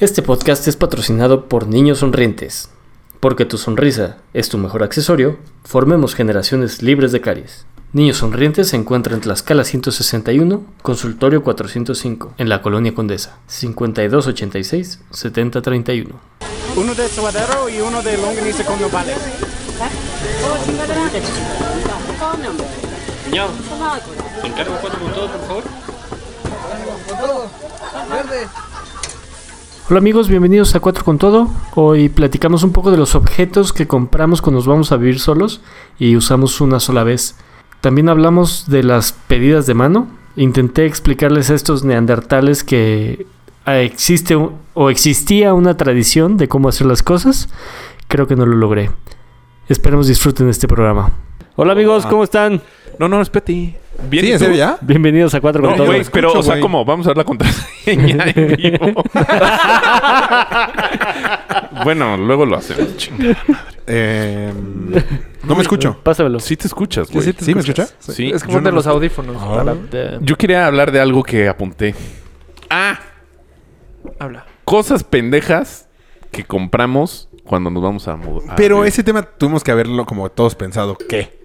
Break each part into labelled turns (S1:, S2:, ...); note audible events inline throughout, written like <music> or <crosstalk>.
S1: Este podcast es patrocinado por Niños Sonrientes. Porque tu sonrisa es tu mejor accesorio, formemos generaciones libres de caries. Niños Sonrientes se encuentra en Tlaxcala 161, consultorio 405, en la colonia Condesa, 5286-7031.
S2: Uno de suadero y uno de longaniza con nopales.
S3: Cuñado, encargo cuatro con todo, por favor.
S1: Hola amigos, bienvenidos a Cuatro con Todo. Hoy platicamos un poco de los objetos que compramos cuando nos vamos a vivir solos y usamos una sola vez. También hablamos de las pedidas de mano. Intenté explicarles a estos neandertales que ah, existe u- o existía una tradición de cómo hacer las cosas. Creo que no lo logré. Esperemos disfruten este programa. Hola amigos, ¿cómo están?
S4: No, no, espérate. Bien,
S5: ¿Sí,
S4: ¿y
S5: en
S4: tú?
S5: serio ya?
S1: Bienvenidos a Cuatro con
S4: No,
S1: Todo.
S4: güey,
S5: escucho,
S4: pero, o sea,
S5: güey.
S4: como vamos a ver la contraseña en
S5: <laughs>
S4: vivo. bueno, luego lo hacemos, chingada.
S5: Eh, no me escucho.
S1: Eh, Pásamelo.
S4: Sí te escuchas, güey.
S5: ¿Sí me escucha?
S4: Sí.
S6: Es que ponte los audífonos. para-
S4: Yo quería hablar de algo que apunté. Ah,
S6: Habla.
S4: cosas pendejas que compramos cuando nos vamos a mudar.
S5: Pero ese tema tuvimos que haberlo como todos pensado. ¿Qué?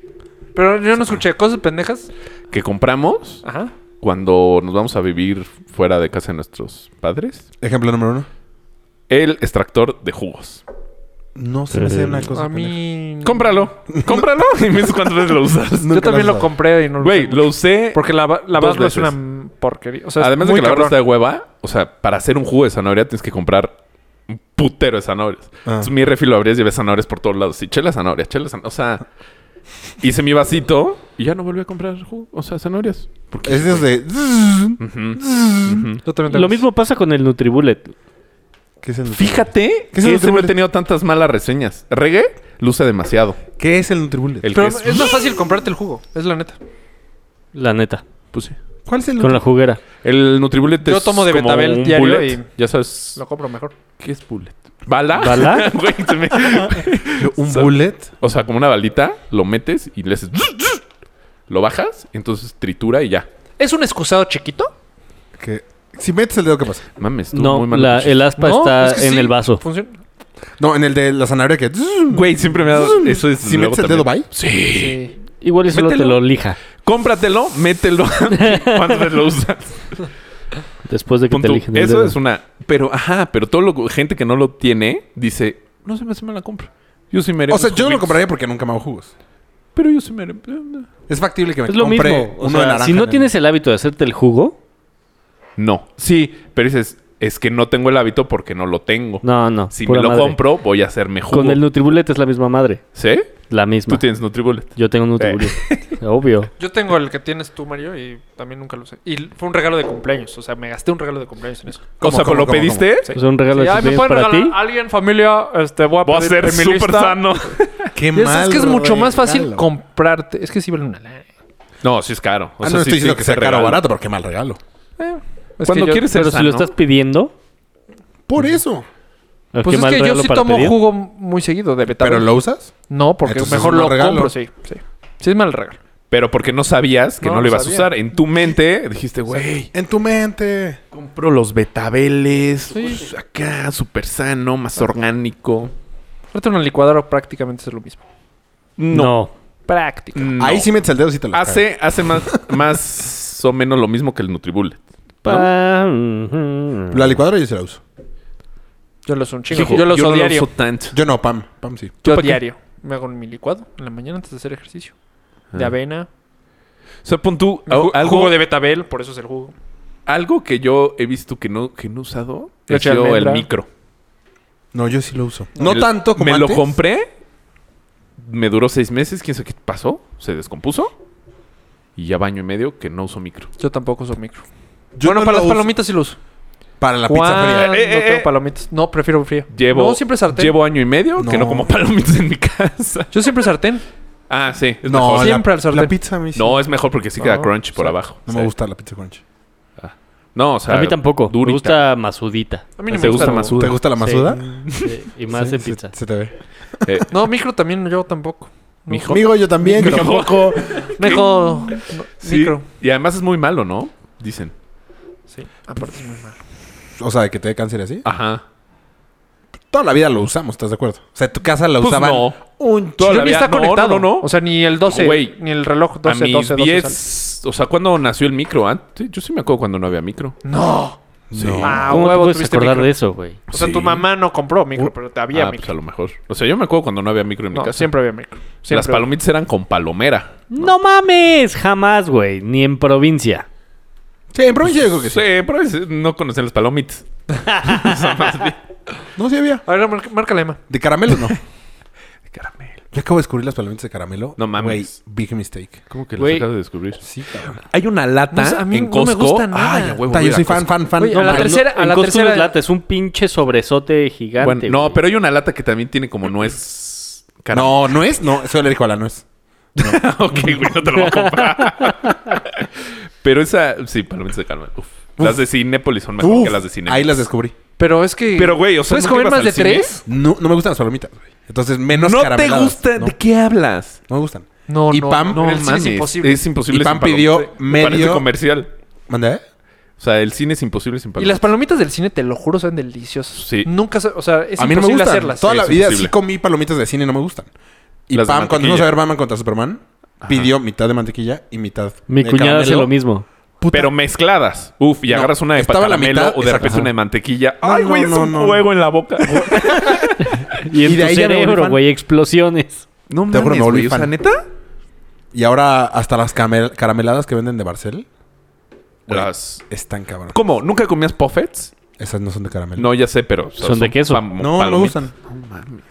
S6: Pero yo no escuché cosas pendejas.
S4: Que compramos
S6: Ajá.
S4: cuando nos vamos a vivir fuera de casa de nuestros padres.
S5: Ejemplo número uno.
S4: El extractor de jugos.
S5: No se me hace una cosa.
S6: A mí.
S4: Cómpralo. Cómpralo. <laughs> y me dices cuántas veces lo usas.
S5: nunca
S6: Yo también
S5: lo has usado.
S6: lo compré y no lo
S4: Güey,
S6: usé
S4: lo
S6: mucho.
S4: usé.
S6: Porque la, la
S4: dos
S6: basura es
S4: veces.
S6: una porquería. O sea,
S4: Además
S6: es
S4: de
S6: muy
S4: que la verdad está
S6: cabrón.
S4: de hueva, o sea, para hacer un jugo de zanahoria tienes que comprar un putero de zanahorias. Entonces mi refri lo abrías y ves zanahorias por todos lados. Sí, chela zanahoria, chela zanahoria. O sea, hice mi vasito y ya no volví a comprar jugo, o sea, zanahorias. Porque
S5: Es de.
S4: Ujú.
S6: Yo también tengo-
S1: Lo mismo pasa con el Nutribullet.
S5: ¿Qué es el Nutribullet?
S4: Fíjate
S5: ¿Qué
S4: que
S5: es el
S4: ese no he
S5: Nutribullet?
S4: tenido tantas malas reseñas. Reggae luce demasiado.
S5: ¿Qué es el Nutribullet?
S4: El
S6: Pero
S4: que es,
S6: es más fácil comprarte el jugo. Es la neta.
S1: La neta.
S4: pues sí.
S5: ¿Cuál es el
S1: Con la juguera.
S4: El Nutribullet
S6: Yo
S4: es
S6: tomo de
S4: como
S6: Betabel
S4: un
S6: diario
S4: bullet.
S6: y-
S4: Ya sabes...
S6: Lo compro mejor.
S4: ¿Qué es bullet? ¿Bala?
S1: ¿Bala?
S4: <laughs> Güey, se me-
S5: Nutribullet? ¿Un bullet?
S4: O sea, como una balita, lo metes y le haces. Lo bajas, entonces tritura y ya.
S6: ¿Es un excusado chiquito?
S5: Que... Si metes el dedo, ¿qué pasa?
S4: Mames, tú
S1: No,
S4: muy mal.
S1: la-
S4: hecho.
S1: el aspa
S6: No,
S1: está
S6: es que
S1: en
S6: sí,
S1: el vaso.
S6: Funciona.
S5: No, en el de la zanahoria que.
S4: Güey, siempre me ha dado. Eso es.
S5: Si
S4: luego
S5: metes el dedo, bye.
S4: Sí.
S6: Sí.
S1: Igual y solo te
S4: Mételo.
S1: lo lija
S4: Cómpratelo,
S1: <laughs>
S4: mételo. <laughs> ¿Cuántas veces lo usas?
S1: después de que
S4: Pon
S1: te
S4: tú,
S1: lijen. el
S4: Eso
S1: dedo.
S4: es una. Pero, ajá, pero todo lo gente que no lo tiene dice, no se me hace mala compra. Yo sí me haré
S5: O sea,
S4: unos
S5: yo no lo
S4: juguitos".
S5: compraría porque nunca me hago jugos.
S4: Pero yo sí me haré. eh,
S5: Es factible que me
S1: Es lo
S5: compre
S1: mismo. O
S5: uno de
S1: sea,
S5: naranja
S1: si
S5: en
S1: no
S5: el-
S1: tienes el hábito de hacerte el jugo,
S4: No. Sí, pero dices, es que no tengo el hábito porque no lo tengo.
S1: no, no.
S4: Si me
S1: pura
S4: lo
S1: madre.
S4: compro, voy a hacerme jugo.
S1: Con el Nutribullet es la misma madre.
S4: ¿Sí?
S1: La
S4: Tú
S1: misma.
S4: tienes Nutribullet.
S1: Yo tengo un Nutribullet. <laughs> Obvio.
S6: Yo tengo el que tienes tú, Mario, y también nunca lo usé. Y fue un regalo de cumpleaños. O sea, me gasté un regalo de cumpleaños en eso.
S4: O
S5: ¿Cómo,
S4: sea,
S5: cómo,
S4: ¿lo
S5: cómo,
S4: pediste?
S6: Sí.
S1: O sea, un regalo
S6: Sí,
S1: de
S6: ay, me
S1: cumpleaños
S6: pueden
S1: para ti.
S6: regalar alguien, familia, este, voy a
S4: Voy a
S6: pedir
S4: ser
S6: en mi
S4: súper
S6: lista.
S4: sano.
S5: Qué
S6: Ya sabes
S5: mal
S6: que es mucho más fácil
S5: regalo. Ah,
S6: comprarte. Es que sí vale una lana.
S4: <laughs> No, sí es caro. O
S5: Ah, no
S4: sea, sí-
S5: estoy diciendo
S4: sí
S5: que
S4: se
S5: sea caro o
S4: regala.
S5: barato, pero qué mal regalo.
S6: Es
S4: Cuando
S6: que yo-
S4: quieres ser
S1: Pero si
S4: sano,
S1: lo estás pidiendo,
S5: Por eso.
S1: ¿a
S6: Pues
S1: qué
S6: es
S1: mal
S6: que yo
S1: regalo
S6: sí
S1: para
S6: tomo
S1: pedir?
S6: jugo muy seguido de betabel.
S5: ¿Pero lo usas?
S6: No, porque
S5: Entonces
S6: mejor
S5: es un
S6: lo
S5: regalo.
S6: compro, sí. Sí, sí es mal regalo.
S4: pero porque no sabías que no,
S6: No,
S4: lo
S6: no
S4: ibas
S6: sabía.
S4: a usar. En tu mente dijiste, güey,
S5: En tu mente.
S4: compro los betabeles, pues, acá, súper sano, más orgánico.
S6: Ahorita en una licuadora prácticamente es lo mismo.
S1: No.
S6: Práctica.
S4: No.
S5: Ahí sí metes el dedo y te lo
S4: hace, hace más, más o menos lo mismo que el Nutribullet. Ah,
S1: Pa-
S5: La licuadora yo sí la uso.
S6: Yo lo uso un chingo. yo lo uso
S4: no
S6: diario.
S4: lo uso tanto.
S5: Yo no, Pam. Pam sí.
S6: yo
S4: ¿Para qué?
S6: diario. Me hago mi licuado en la mañana antes de hacer ejercicio. De
S4: Ah.
S6: avena.
S4: O sea, pon tú
S5: Ah,
S6: Ju-
S5: oh,
S4: algo,
S6: Jugo de betabel, por eso es el jugo.
S4: algo que yo he visto que no, que no he usado.
S6: Leche
S4: Ha
S6: de
S4: sido el
S6: almendra.
S4: micro.
S5: No, yo sí lo uso. No
S4: El-
S5: tanto como
S4: Me lo
S5: antes.
S4: compré. Me duró seis meses. ¿Quién sabe qué pasó? Se descompuso. Y ya baño y medio que no uso micro.
S6: Yo tampoco uso micro.
S5: Yo
S6: bueno,
S5: no
S6: para
S5: lo
S6: las
S5: uso.
S6: palomitas sí lo uso.
S5: Para la
S6: Cuando
S5: pizza fría.
S4: Eh, eh,
S6: no
S4: eh.
S6: tengo palomitas. No, prefiero fría.
S4: Llevo,
S6: No, siempre sartén.
S4: Llevo año y medio que no
S5: No.
S4: como palomitas en mi casa.
S6: Yo siempre sartén.
S4: Ah, sí. Es
S5: No,
S4: mejor.
S5: la-
S6: Siempre al sartén.
S5: La pizza a mí sí.
S4: No, es mejor porque sí queda
S6: No,
S4: crunch por
S6: sí.
S4: abajo.
S5: No me
S4: Sí.
S5: gusta la pizza crunch.
S4: No, o sea.
S1: a mí tampoco. Me
S4: durita.
S1: gusta masudita.
S6: A mí
S4: ¿Te gusta
S6: lo-
S4: más uno?
S5: ¿Te gusta la masuda?
S1: Sí, y más
S5: Sí,
S1: en
S5: se-
S1: pizza.
S5: Se, te ve.
S4: Eh,
S6: No, micro también yo tampoco.
S4: mijo.
S5: Amigo, yo también.
S4: Mijo.
S5: yo tampoco.
S6: Mejor
S4: Sí.
S6: micro.
S4: Y además es muy malo, ¿no? Dicen.
S6: Sí, aparte es muy malo.
S7: O sea, de que te dé cáncer y así.
S4: Ajá.
S7: Toda la vida lo usamos, ¿estás de acuerdo? O sea, tu casa la
S4: Pues
S7: usaban.
S4: no.
S6: Un
S4: Toda
S6: yo
S4: la
S6: ni
S4: vida-
S6: está
S4: no,
S6: conectado.
S4: no, no, no.
S6: O sea, ni el 12,
S4: Güey,
S6: ni el reloj 12,
S4: a mis
S6: 12, 12.
S4: 10... O sea, cuando nació el micro? Antes, yo sí me acuerdo cuando no había micro.
S6: sale. No.
S7: Sí.
S6: Ah,
S1: ¿Cómo te
S6: huevo,
S1: puedes
S6: tuviste
S1: acordar
S6: micro.
S1: de eso, güey?
S6: O sea,
S7: Sí.
S6: tu mamá no compró micro, pero te había
S4: ah, pues a
S6: micro.
S4: lo mejor. O sea, yo me acuerdo cuando no había micro en mi
S6: No,
S4: casa.
S6: siempre había micro. Siempre
S4: Las
S6: había-
S4: palomitas eran con palomera.
S1: No mames, jamás, güey. Ni en provincia.
S7: Sí, en provincia yo creo que sí.
S4: pero es- no conocen las palomitas. O sea, más bien.
S7: No, sí había.
S6: A ver, marca, márcale, Emma.
S7: De caramelo
S4: <laughs>
S7: no.
S4: Caramelo.
S7: Yo acabo de descubrir las palomitas de caramelo.
S4: No mames.
S7: Güey, big mistake.
S4: ¿Cómo que
S1: Güey.
S4: las acabas de descubrir?
S7: Sí, cabrón.
S4: Hay una lata
S6: No sé, a mí
S4: en
S6: no me
S4: Costco.
S6: gusta nada.
S4: Ay, a huevo,
S7: Puta,
S4: voy
S7: yo
S4: a
S7: soy
S4: ir a
S7: fan,
S4: Costco.
S7: fan, fan.
S6: Oye, a la
S7: mames.
S6: tercera- a
S1: En
S6: la
S1: Costco no
S6: tercera-
S1: es lata, es un pinche sobresote gigante.
S4: Bueno, no,
S1: güey.
S4: pero hay una lata que también tiene como nuez.
S7: <laughs>
S4: Caramelo.
S7: No, no es. No, eso le dijo a la nuez.
S4: ok, güey, no te lo voy a comprar. <laughs> pero esa, sí, palomitas de caramelo. Uf. Las de Cinépolis son mejor
S7: Uf,
S4: que las de Cinépolis.
S7: Ahí las descubrí.
S6: Pero es que.
S4: Pero, güey, o sea,
S6: ¿Puedes
S4: ¿nunca
S6: comer
S4: ibas
S6: más
S4: al
S6: de
S4: cine?
S6: tres?
S7: No, no me gustan las palomitas, güey. Entonces, menos
S4: No te
S7: carameladas.
S4: gusta.
S7: No,
S4: ¿De qué hablas?
S7: no me gustan.
S6: No,
S7: Y
S6: no.
S7: Pam-
S6: no,
S4: En el cine
S6: mames.
S4: es imposible. Es imposible.
S7: Y Pan
S4: sin palomitas. ¿eh?
S7: pidió
S4: Parece
S7: medio-
S4: comercial.
S7: ¿Manda, eh?
S4: O sea, el cine es imposible sin
S6: Y
S4: palomitas.
S6: las palomitas del cine, te lo juro, son deliciosas.
S4: Sí.
S6: Nunca, sa- o sea, es
S7: a mí no me
S6: imposible
S7: gustan.
S6: hacerlas.
S7: Toda
S4: Sí,
S7: la
S4: es
S7: vida
S4: imposible.
S7: sí comí palomitas de cine y no me gustan. Y
S4: Las de
S7: Pam, cuando fuimos
S4: mantequilla.
S7: a ver Batman contra Superman, pidió mitad de mantequilla y mitad
S1: Mi
S7: de
S1: cuñada hace
S7: caramelo.
S1: lo mismo.
S4: Pero mezcladas. Uf, y
S7: No,
S4: agarras una de
S7: estaba la
S4: caramelo
S7: mitad,
S4: o de
S7: exacto.
S4: repente
S7: Ajá.
S4: una de mantequilla.
S7: No,
S4: Ay,
S7: no,
S4: güey, es
S7: no,
S4: un
S7: no.
S4: fuego en la boca.
S1: Y en
S7: Y de
S1: tu
S7: ahí ya me volví
S1: cerebro,
S7: fan.
S1: güey, explosiones.
S4: No
S7: Te juro, me volví
S4: güey, o sea,
S7: fan.
S4: ¿neta?
S7: Y ahora hasta las camel- carameladas que venden de Barcel Güey.
S4: Las-
S7: están cabrón.
S4: ¿Cómo? ¿Nunca comías puffets?
S7: Esas no son de caramelo.
S4: No, ya sé, pero... o sea,
S1: Son de queso.
S4: pam-
S7: No, no me
S4: palomitas.
S7: gustan.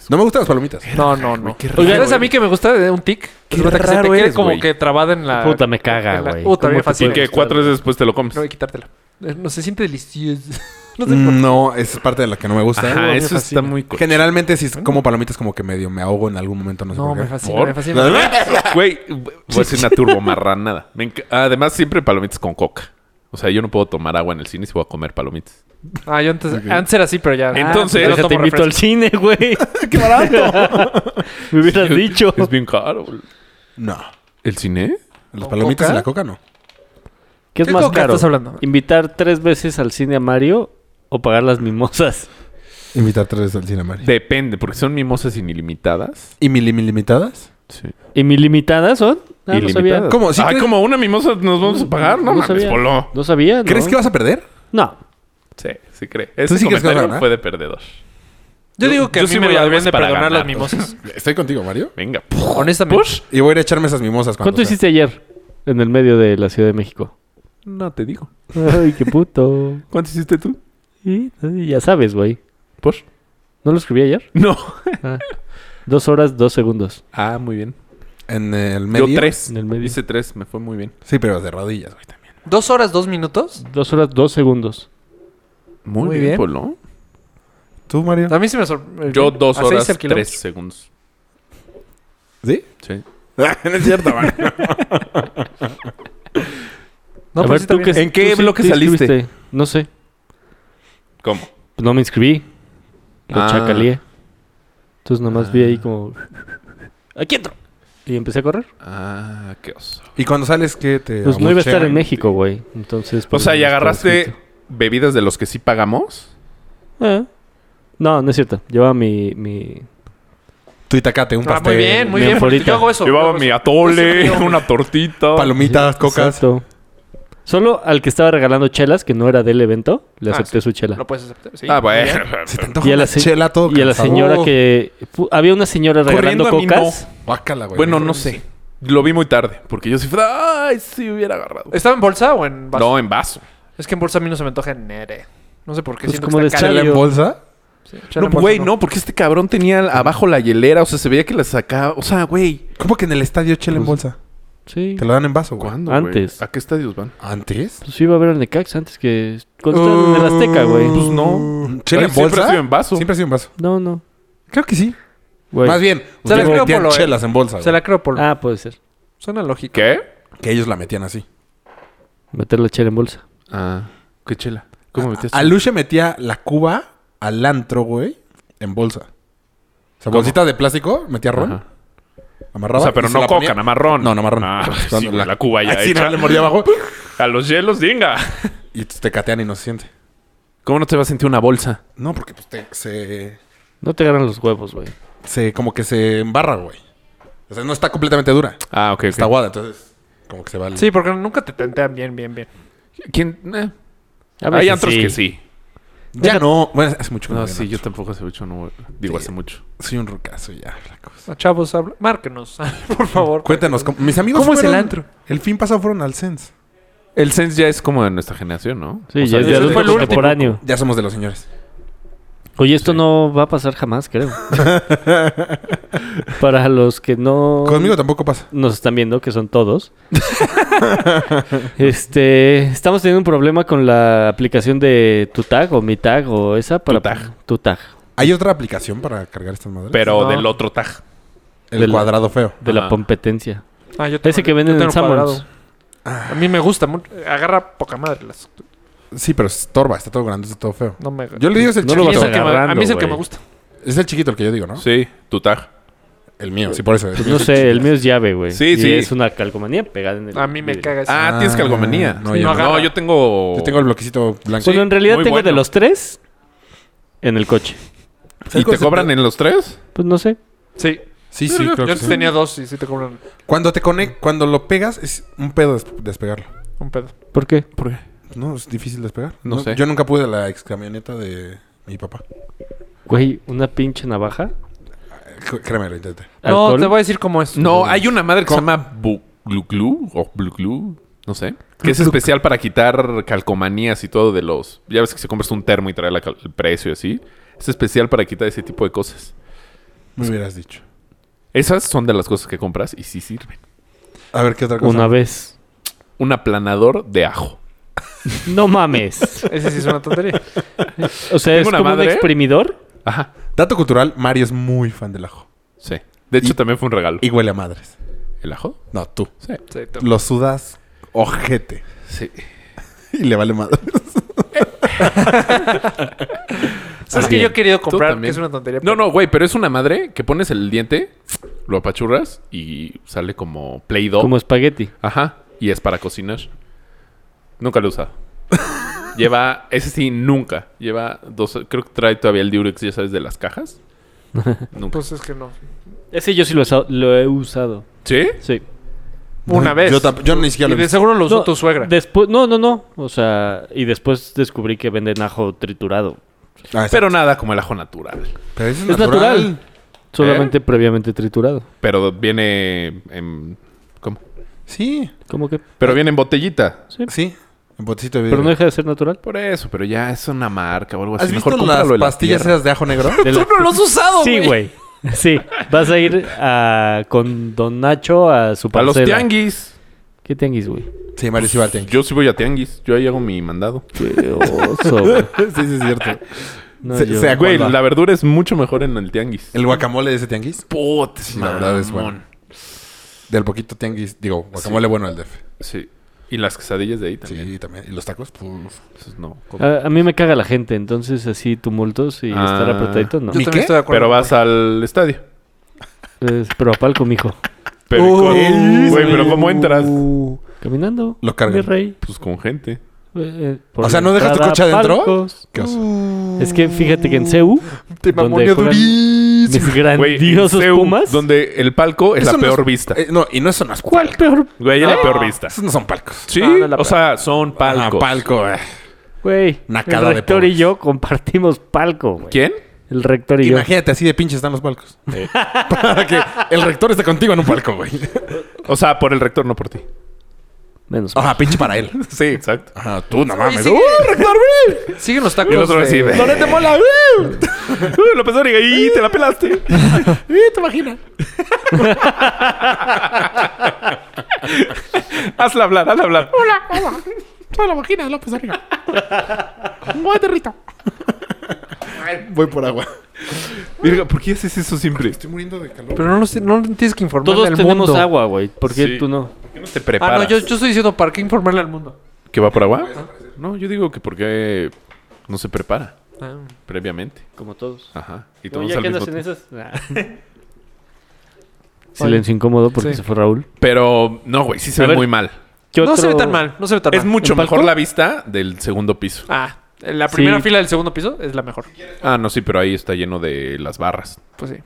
S7: No me gustan las palomitas.
S6: No, no, no.
S4: qué raro,
S6: Oiga, ¿sabes a
S4: güey.
S6: mí que me gusta de un tic?
S4: Qué
S6: Resulta que
S4: raro
S6: te quede
S4: eres,
S6: como
S4: güey.
S6: que trabada en la...
S1: Puta, me caga,
S6: en la-
S1: güey.
S6: Puta,
S1: ¿Cómo
S6: bien
S1: te
S6: fácil.
S4: Y que cuatro veces después te lo comes.
S6: No, hay que quitártela. Eh, No, se siente delicioso.
S4: <laughs>
S6: no sé por qué.
S7: No, esa es parte de la que no me gusta.
S4: Ajá,
S7: Me
S4: eso
S7: fascina.
S4: está muy cool.
S7: Generalmente si es como palomitas como que medio me ahogo en algún momento, no sé
S6: No,
S7: por qué.
S6: me fascina,
S4: ¿Por?
S6: me fascina.
S7: <laughs>
S4: Güey, voy a hacer una turbo marranada. Me enc- Además, siempre palomitas con coca. O sea, yo no puedo tomar agua en el cine si voy a comer palomitas.
S6: Ah, yo antes, antes era así, pero ya.
S4: Entonces-
S6: Ah, yo
S4: Pero
S1: Deja, te
S6: tomo
S1: invito al
S6: refresco.
S1: cine, güey. <laughs> ¡Qué barato! <laughs> Me hubieras dicho.
S4: <laughs> Es bien caro. bol-
S7: No.
S4: ¿El cine?
S7: Las
S6: ¿Con
S7: palomitas
S6: coca?
S7: y la coca no.
S1: ¿Qué es
S6: ¿Qué
S1: más
S6: coca
S1: caro?
S6: estás hablando?
S1: ¿Invitar tres veces al cine a Mario o pagar las mimosas?
S7: Invitar tres al cine Mario.
S4: Depende, porque son mimosas ilimitadas.
S7: ¿Y mili limitadas?
S4: Sí.
S1: ¿Y mi limitadas son? Ah, no sabía.
S4: Ilimitadas.
S7: ¿Cómo? ¿Sí
S4: ah,
S7: crees-
S4: como una mimosa nos vamos a pagar. No,
S1: No
S4: mames,
S1: sabía.
S4: voló.
S1: No sabía, ¿no?
S7: ¿Crees que vas a perder?
S1: No.
S4: Sí, sí cree. Ese
S7: sí crees que vas a
S4: comentario
S7: ganar?
S4: fue de perdedor.
S6: Yo digo que
S4: Yo
S6: a mí
S4: sí
S6: me
S4: voy
S6: la
S4: a
S6: deberían de
S4: para
S6: perdonar las <laughs>
S4: ganar.
S6: mimosas.
S7: Estoy contigo, Mario.
S4: Venga.
S6: Honestamente.
S7: Y voy a ir a echarme esas mimosas cuando
S1: ¿Cuánto
S7: sea.
S1: hiciste ayer en el medio de la Ciudad de México?
S4: No te digo.
S1: <laughs> Ay, qué puto.
S4: ¿Cuánto hiciste tú?
S1: Y- y ya sabes, güey.
S4: ¿Por?
S1: ¿No lo escribí ayer?
S4: No.
S1: Ah. Dos horas, dos segundos.
S4: Ah, muy bien.
S7: En el medio.
S4: Yo tres.
S1: En el medio.
S4: Hice tres, me fue muy bien.
S7: Sí, pero de rodillas, güey, también.
S6: ¿Dos horas, dos minutos?
S1: Dos horas, dos segundos.
S4: Muy,
S6: Muy
S4: bien,
S6: bien.
S4: Polo.
S7: ¿Tú, Mario?
S6: A mí se me sorprendió.
S4: Yo dos horas, tres segundos.
S7: <laughs> ¿Sí?
S4: Sí.
S7: Ah, no es cierto, Mario.
S6: No,
S1: A
S6: pero
S1: ver,
S6: sí
S1: ¿tú
S6: también.
S1: qué,
S4: ¿En qué
S1: tú sí
S4: bloque
S1: te
S4: saliste?
S1: inscribiste? No sé.
S4: ¿Cómo?
S1: Pues no me inscribí. Lo
S4: Ah.
S1: chacaleé. Entonces nomás vi ahí como... ¡Aquí entro! Y empecé a correr.
S4: Ah, qué oso.
S7: <laughs> ¿Y cuando sales qué te
S1: Pues no iba a estar en
S7: abuchean?
S1: México, güey. Entonces...
S4: O
S1: pues,
S4: sea, ¿y
S1: no estaba
S4: agarraste
S1: inscrito.
S4: bebidas de los que sí pagamos?
S1: Ah. No, no es cierto. Llevaba mi... mi...
S7: Tu itacate, un
S6: Ah,
S7: pastel.
S6: muy bien, muy
S1: Mi
S6: bien.
S1: anforita.
S6: Yo hago eso. yo hago eso.
S4: Llevaba mi
S6: Yo
S4: <laughs>
S6: <laughs>
S4: atole,
S6: siempre llevo-
S4: una tortita.
S7: Palomitas, cocas.
S1: Exacto. Solo al que estaba regalando chelas, que no era del evento, le
S6: Ah,
S1: acepté su chela.
S6: Lo puedes aceptar. Sí.
S4: Ah, bueno. <laughs>
S7: Se te antoja
S1: Y a
S7: una
S1: la se-
S7: chela todo
S1: Y a la
S7: cansado.
S1: señora que... fu- Había una señora regalando
S4: Corriendo a mí
S1: cocas.
S7: Guácala, güey.
S4: Bueno, no sé. Lo vi muy tarde, porque yo sí fue, ay, sí hubiera agarrado.
S6: ¿Estaba en bolsa o en vaso?
S4: No, en vaso.
S6: Es que en bolsa a mí no se me antoja nere. No sé por qué.
S1: Pues
S6: siento
S1: como
S6: que
S1: de
S6: está caro.
S7: ¿Chela en
S1: Yo-
S7: bolsa?
S6: Sí, echarle
S4: No,
S6: en bolsa,
S4: güey, no, porque este cabrón tenía abajo la hielera, o sea, se veía que la sacaba. O sea, güey.
S7: ¿Cómo que en el estadio chela en bolsa?
S1: Pues Sí.
S7: Te lo dan en vaso, güey.
S4: ¿Cuándo? güey?
S1: Antes.
S4: ¿A qué estadios van?
S7: ¿Antes?
S1: Pues iba a ver al Necax antes que...
S8: Pues
S1: Cuando estaban en el Azteca, güey.
S7: Uh,
S4: Pues no.
S7: ¿Chela en
S4: Ay, Siempre ha
S7: bolsa?
S4: sido en vaso.
S7: Siempre ha sido en vaso.
S1: No, no.
S7: Creo que sí.
S1: Güey.
S7: Más bien,
S6: Se la
S7: ustedes
S6: creo,
S7: metían
S6: Polo, eh.
S7: chelas en bolsa,
S6: Se
S7: güey.
S6: la creo por...
S1: Ah, puede ser.
S6: Suena lógica.
S4: ¿Qué?
S7: Que ellos la metían así.
S1: Meter la chela en bolsa.
S4: Ah, qué chela. ¿Cómo metías?
S7: Aluche metía la cuba al antro, güey, en bolsa. O sea,
S4: ¿Cómo?
S7: bolsita de plástico, metía ron,
S4: Ajá.
S7: amarraba.
S4: O sea, pero
S7: y se
S4: no
S7: la
S4: coca,
S7: ponía-
S4: nada más ron.
S7: No, nada más ron.
S4: Ah,
S7: Pero
S4: sí,
S7: cuando
S4: güey, la... cuba ya
S7: Así
S4: hecha. <laughs>
S7: no le mordía abajo
S4: A los hielos, dinga.
S7: y te catean y no se siente.
S4: ¿Cómo no te va a sentir una bolsa?
S7: No, porque pues te- se,
S8: No te ganan los huevos, güey.
S7: se. Como que se embarra, güey. O sea, no está completamente dura.
S4: Ah, ok. ok.
S7: Está aguada, entonces. Como que se va. al-
S6: Sí, porque nunca te tentean bien, bien, bien.
S4: ¿Quién? Eh,
S8: A
S4: Hay
S8: veces
S4: antros que sí.
S7: Ya no. Bueno, hace mucho que
S4: No,
S7: voy a
S4: sí, yo
S7: Nacho.
S4: tampoco hace mucho no voy. Digo,
S7: Sí.
S4: hace mucho.
S7: Soy un rucazo ya, flacos.
S6: No, Ah, Chavos, habla- márquenos, <laughs> por favor.
S7: Cuéntanos, ¿cómo- mis amigos
S6: ¿Cómo es
S7: fueron-
S6: el antro?
S7: El fin pasado fueron al Sense.
S4: El Sense ya es como de nuestra generación, ¿no?
S8: Sí,
S4: O sea,
S8: ya es de
S6: ese fue
S8: adulto
S6: el último.
S8: contemporáneo.
S7: Ya somos de los señores.
S8: Oye, esto no va a pasar jamás, creo. Para los que no
S7: Conmigo tampoco pasa.
S8: nos están viendo, que son todos. este, estamos teniendo un problema con la aplicación de tu tag o mi tag o esa para
S4: Tutag.
S8: tu tag
S7: ¿Hay otra aplicación para cargar estas madres?
S4: Pero
S6: No.
S4: del otro tag.
S7: el
S8: del-
S7: cuadrado feo.
S8: de
S4: Ah.
S8: la competencia.
S6: Ah, yo
S8: Ese que venden
S6: yo
S8: en
S6: tengo cuadrado.
S8: Samuels.
S7: Ah.
S6: A mí me gusta mucho. Agarra poca madre. Las,
S7: Sí, pero estorba, está todo grande, está todo feo.
S6: no me,
S7: Yo le digo es el
S8: No lo
S7: chiquito.
S6: a,
S8: vas
S6: mí es el que me, a mí es el que
S8: agarrando,
S6: me
S8: güey.
S6: gusta.
S7: Es el chiquito el que yo digo, ¿no?
S4: Sí, tu tag.
S7: El mío, sí, por eso.
S8: Pues no sé, el mío es llave, güey.
S4: Sí,
S8: y
S4: sí.
S8: Es una calcomanía pegada en el.
S6: A mí me
S8: vidrio.
S6: caga ese.
S4: Ah,
S7: Ah,
S4: tienes calgomanía.
S7: no,
S4: No,
S7: yo
S4: yo,
S6: no.
S4: no, yo tengo.
S7: Yo tengo el bloquecito
S8: Bueno,
S7: blanco.
S8: Pues en realidad
S4: muy
S8: tengo de
S4: bueno.
S8: los tres en el coche.
S4: ¿Y te cobran en los tres?
S8: Pues no sé.
S6: Sí,
S7: Sí, sí, creo
S6: yo
S7: que
S6: antes
S7: sí.
S6: tenía dos y sí te cobran
S7: Cuando te conect, cuando lo pegas, es un pedo des- despegarlo.
S6: un pedo.
S8: ¿Por qué?
S4: ¿Por qué?
S7: No, es difícil despegar.
S4: No sé.
S7: Yo nunca pude la ex camioneta de mi papá.
S8: Güey, una pinche navaja.
S7: C- Créeme, lo intenté.
S6: No,
S8: alcohol.
S6: te voy a decir cómo es.
S4: No, hay una madre que se llama Bluclu o Bluclu, no sé. Que es especial para quitar calcomanías y todo de los. Ya ves que se compras un termo y trae la cal- el precio y así. Es especial para quitar ese tipo de cosas.
S7: Me hubieras dicho.
S4: Esas son de las cosas que compras y sí sirven.
S7: A ver, ¿qué otra cosa?
S8: Una vez.
S4: Un aplanador de ajo.
S8: No
S6: <laughs>
S8: mames.
S6: Ese sí es una tontería.
S8: O sea, es
S4: una
S8: como un
S4: madre.
S8: exprimidor.
S4: Ajá.
S7: Dato cultural, Mario es muy fan del ajo.
S4: Sí. De hecho,
S7: Y-
S4: también fue un regalo.
S7: Y huele a madres.
S4: ¿El ajo?
S7: No, tú.
S4: Sí.
S6: Sí, tú.
S7: <laughs> Lo sudas ojete.
S4: Sí.
S7: Y le vale madres.
S6: ¿Sabes que yo he querido comprar? Que
S4: también.
S6: es una tontería.
S4: No, no, güey, pero es una madre que pones el diente, lo apachurras y sale como Play Doh.
S8: Como espagueti.
S4: Ajá. Y es para cocinar. Nunca lo
S8: <laughs>
S4: he usado. Lleva, ese sí, nunca. Lleva dos, creo que trae todavía el Durex, ya sabes, de
S8: <laughs>
S4: las cajas. Nunca.
S6: Pues es que no.
S8: Ese yo sí lo he usado. Lo he usado.
S4: ¿Sí?
S8: Sí.
S6: Una vez.
S7: Yo, tamp- yo ni siquiera
S6: Y
S7: lo he
S6: de
S7: visto.
S6: seguro lo usó
S8: No,
S6: tu suegra.
S8: Después, no, no, no. O sea, y después descubrí que venden ajo triturado.
S7: Ah, exacto.
S4: Pero nada como el ajo natural.
S7: Pero ese
S8: Es natural. Solamente previamente triturado.
S4: Pero viene en... ¿Cómo?
S7: Sí,
S8: ¿Cómo que?
S4: Pero viene en botellita.
S7: sí. En botecito de
S8: Pero
S7: vidrio.
S8: no deja de ser
S4: <laughs>
S8: natural.
S4: Por eso, pero ya es una marca o algo así.
S7: ¿Has
S4: Mejor
S7: visto las
S4: cómpralo en la
S7: pastillas
S4: tierra.
S7: esas de ajo negro?
S8: De la-
S6: no lo has usado,
S8: Sí, güey. Sí, vas a ir a- con Don Nacho a su
S4: A los
S8: parcela.
S4: tianguis.
S8: ¿Qué tianguis, güey?
S7: Sí, Mario sí va al tianguis.
S4: Yo sí voy a tianguis. Yo ahí hago mi mandado.
S8: Qué oso, güey.
S7: sí, sí, es cierto.
S8: No,
S7: Se-
S8: yo-
S7: se ac-
S4: Güey,
S7: Guarda.
S4: la verdura es mucho mejor en el tianguis.
S7: El guacamole de ese tianguis.
S4: Putz,
S7: Sí, la verdad es bueno. Del poquito tianguis, digo, guacamole bueno del DF.
S4: Sí. Y las quesadillas de ahí también.
S7: Sí, también. Y los tacos, puf.
S4: Entonces, no.
S8: a, a mí me caga la gente, entonces así tumultos y
S4: Ah.
S8: estar apretadito, no.
S6: Yo
S7: ¿Y
S6: también
S7: qué?
S6: estoy de acuerdo.
S4: Pero vas al estadio.
S8: Es, pero a palco, mijo.
S4: Pero,
S7: Uh,
S4: con-
S7: uh,
S4: güey, pero ¿cómo entras?
S8: Caminando.
S7: Lo cargan.
S8: Mi rey.
S4: Pues con gente.
S8: Eh, eh,
S7: O sea,
S8: la
S7: ¿no dejas tu
S8: entrada
S7: coche adentro?
S8: Palcos. Uh,
S7: Qué oso.
S8: Es que fíjate que en CEU, donde
S6: Te mamoneó
S8: juegan
S6: durísimo.
S8: mis
S4: Güey,
S8: grandiosos
S4: en CEU,
S8: Pumas,
S4: Donde el palco es
S7: Eso
S4: la
S7: no
S4: peor vista.
S7: Eh, no, y no son las
S8: ¿cuál peor?
S4: Güey, es la peor vista.
S7: Esos no son palcos.
S4: Sí,
S6: no es la
S4: o
S6: peor.
S4: sea, son palcos.
S7: Ah, palco. eh.
S8: Güey,
S7: Nacada de
S8: el rector
S7: pobres.
S8: y yo compartimos palco, güey.
S4: ¿Quién?
S8: El rector y yo.
S7: Imagínate, así de pinche están los palcos. <laughs> Para que el rector esté contigo en un palco, güey.
S4: O sea, por el rector, no por
S7: <laughs>
S4: ti.
S8: Menos mal.
S7: Ajá, pinche para él.
S4: Sí, exacto.
S7: Ajá, tú no mames.
S6: sí.
S7: ¡Uh!
S6: Siguen los
S4: Y el
S6: tacos.
S4: otro así,
S6: de-
S4: ve.
S7: ¡Donete mola!
S4: <laughs>
S7: ¡Uh!
S4: Uy, López Dóriga, y te la
S7: <laughs>
S4: pelaste.
S7: ¡Uh, te imaginas!
S4: hazla hablar, hazla hablar.
S7: Toda la vagina de López Dóriga. Muy territo. Voy por <laughs> agua.
S4: Virga, ¿por qué haces eso siempre?
S7: Estoy muriendo de calor.
S6: Pero no, los- no tienes que informar
S8: Todos
S6: al
S8: tenemos
S6: mundo.
S8: agua, güey. ¿Por qué
S4: Sí.
S8: tú no?
S4: ¿Por qué no te
S6: Ah,
S4: preparas?
S6: no, yo, yo estoy diciendo para qué informarle al mundo.
S4: ¿Que va por agua? No, yo digo que porque no se prepara
S6: Ah.
S4: previamente.
S8: Como todos.
S4: Ajá. Y
S8: No,
S4: todos
S8: ya
S4: al
S8: que
S4: mismo
S8: andas en
S4: tiempo.
S8: esas. Nah. Silencio incómodo porque
S6: Sí.
S8: se fue Raúl.
S4: Pero no, güey, sí se
S8: A
S4: ve
S8: ver,
S4: muy mal.
S8: ¿Qué
S6: No se ve
S8: otro-
S6: tan mal, no se ve tan
S4: Es
S6: mal.
S4: mucho
S8: ¿En palco?
S4: mejor la vista del segundo piso.
S6: Ah, La primera
S1: Sí.
S6: fila del segundo piso es la mejor.
S4: Ah, no, sí, pero ahí está lleno de las barras.
S6: Pues sí.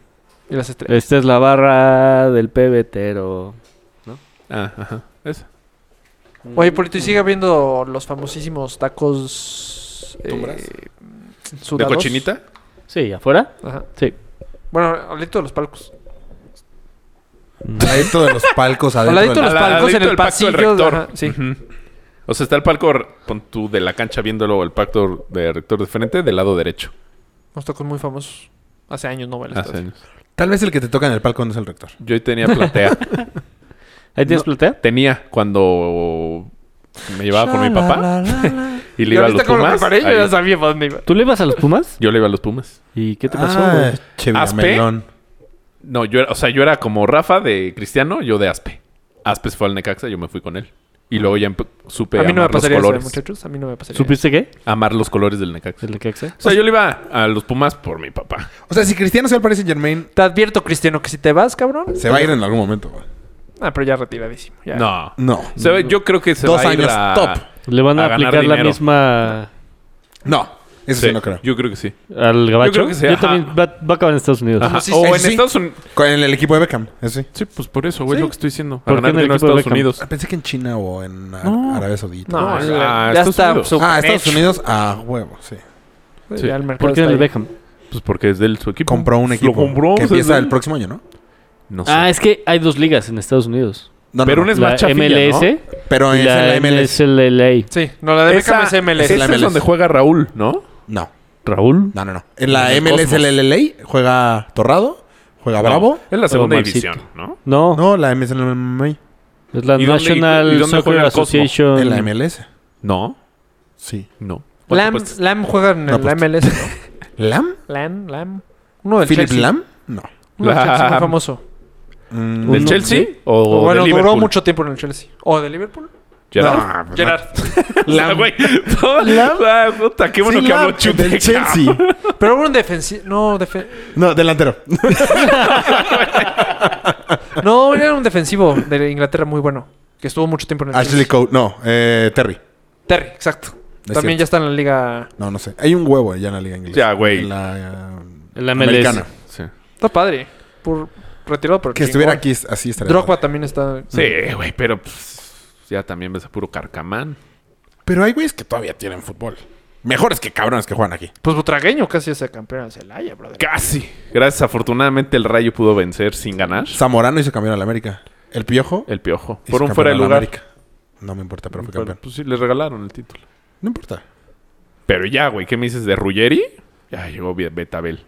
S6: Y las estrellas.
S8: Esta es la barra del pebetero.
S4: Ah, ajá. Esa.
S8: Eh.
S6: Oye, Polito, y sigue habiendo los famosísimos tacos. eh,
S4: ¿Tumbras? ¿De
S6: sudados.
S4: cochinita?
S8: Sí, ¿afuera?
S6: Ajá.
S8: Sí.
S6: Bueno, al ladito de los palcos.
S7: Al ladito de los palcos
S6: Al
S7: adentro.
S6: ladito de
S7: del-
S6: los
S4: Al- al
S6: palcos, en
S4: ladito
S6: el
S4: del pacto
S6: pasillo.
S4: del rector.
S6: ajá, sí.
S4: Ujú. O sea, está el palco con tu de la cancha viéndolo el pacto de rector de frente del lado derecho.
S6: Unos tacos muy famosos. Hace años no vale.
S4: Hace años.
S7: Tal vez el que te toca en el palco no es el rector.
S4: Yo ahí tenía
S6: <laughs>
S4: platea.
S8: ¿Ahí tienes platea?
S4: tenía cuando me llevaba con mi papá <laughs> y le iba a los Pumas.
S6: yo
S4: ahí.
S6: ya sabía para dónde iba.
S8: ¿Tú le ibas a los Pumas?
S4: Yo le iba a los Pumas.
S8: ¿Y qué te pasó, güey?
S7: Ah, Cheviramelón.
S4: No, yo era, o sea, yo era como Rafa de Cristiano, yo de Aspe. Aspe se fue al Necaxa, yo me fui con él. Y luego ya empe- supe
S6: A mí no me
S4: amar los
S6: pasaría eso, eh,
S4: colores.
S6: muchachos. A mí no me pasaría.
S8: ¿Supiste qué?
S4: amar los colores del Necaxa.
S8: ¿El de Caxa?
S4: O sea, yo le iba a los Pumas por mi papá.
S7: O sea, si Cristiano se va al Paris Saint Germain,
S6: Te advierto, Cristiano, que si te vas, cabrón.
S7: se va a ir en algún momento, güey.
S6: Ah, pero ya retiradísimo. ya.
S4: No.
S7: No.
S4: Se ve- yo creo que se
S7: Dos
S4: va a ir
S7: años
S4: a-
S7: top.
S8: ¿Le van a,
S4: A ganar
S8: aplicar la
S4: dinero.
S8: misma
S7: No. Eso sí,
S4: Sí,
S7: no creo.
S4: Yo creo que sí.
S8: al gabacho?
S4: creo que sí, ajá.
S8: también va, va a acabar en Estados Unidos.
S6: Ah,
S4: Ajá.
S7: sí,
S4: o
S7: eso
S4: en
S7: sí.
S4: Estados Unidos.
S7: Con el, el equipo de Beckham, eso sí.
S4: Sí, pues por eso, güey,
S7: Sí.
S4: lo que estoy diciendo. A
S8: ¿Por qué
S4: ganar
S8: en el
S4: dinero en
S8: equipo de
S4: Estados
S8: Beckham?
S4: Unidos.
S7: Ah, Pensé que en China o en Ar-
S6: No.
S7: Arabia Saudita.
S6: No,
S4: No,
S6: ya-
S4: a
S6: ya
S4: Estados
S6: está.
S4: Unidos.
S6: super
S7: ah, Estados
S6: hecho.
S7: Unidos, ah, huevo, sí.
S4: Sí.
S6: Ya el mercado
S8: ¿Por qué en
S6: está
S8: el
S6: ahí.
S8: Beckham?
S4: Pues porque es del su equipo. Pues
S7: Compró un equipo.
S4: Lo compró.
S7: Que
S4: o sea,
S7: empieza
S4: es
S7: el
S4: del-
S7: próximo año, ¿no?
S4: No sé.
S8: Ah, es que hay dos ligas en Estados Unidos.
S7: No, no,
S4: Pero
S7: no.
S4: una es
S8: la
S4: más chafilla,
S8: MLS
S4: ¿no?
S7: Pero
S8: y
S7: es en
S8: la
S7: la MLS.
S8: MSLA.
S6: Sí, no, la de
S4: Esa-
S6: Beckham es MLS.
S4: esa es
S7: MLS.
S4: donde juega Raúl, ¿no?
S7: No,
S8: ¿Raúl?
S7: no, no, no. En la
S4: En el
S7: MLS
S4: Cosmos.
S7: LLA juega Torrado, juega Bravo.
S4: No, es la segunda
S8: Marcito.
S4: división, ¿no?
S8: No,
S7: No, la MSLMA.
S8: es la
S4: ¿Y dónde-
S8: National
S4: y- y dónde
S8: Soccer
S4: juega el Cosmo?
S8: Association.
S7: En la MLS.
S4: No,
S7: Sí.
S4: no. ¿Cuánto
S6: Lam,
S4: apuestas?
S6: Lam juega en
S7: No,
S6: el
S7: pues-
S6: MLS, ¿no?
S7: ¿Lam?
S6: <laughs> Lam, Lam. Uno del
S7: ¿Philip
S6: Chelsea.
S7: Lam? No.
S6: Uno del Chelsea muy
S4: Lam.
S6: famoso.
S7: Mm,
S4: ¿Del
S8: Uno,
S4: Chelsea? O,
S6: O bueno,
S4: de
S6: duró
S4: Liverpool? Ah,
S6: mucho tiempo en el Chelsea. ¿O de Liverpool?
S4: Gerard.
S6: Gerard.
S4: <laughs> Lam. Güey, no, <laughs> ah, puta, qué bueno
S7: sí,
S4: que
S7: Lam,
S4: habló Chute.
S7: Del Chelsea.
S6: Pero hubo un defensivo. No, defen-
S7: No, delantero.
S6: no, era un defensivo de Inglaterra muy bueno. Que estuvo mucho tiempo en el
S7: Ashley
S6: Chelsea.
S7: Cole. No, eh, Terry.
S6: Terry, exacto.
S7: Es
S6: También
S7: cierto.
S6: ya está en la liga.
S7: No, no sé. Hay un huevo ya en la liga inglesa.
S4: Ya, güey.
S7: En la, eh,
S8: En la MLS.
S7: americana.
S4: Sí,
S6: Está padre. Por retirado, pero.
S7: Que estuviera
S6: chingón.
S7: aquí es- así estaría.
S6: Drogba también está.
S4: Sí, güey, pero pues, ya también ves a puro carcamán.
S7: Pero hay güeyes que todavía tienen fútbol. Mejores que cabrones que juegan aquí.
S6: Pues Butragueño casi es el campeón en Celaya, brother.
S4: Casi. Gracias, afortunadamente el Rayo pudo vencer sin ganar
S7: Zamorano hizo campeón al América. El Piojo.
S4: el Piojo.
S7: hizo
S4: Por un
S7: campeón
S4: fuera de
S7: al
S4: lugar.
S7: América. No me importa, pero fue
S4: Pero,
S7: campeón.
S4: pues sí, les regalaron el título.
S7: No importa.
S4: Pero ya, güey, ¿qué me dices de Ruggeri? Ya llegó Be- Betabel.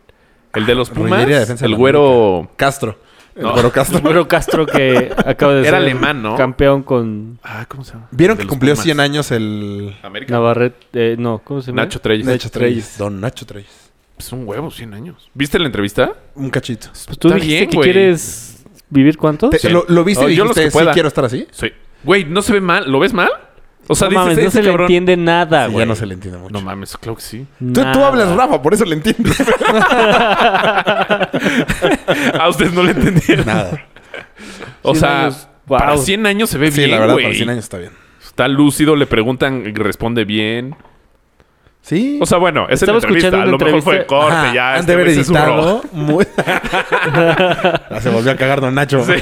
S4: El de los Pumas,
S7: Ruggeri, defensa de
S4: el
S7: la
S4: güero...
S7: Castro. El
S4: No.
S7: güero
S4: <laughs>
S7: Castro.
S8: Güero Castro que acaba de
S4: Era
S8: ser
S4: alemán, ¿no?
S8: campeón con
S4: Ah, ¿cómo se llama?
S7: Vieron
S4: De
S7: que
S4: los
S7: cumplió
S4: Pumas.
S7: 100 años el
S4: América.
S8: Navarrete. eh, no, ¿cómo se llama?
S4: Nacho Treyes.
S7: Nacho Treyes. Don Nacho Treyes.
S4: Es un huevo, 100 años. ¿Viste la entrevista?
S7: Un cachito.
S8: Pues tú
S4: Está
S8: dijiste
S4: bien,
S8: que
S4: güey.
S8: quieres vivir cuánto?
S7: Te-
S4: Sí.
S7: lo, lo viste
S4: Oh,
S7: y
S4: yo los
S7: dijiste,
S4: que
S7: sí
S4: pueda".
S7: quiero estar así.
S4: Sí. Güey, no se ve mal. ¿Lo ves mal? O sea,
S8: no
S4: dices,
S8: mames, no
S4: "Este
S8: se le
S4: cabrón".
S8: entiende nada,
S7: Sí,
S8: güey.
S7: ya no se le entiende mucho.
S4: No mames, claro que sí.
S7: Tú, tú
S8: Nada.
S7: hablas Rafa, por eso le entiendes.
S4: <laughs> A ustedes no le entendieron.
S7: Nada.
S4: O
S8: 100
S4: sea,
S8: años, wow.
S4: para 100 años se ve
S7: Sí,
S4: bien,
S7: la verdad,
S4: güey.
S7: para 100 años está bien.
S4: Está lúcido, le preguntan, responde bien.
S7: Sí.
S4: O sea, bueno, es
S8: Estaba
S4: la entrevista.
S8: escuchando
S4: A
S8: una
S4: lo mejor fue
S8: entrevista-
S4: corte,
S7: Ajá,
S4: ya.
S7: han
S4: este
S7: de haber
S4: güey se zurró. <laughs>
S7: editado muy- <laughs> Ah, se volvió a cagar Don Nacho.
S8: <laughs>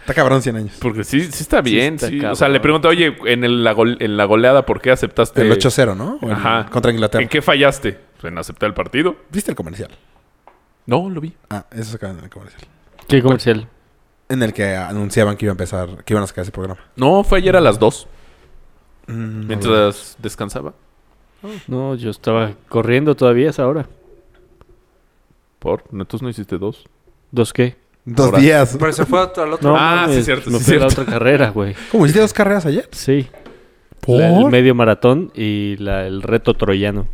S7: Está cabrón 100 años.
S4: Porque sí, sí está bien.
S8: está
S4: sí. O
S8: cabrón.
S4: sea, le pregunto, oye, en, el- la, gol- en la goleada, ¿por qué aceptaste?
S7: El 8-0, ¿no? O el-
S4: Ajá.
S7: Contra Inglaterra.
S4: ¿En qué fallaste? Pues, En aceptar el partido.
S7: ¿Viste el comercial?
S4: No, lo vi.
S7: Ah, eso se acaba en el comercial.
S8: <laughs> Qué comercial.
S7: En el que anunciaban que iba a empezar, que iban a sacar ese programa.
S4: No, fue ayer a las 2,
S7: Mm,
S4: mientras descansaba.
S8: No, yo estaba corriendo todavía a esa hora.
S4: Por, ¿No, entonces no hiciste dos.
S8: ¿Dos qué?
S7: dos
S4: ahora.
S7: días.
S6: Pero se fue al otro.
S8: No,
S4: Ah, sí,
S8: mames,
S4: cierto,
S8: Me
S4: sí,
S8: fui a la
S4: cierto.
S8: otra carrera, güey.
S7: ¿Cómo hiciste dos carreras ayer?
S8: Sí.
S7: ¿Por?
S8: La- el medio maratón y la- el reto troyano.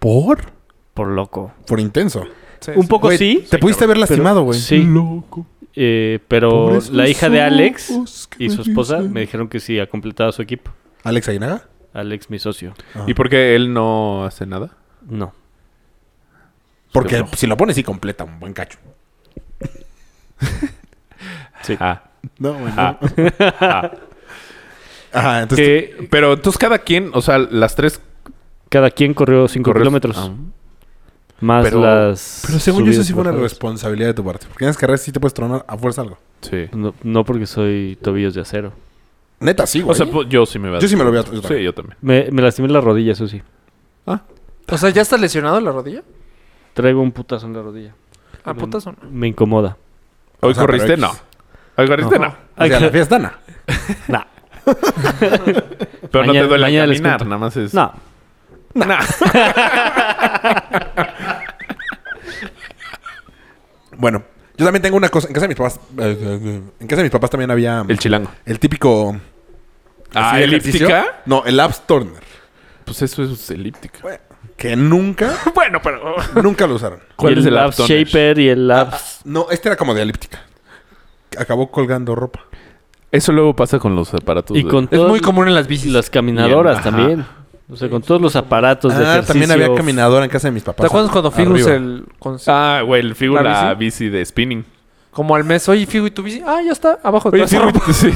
S7: ¿Por?
S8: Por loco.
S7: Por intenso.
S6: Sí,
S8: Un
S6: sí.
S8: poco
S7: Güey,
S8: sí.
S7: Te pudiste haber lastimado, güey.
S8: Sí.
S7: Loco.
S8: eh, pero
S7: Pobres
S8: la hija de Alex
S7: ojos que
S8: y
S7: me
S8: su esposa
S7: dicen.
S8: me dijeron que sí ha completado su equipo.
S7: ¿Alex Aguinaga?
S8: Alex, mi socio.
S4: ¿Y por qué él no hace nada?
S8: No.
S7: Porque si lo pones y completa un buen cacho.
S4: Ah,
S7: No,
S4: ah.
S7: Ajá, entonces.
S8: Que
S4: Pero entonces cada quien, o sea, las tres
S8: cada quien corrió 5
S4: Corres-
S8: kilómetros.
S4: Ah.
S8: Más
S4: Pero-
S8: las.
S7: Pero según yo, eso
S8: subidas,
S7: sí fue una
S8: bajadas.
S7: responsabilidad de tu parte. Porque en las carreras sí te puedes tronar a fuerza algo.
S4: Sí.
S8: No, no porque soy tobillos de acero.
S7: Neta, sí, güey.
S4: O sea, pues, yo sí me iba a
S7: yo sí me lo veo.
S4: Sí, yo también.
S8: Me, me lastimé la rodilla, eso sí.
S6: O sea, ¿ya estás lesionado en la rodilla?
S8: Traigo un putazo en la rodilla.
S6: Ah, putas o no.
S8: Me incomoda.
S4: Hoy
S7: O sea,
S4: corriste,
S7: pero
S4: no.
S7: X.
S4: Hoy
S7: pues,
S4: corriste, no.
S7: O sea, la fiesta, Ana.
S4: Pero no
S8: Mañana-
S4: te duele
S8: mañana les
S4: caminar,
S8: cuento.
S4: nada más es.
S8: No.
S7: Bueno, yo también tengo una cosa. En casa de mis papás. eh, En casa de mis papás también había.
S4: El chilango.
S7: El típico.
S4: Ah,
S7: así de ejercicio.
S4: elíptica.
S7: No, el abs turner.
S4: Pues eso es elíptica.
S7: Que <laughs> nunca,
S6: Bueno, pero.
S7: nunca lo usaron.
S8: Y el Labs
S4: abdomen?
S8: Shaper y el Labs.
S7: No, este era como de elíptica. Acabó colgando ropa.
S4: Eso luego pasa con los aparatos.
S8: Y
S4: de-
S8: con
S6: Es
S8: todo-
S6: muy común en las bicis.
S8: las caminadoras
S4: Bien, ajá.
S8: también. O sea, con todos los aparatos de
S7: Ah,
S8: ejercicio.
S7: también había caminadora en casa de mis
S6: ¿Te
S7: papás.
S6: acuerdas cuando Figu
S7: Arriba.
S6: el. con-
S4: Ah, güey, el figura
S6: ¿La
S4: la bici? de spinning.
S6: Como al mes, oye, Figu, ¿y tu bici? Ah, ya está, abajo de
S4: Oye,
S6: tu <laughs>
S4: sí, <laughs>
S6: ropa.
S4: güey, sí.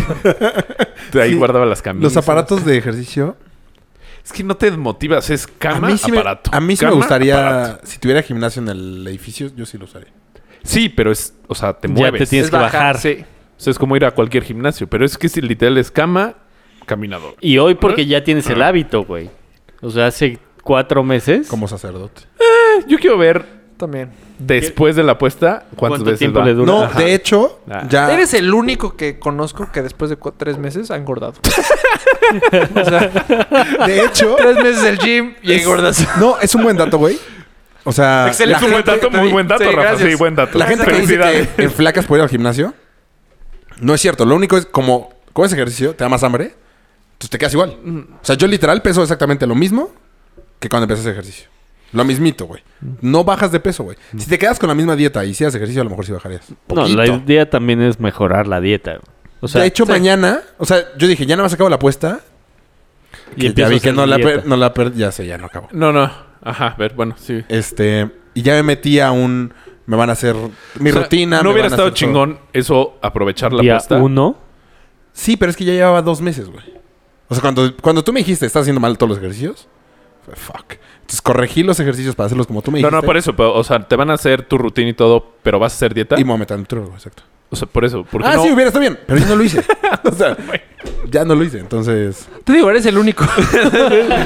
S7: <laughs>
S4: De ahí
S7: Sí.
S4: guardaba las camisas.
S7: Los aparatos de ejercicio.
S4: Es que no te motivas, es cama,
S7: a mí sí me,
S4: aparato.
S7: a mí sí me
S4: Cama,
S7: gustaría.
S4: aparato.
S7: Si tuviera gimnasio en el edificio, yo sí lo usaría.
S4: Sí, pero es, o sea, te
S8: Ya
S4: mueves.
S8: te tienes
S6: Es
S8: que
S6: bajar,
S8: bajar.
S6: Sí.
S4: O sea, es como ir a cualquier gimnasio, pero es que si literal es cama, caminador.
S8: Y hoy porque ya tienes el hábito, güey. O sea, hace cuatro meses.
S7: Como sacerdote.
S4: Yo quiero ver
S6: También.
S4: después de la apuesta cuántas
S8: ¿Cuánto
S4: veces
S8: tiempo
S4: va.
S8: le dura?
S7: No,
S8: Ajá.
S7: de hecho,
S4: Ah.
S7: ya.
S6: Eres el único que conozco que después de cu- tres meses ha
S7: <laughs>
S6: engordado. o sea,
S7: De hecho.
S6: <laughs> tres meses del gym y
S7: es-
S6: engordas.
S7: no, es un buen dato, güey. O sea,
S6: Excelente.
S7: la,
S4: Es un buen
S6: gente
S4: dato,
S6: que te
S4: muy
S6: di-
S4: buen dato,
S6: Sí,
S4: Rafa.
S6: gracias.
S4: Sí, buen dato.
S7: la gente que dice
S4: Felicidades.
S7: que en flacas por ir al gimnasio. No es cierto. Lo único es como comes ejercicio, te da más hambre, entonces te quedas igual. O sea, yo literal peso exactamente lo mismo que cuando empecé a hacer ejercicio. Lo mismito, güey. No bajas de peso, güey. Si te quedas con la misma dieta y hicieras ejercicio, a lo mejor sí bajarías.
S8: No, la
S7: Poquito.
S8: idea también es mejorar la dieta. güey. O sea,
S7: de hecho, mañana, o sea, yo dije, ya nada más acabo la apuesta.
S8: y
S7: que ya
S8: empiezo a
S7: vi que
S8: hacer
S7: no la,
S8: dieta.
S7: per- no la per- ya sé, ya no acabo.
S4: No, no. Ajá, a ver, bueno, sí.
S7: Este, y ya me metí a un, me van a hacer mi
S4: O sea,
S7: rutina. me
S4: No hubiera
S7: van a
S4: estado
S7: hacer todo.
S4: chingón eso, aprovechar la
S8: Día
S4: apuesta.
S8: uno.
S7: Sí, pero es que ya llevaba dos meses, güey. O sea, cuando, cuando tú me dijiste, estás haciendo mal todos los ejercicios, fue fuck. Entonces corregí los ejercicios para hacerlos como tú me
S4: No,
S7: dijiste.
S4: no, por eso. pero, o sea, te van a hacer tu rutina y todo, pero vas a hacer dieta.
S7: Y me voy a meter en turno, exacto.
S4: O sea, por eso. Porque
S7: Ah,
S4: no?
S7: sí, hubiera estado bien, pero yo no lo
S4: <laughs>
S7: hice. <laughs> o sea, ya no lo hice, entonces.
S6: Te digo, eres el único.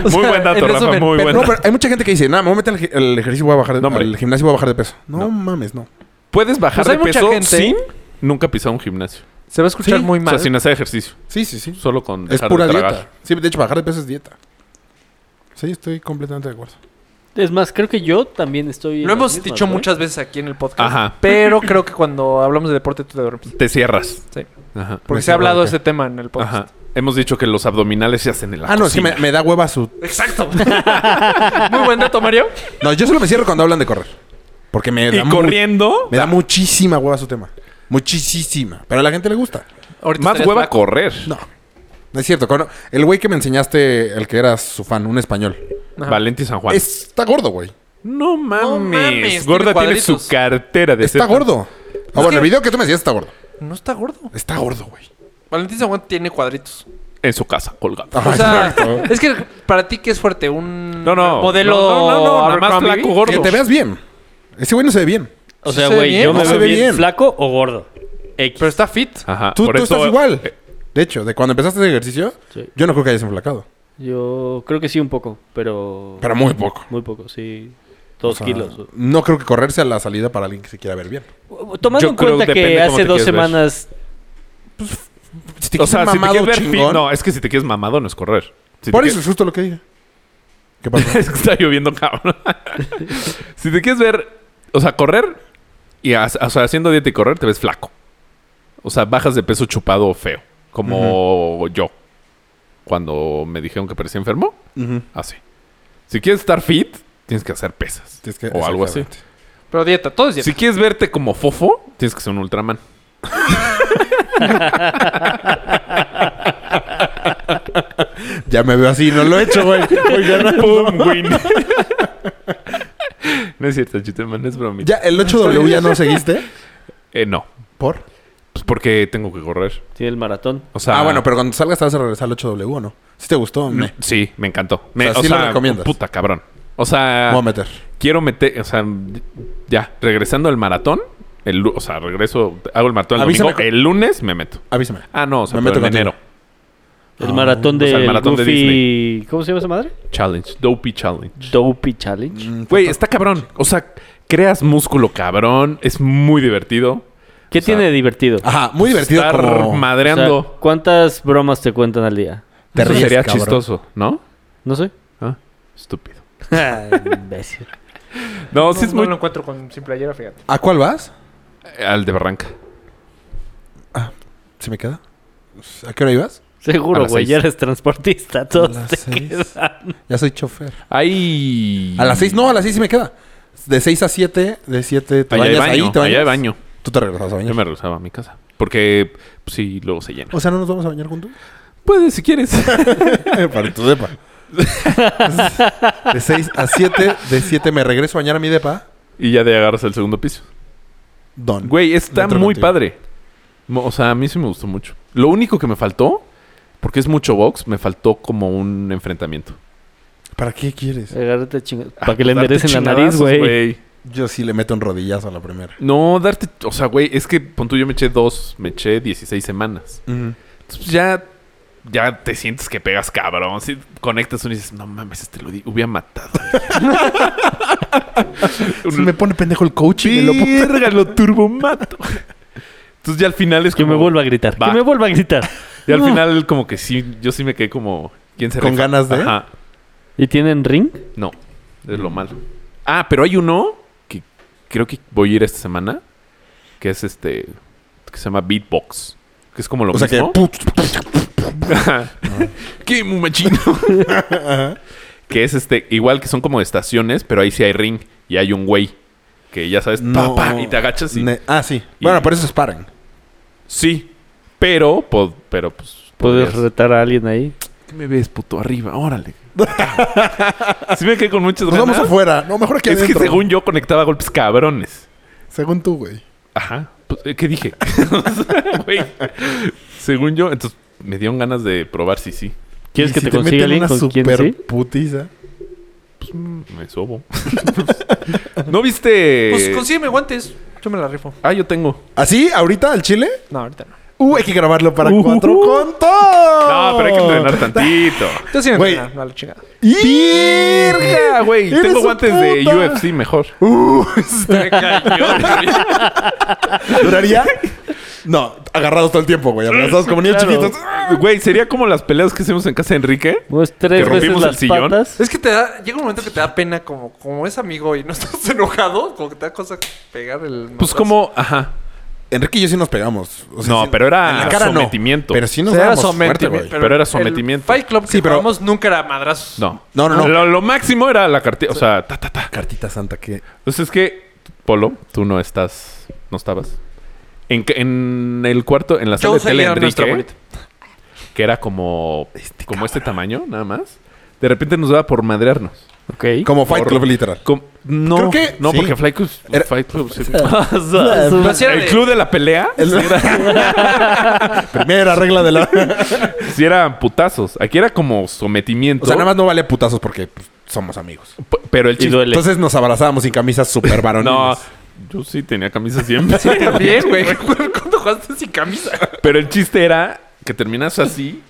S4: Muy buen dato, Rafa, muy buen
S7: No, pero hay mucha gente que dice, nada, me voy a meter al gi- al ejercicio, voy a bajar,
S4: No, hombre.
S7: al gimnasio, voy a bajar de peso. No, mames, no.
S4: Puedes bajar
S6: Pues hay
S4: de
S6: mucha
S4: peso
S6: gente-
S4: sin nunca pisar un gimnasio.
S6: Se va a escuchar
S7: Sí,
S6: muy
S4: O sea,
S6: mal.
S4: sin hacer ejercicio.
S7: Sí, sí, sí.
S4: Solo con
S7: Es
S4: dejar
S7: pura
S4: de tragar.
S7: dieta. Sí, de hecho, bajar de peso es dieta. Sí, estoy completamente de acuerdo.
S8: Es más, creo que yo también estoy. en
S6: Lo
S8: las
S6: hemos
S8: mismas,
S6: dicho
S8: güey.
S6: muchas veces aquí en el podcast.
S4: Ajá.
S6: Pero creo que cuando hablamos de deporte tú te duermes.
S4: Te cierras.
S6: Sí.
S4: Ajá.
S6: Porque
S7: Me
S6: se ha
S7: cierro
S6: hablado
S7: acá.
S6: de este tema en el podcast.
S4: Ajá. Hemos dicho que los abdominales se hacen en la
S7: Ah, no, es que me,
S4: cocina.
S7: me da hueva su.
S6: Exacto. <laughs> muy buen dato, Mario.
S7: No, yo solo me cierro cuando hablan de correr. Porque me da
S4: Y
S7: mu-
S4: corriendo,
S7: Me da muchísima hueva su tema. Muchísima. Pero a la gente le gusta.
S6: Ahorita
S4: más
S6: estarías
S4: hueva
S6: flaco.
S4: correr.
S7: No. No es cierto. Con- El güey que me enseñaste, el que era su fan, un español.
S6: Ajá.
S4: Valente y San Juan.
S7: Está gordo, güey.
S4: No mames.
S6: mames, tiene
S4: Gorda tiene
S6: cuadritos.
S4: su cartera de
S7: Está
S4: ser tan-
S7: gordo. Ah, bueno,
S6: que-
S7: el video que tú me decías está gordo.
S6: No está gordo.
S7: Está gordo, güey.
S6: Valentín San Juan tiene cuadritos.
S4: En su casa, colgado.
S7: Ajá,
S6: O sea,
S7: exacto.
S6: es que para ti que es fuerte un
S4: No, no.
S6: modelo
S4: No, no, no, nada más
S6: Abercrombie.
S4: flaco, gordo.
S7: Que te veas bien. Ese güey no se ve bien.
S8: O
S6: Sí
S8: sea,
S6: se ve
S8: güey,
S6: bien,
S8: yo
S7: ¿no?
S8: me
S7: Se
S8: veo
S7: ve
S8: bien,
S7: bien.
S8: flaco o gordo. X.
S6: Pero está fit.
S4: Ajá.
S7: Tú,
S4: por
S7: tú
S4: eso-
S7: estás igual.
S4: eh,
S7: De hecho, de cuando empezaste ese ejercicio,
S8: Sí.
S7: yo no creo que hayas enflacado.
S8: Yo creo que sí, un poco, pero.
S7: Pero muy poco.
S8: Muy poco, sí. Dos
S7: O sea,
S8: kilos.
S7: No creo que correrse a la salida para alguien que se quiera ver bien.
S8: Tomando
S4: Yo
S8: en
S4: creo,
S8: cuenta
S4: depende
S8: que
S4: cómo
S8: hace
S4: te
S8: dos
S4: quieres ver.
S8: semanas.
S7: Si te
S4: o sea,
S7: quieres
S4: si te
S7: mamado
S4: quieres ver fit,
S7: chingón-
S4: no, es que si te quieres mamado no es correr. Si
S7: Por
S4: te
S7: eso es justo lo que dije. ¿Qué pasó?
S4: quieres- <laughs> es que está lloviendo, cabrón. <laughs> si te quieres ver, o sea, correr y ha- o sea, haciendo dieta y correr te ves flaco. O sea, bajas de peso chupado o feo, como yo. Cuando me dijeron que parecía enfermo,
S7: Ujú.
S4: así. Si quieres estar fit, tienes que hacer pesas
S7: Tienes que-
S4: o algo así.
S7: exactamente.
S6: Pero dieta, todo es dieta.
S4: Si quieres verte como fofo, tienes que ser un Ultraman.
S7: Ya me veo así, no lo he hecho, güey.
S8: <laughs>
S4: ¡Pum! Win. no es cierto, Chiteman, es bromita.
S7: Ya, el 8W ya no seguiste.
S4: Eh, no.
S7: ¿Por?
S4: Pues Porque tengo que correr.
S8: Tiene el maratón.
S4: O sea,
S7: ah, bueno, pero cuando salgas te vas a regresar al 8W, ¿o no? ¿Sí te gustó? Me.
S4: Sí, me encantó. Me,
S7: O sea, sí lo recomiendas.
S4: Puta cabrón. O sea,
S7: Voy a meter.
S4: quiero meter, o sea, ya, regresando al maratón, el, lu- o sea, regreso, hago el maratón el
S7: Avísame
S4: domingo,
S7: cu-
S4: el lunes me meto.
S7: Avísame.
S4: Ah, no, o sea,
S7: Me
S4: pero
S7: meto
S4: en
S7: contigo.
S4: enero.
S8: El maratón de
S4: sea, el maratón de
S8: Goofy-
S4: Disney.
S8: ¿Cómo se llama esa madre?
S4: Challenge, Dopey Challenge.
S8: Dopey Challenge.
S7: Mm,
S4: Güey, está cabrón. O sea, creas músculo cabrón, es muy divertido.
S8: ¿Qué
S4: O sea,
S8: tiene de divertido?
S7: Ajá, muy divertido
S4: Estar
S7: como...
S8: O sea,
S4: madreando.
S8: ¿Cuántas bromas te cuentan al día?
S7: Te
S4: Eso
S7: ríes,
S4: sería
S7: cabrón.
S4: chistoso, ¿no?
S8: No sé. <laughs>
S4: Estúpido.
S8: Imbécil.
S4: No,
S6: No,
S4: sí es
S6: no
S4: muy...
S6: lo encuentro con sin playera, fíjate.
S7: ¿A cuál vas?
S4: Al de Barranca.
S7: ¿Se me queda? Pues, ¿A qué hora ibas?
S4: A
S8: Seguro,
S4: las
S8: güey. Ya
S4: seis.
S8: eres transportista. Todos
S7: las
S8: te
S7: seis.
S8: quedan.
S7: Ya soy chofer.
S4: Ahí...
S7: A las 6, no, a las 6 sí me queda. De 6 a 7, de 7 te
S4: Allá hay
S7: bañas
S4: baño.
S7: ahí, te bañas.
S4: allá hay baño.
S7: Tú te regresas a
S4: Yo
S7: bañar.
S4: me regresaba a mi casa. Porque pues, sí, luego se llena.
S7: O sea, ¿no nos vamos a bañar juntos?
S4: Puedes, si quieres.
S7: <laughs> Para tu <laughs> depa. De 6 a 7, de 7 me regreso a bañar a mi depa.
S4: y ya de agarras el segundo piso.
S7: Don.
S4: Güey, está
S7: Dentro
S4: muy
S7: contigo.
S4: padre. Mo- O sea, a mí sí me gustó mucho. Lo único que me faltó, porque es mucho box, me faltó como un enfrentamiento.
S7: ¿Para qué quieres?
S8: Agárrate chinga- Para que le
S4: Darte
S8: enderecen la nariz,
S4: chingadazos,
S8: güey.
S7: Yo sí le meto un rodillazo a la primera.
S4: No, darte... O sea, güey, es que pon tú, yo me eché dos, me eché 16 semanas. Entonces, pues, ya... Ya te sientes que pegas cabrón. Si conectas uno y dices, no mames, este lo di- hubiera matado.
S8: <laughs>
S7: Se me pone pendejo el coaching. y me lo pongo.
S4: Verga, lo turbomato. Entonces ya al final es
S8: Que
S4: como...
S8: me vuelva a gritar.
S4: Va.
S8: Que me vuelva a gritar.
S4: Y al final como que sí, yo sí me quedé como... ¿Quién se
S7: ¿Con
S4: rifa?
S7: ganas de?
S4: Ajá.
S8: ¿Y tienen ring?
S4: No, es lo malo. Ah, pero hay uno que creo que voy a ir esta semana, que es este, que se llama Beatbox. Que es como lo
S7: O sea que.
S4: mismo. Ajá. <laughs> ¡Qué
S7: <laughs>
S4: machino! que es este, igual que son como estaciones, pero ahí sí hay ring y hay un güey. Que ya sabes,
S7: No.
S4: pa, pa, y te agachas y...
S7: ne- Ah, sí.
S4: Y-
S7: Bueno, por eso es paren.
S4: Sí, pero, pod- pero pues...
S8: ¿Puedes
S4: podrías-
S8: retar a alguien ahí?
S4: ¿Qué me ves, puto? Arriba,
S7: <laughs>
S4: órale. sí me quedé con muchas
S7: Nos vamos
S4: ganas.
S7: afuera. No, mejor aquí
S4: es que
S7: adentro.
S4: según yo conectaba golpes cabrones.
S7: Según tú, güey.
S4: Ajá. Pues, ¿eh, ¿Qué dije? <laughs> Güey. Según yo, entonces me dieron ganas de probar si sí.
S8: ¿Quieres
S7: Y
S8: que
S7: si
S8: te consiga
S7: meten
S8: alguien
S7: una
S8: con quien
S7: super
S8: sí?
S7: putiza.
S4: Pues mm, me sobo. <laughs> Pues, ¿No viste?
S6: Pues consígueme guantes. Yo me la rifo.
S4: Ah, yo tengo.
S7: ¿Así? ¿Ahorita? ¿Al chile?
S6: No, ahorita no.
S7: Uh, hay que grabarlo para
S8: Ujú.
S7: cuatro con todo.
S4: No, pero hay que entrenar
S7: <laughs>
S4: tantito.
S6: Yo sí me
S7: Güey.
S6: entreno, no, a la chingada.
S4: ¡Virga, <laughs> güey!
S7: Eres
S4: Tengo
S7: un
S4: guantes de
S7: puta.
S4: UFC mejor.
S7: ¿Duraría? No, agarrados todo el tiempo, güey. Abrazados como niños
S8: Claro.
S7: chiquitos.
S4: Güey, sería como las peleas que hacemos en casa de Enrique.
S8: Pues tres veces
S4: ¿Que rompimos el
S8: las
S4: sillón?
S8: patas.
S6: Es que te da, llega un momento que te da pena como, como es amigo y no <laughs> estás enojado, como que te da cosa pegar el...
S4: Pues
S6: madrazo.
S4: como, ajá.
S7: Enrique y yo sí nos pegamos. O sea,
S4: No,
S7: sí-
S4: pero
S7: en
S4: era
S7: la cara no.
S4: sometimiento.
S7: Pero sí
S6: O
S7: nos
S6: sea, era
S7: dábamos fuerte,
S6: sometimiento,
S7: güey.
S4: Pero era sometimiento.
S6: El Fight Club que
S7: Sí,
S6: sí,
S7: pero-
S6: nunca era madrazos.
S4: No.
S7: No, no, no.
S4: Lo, lo máximo era la cartilla. O sea, ta, ta, ta.
S7: Cartita santa que...
S4: Entonces Pues es que, Polo, tú no estás, no estabas. En, que- en el cuarto, en la
S6: Yo
S4: sala de tele
S6: salía a nuestra
S4: Enrique,
S6: bolita.
S4: que era como, como este tamaño, nada más, de repente nos daba por madrearnos.
S8: <laughs> Ok.
S7: Como Fight
S4: Por-
S7: Club, literal.
S4: <laughs> Com- no,
S7: Creo que
S4: no,
S7: sí.
S4: porque Flight Club,
S7: Era-
S4: Fight Club sí.
S6: Pero sí era
S4: El
S6: de-
S4: club de la pelea,
S7: Es la <laughs> primera regla de
S4: <laughs>
S7: la...
S4: sí eran putazos. Aquí era como sometimiento.
S7: O sea, nada más no vale putazos porque pues, somos amigos.
S4: p- Pero el
S8: Y
S4: chiste.
S8: duele.
S7: Entonces nos abrazábamos sin camisas
S4: <laughs>
S7: súper
S4: No,
S7: varoniles.
S4: yo sí tenía camisa
S6: <laughs>
S4: siempre.
S6: Sí, también, güey. <laughs> ¿Cuándo jugaste sin camisa?
S4: Pero el chiste era que terminas así,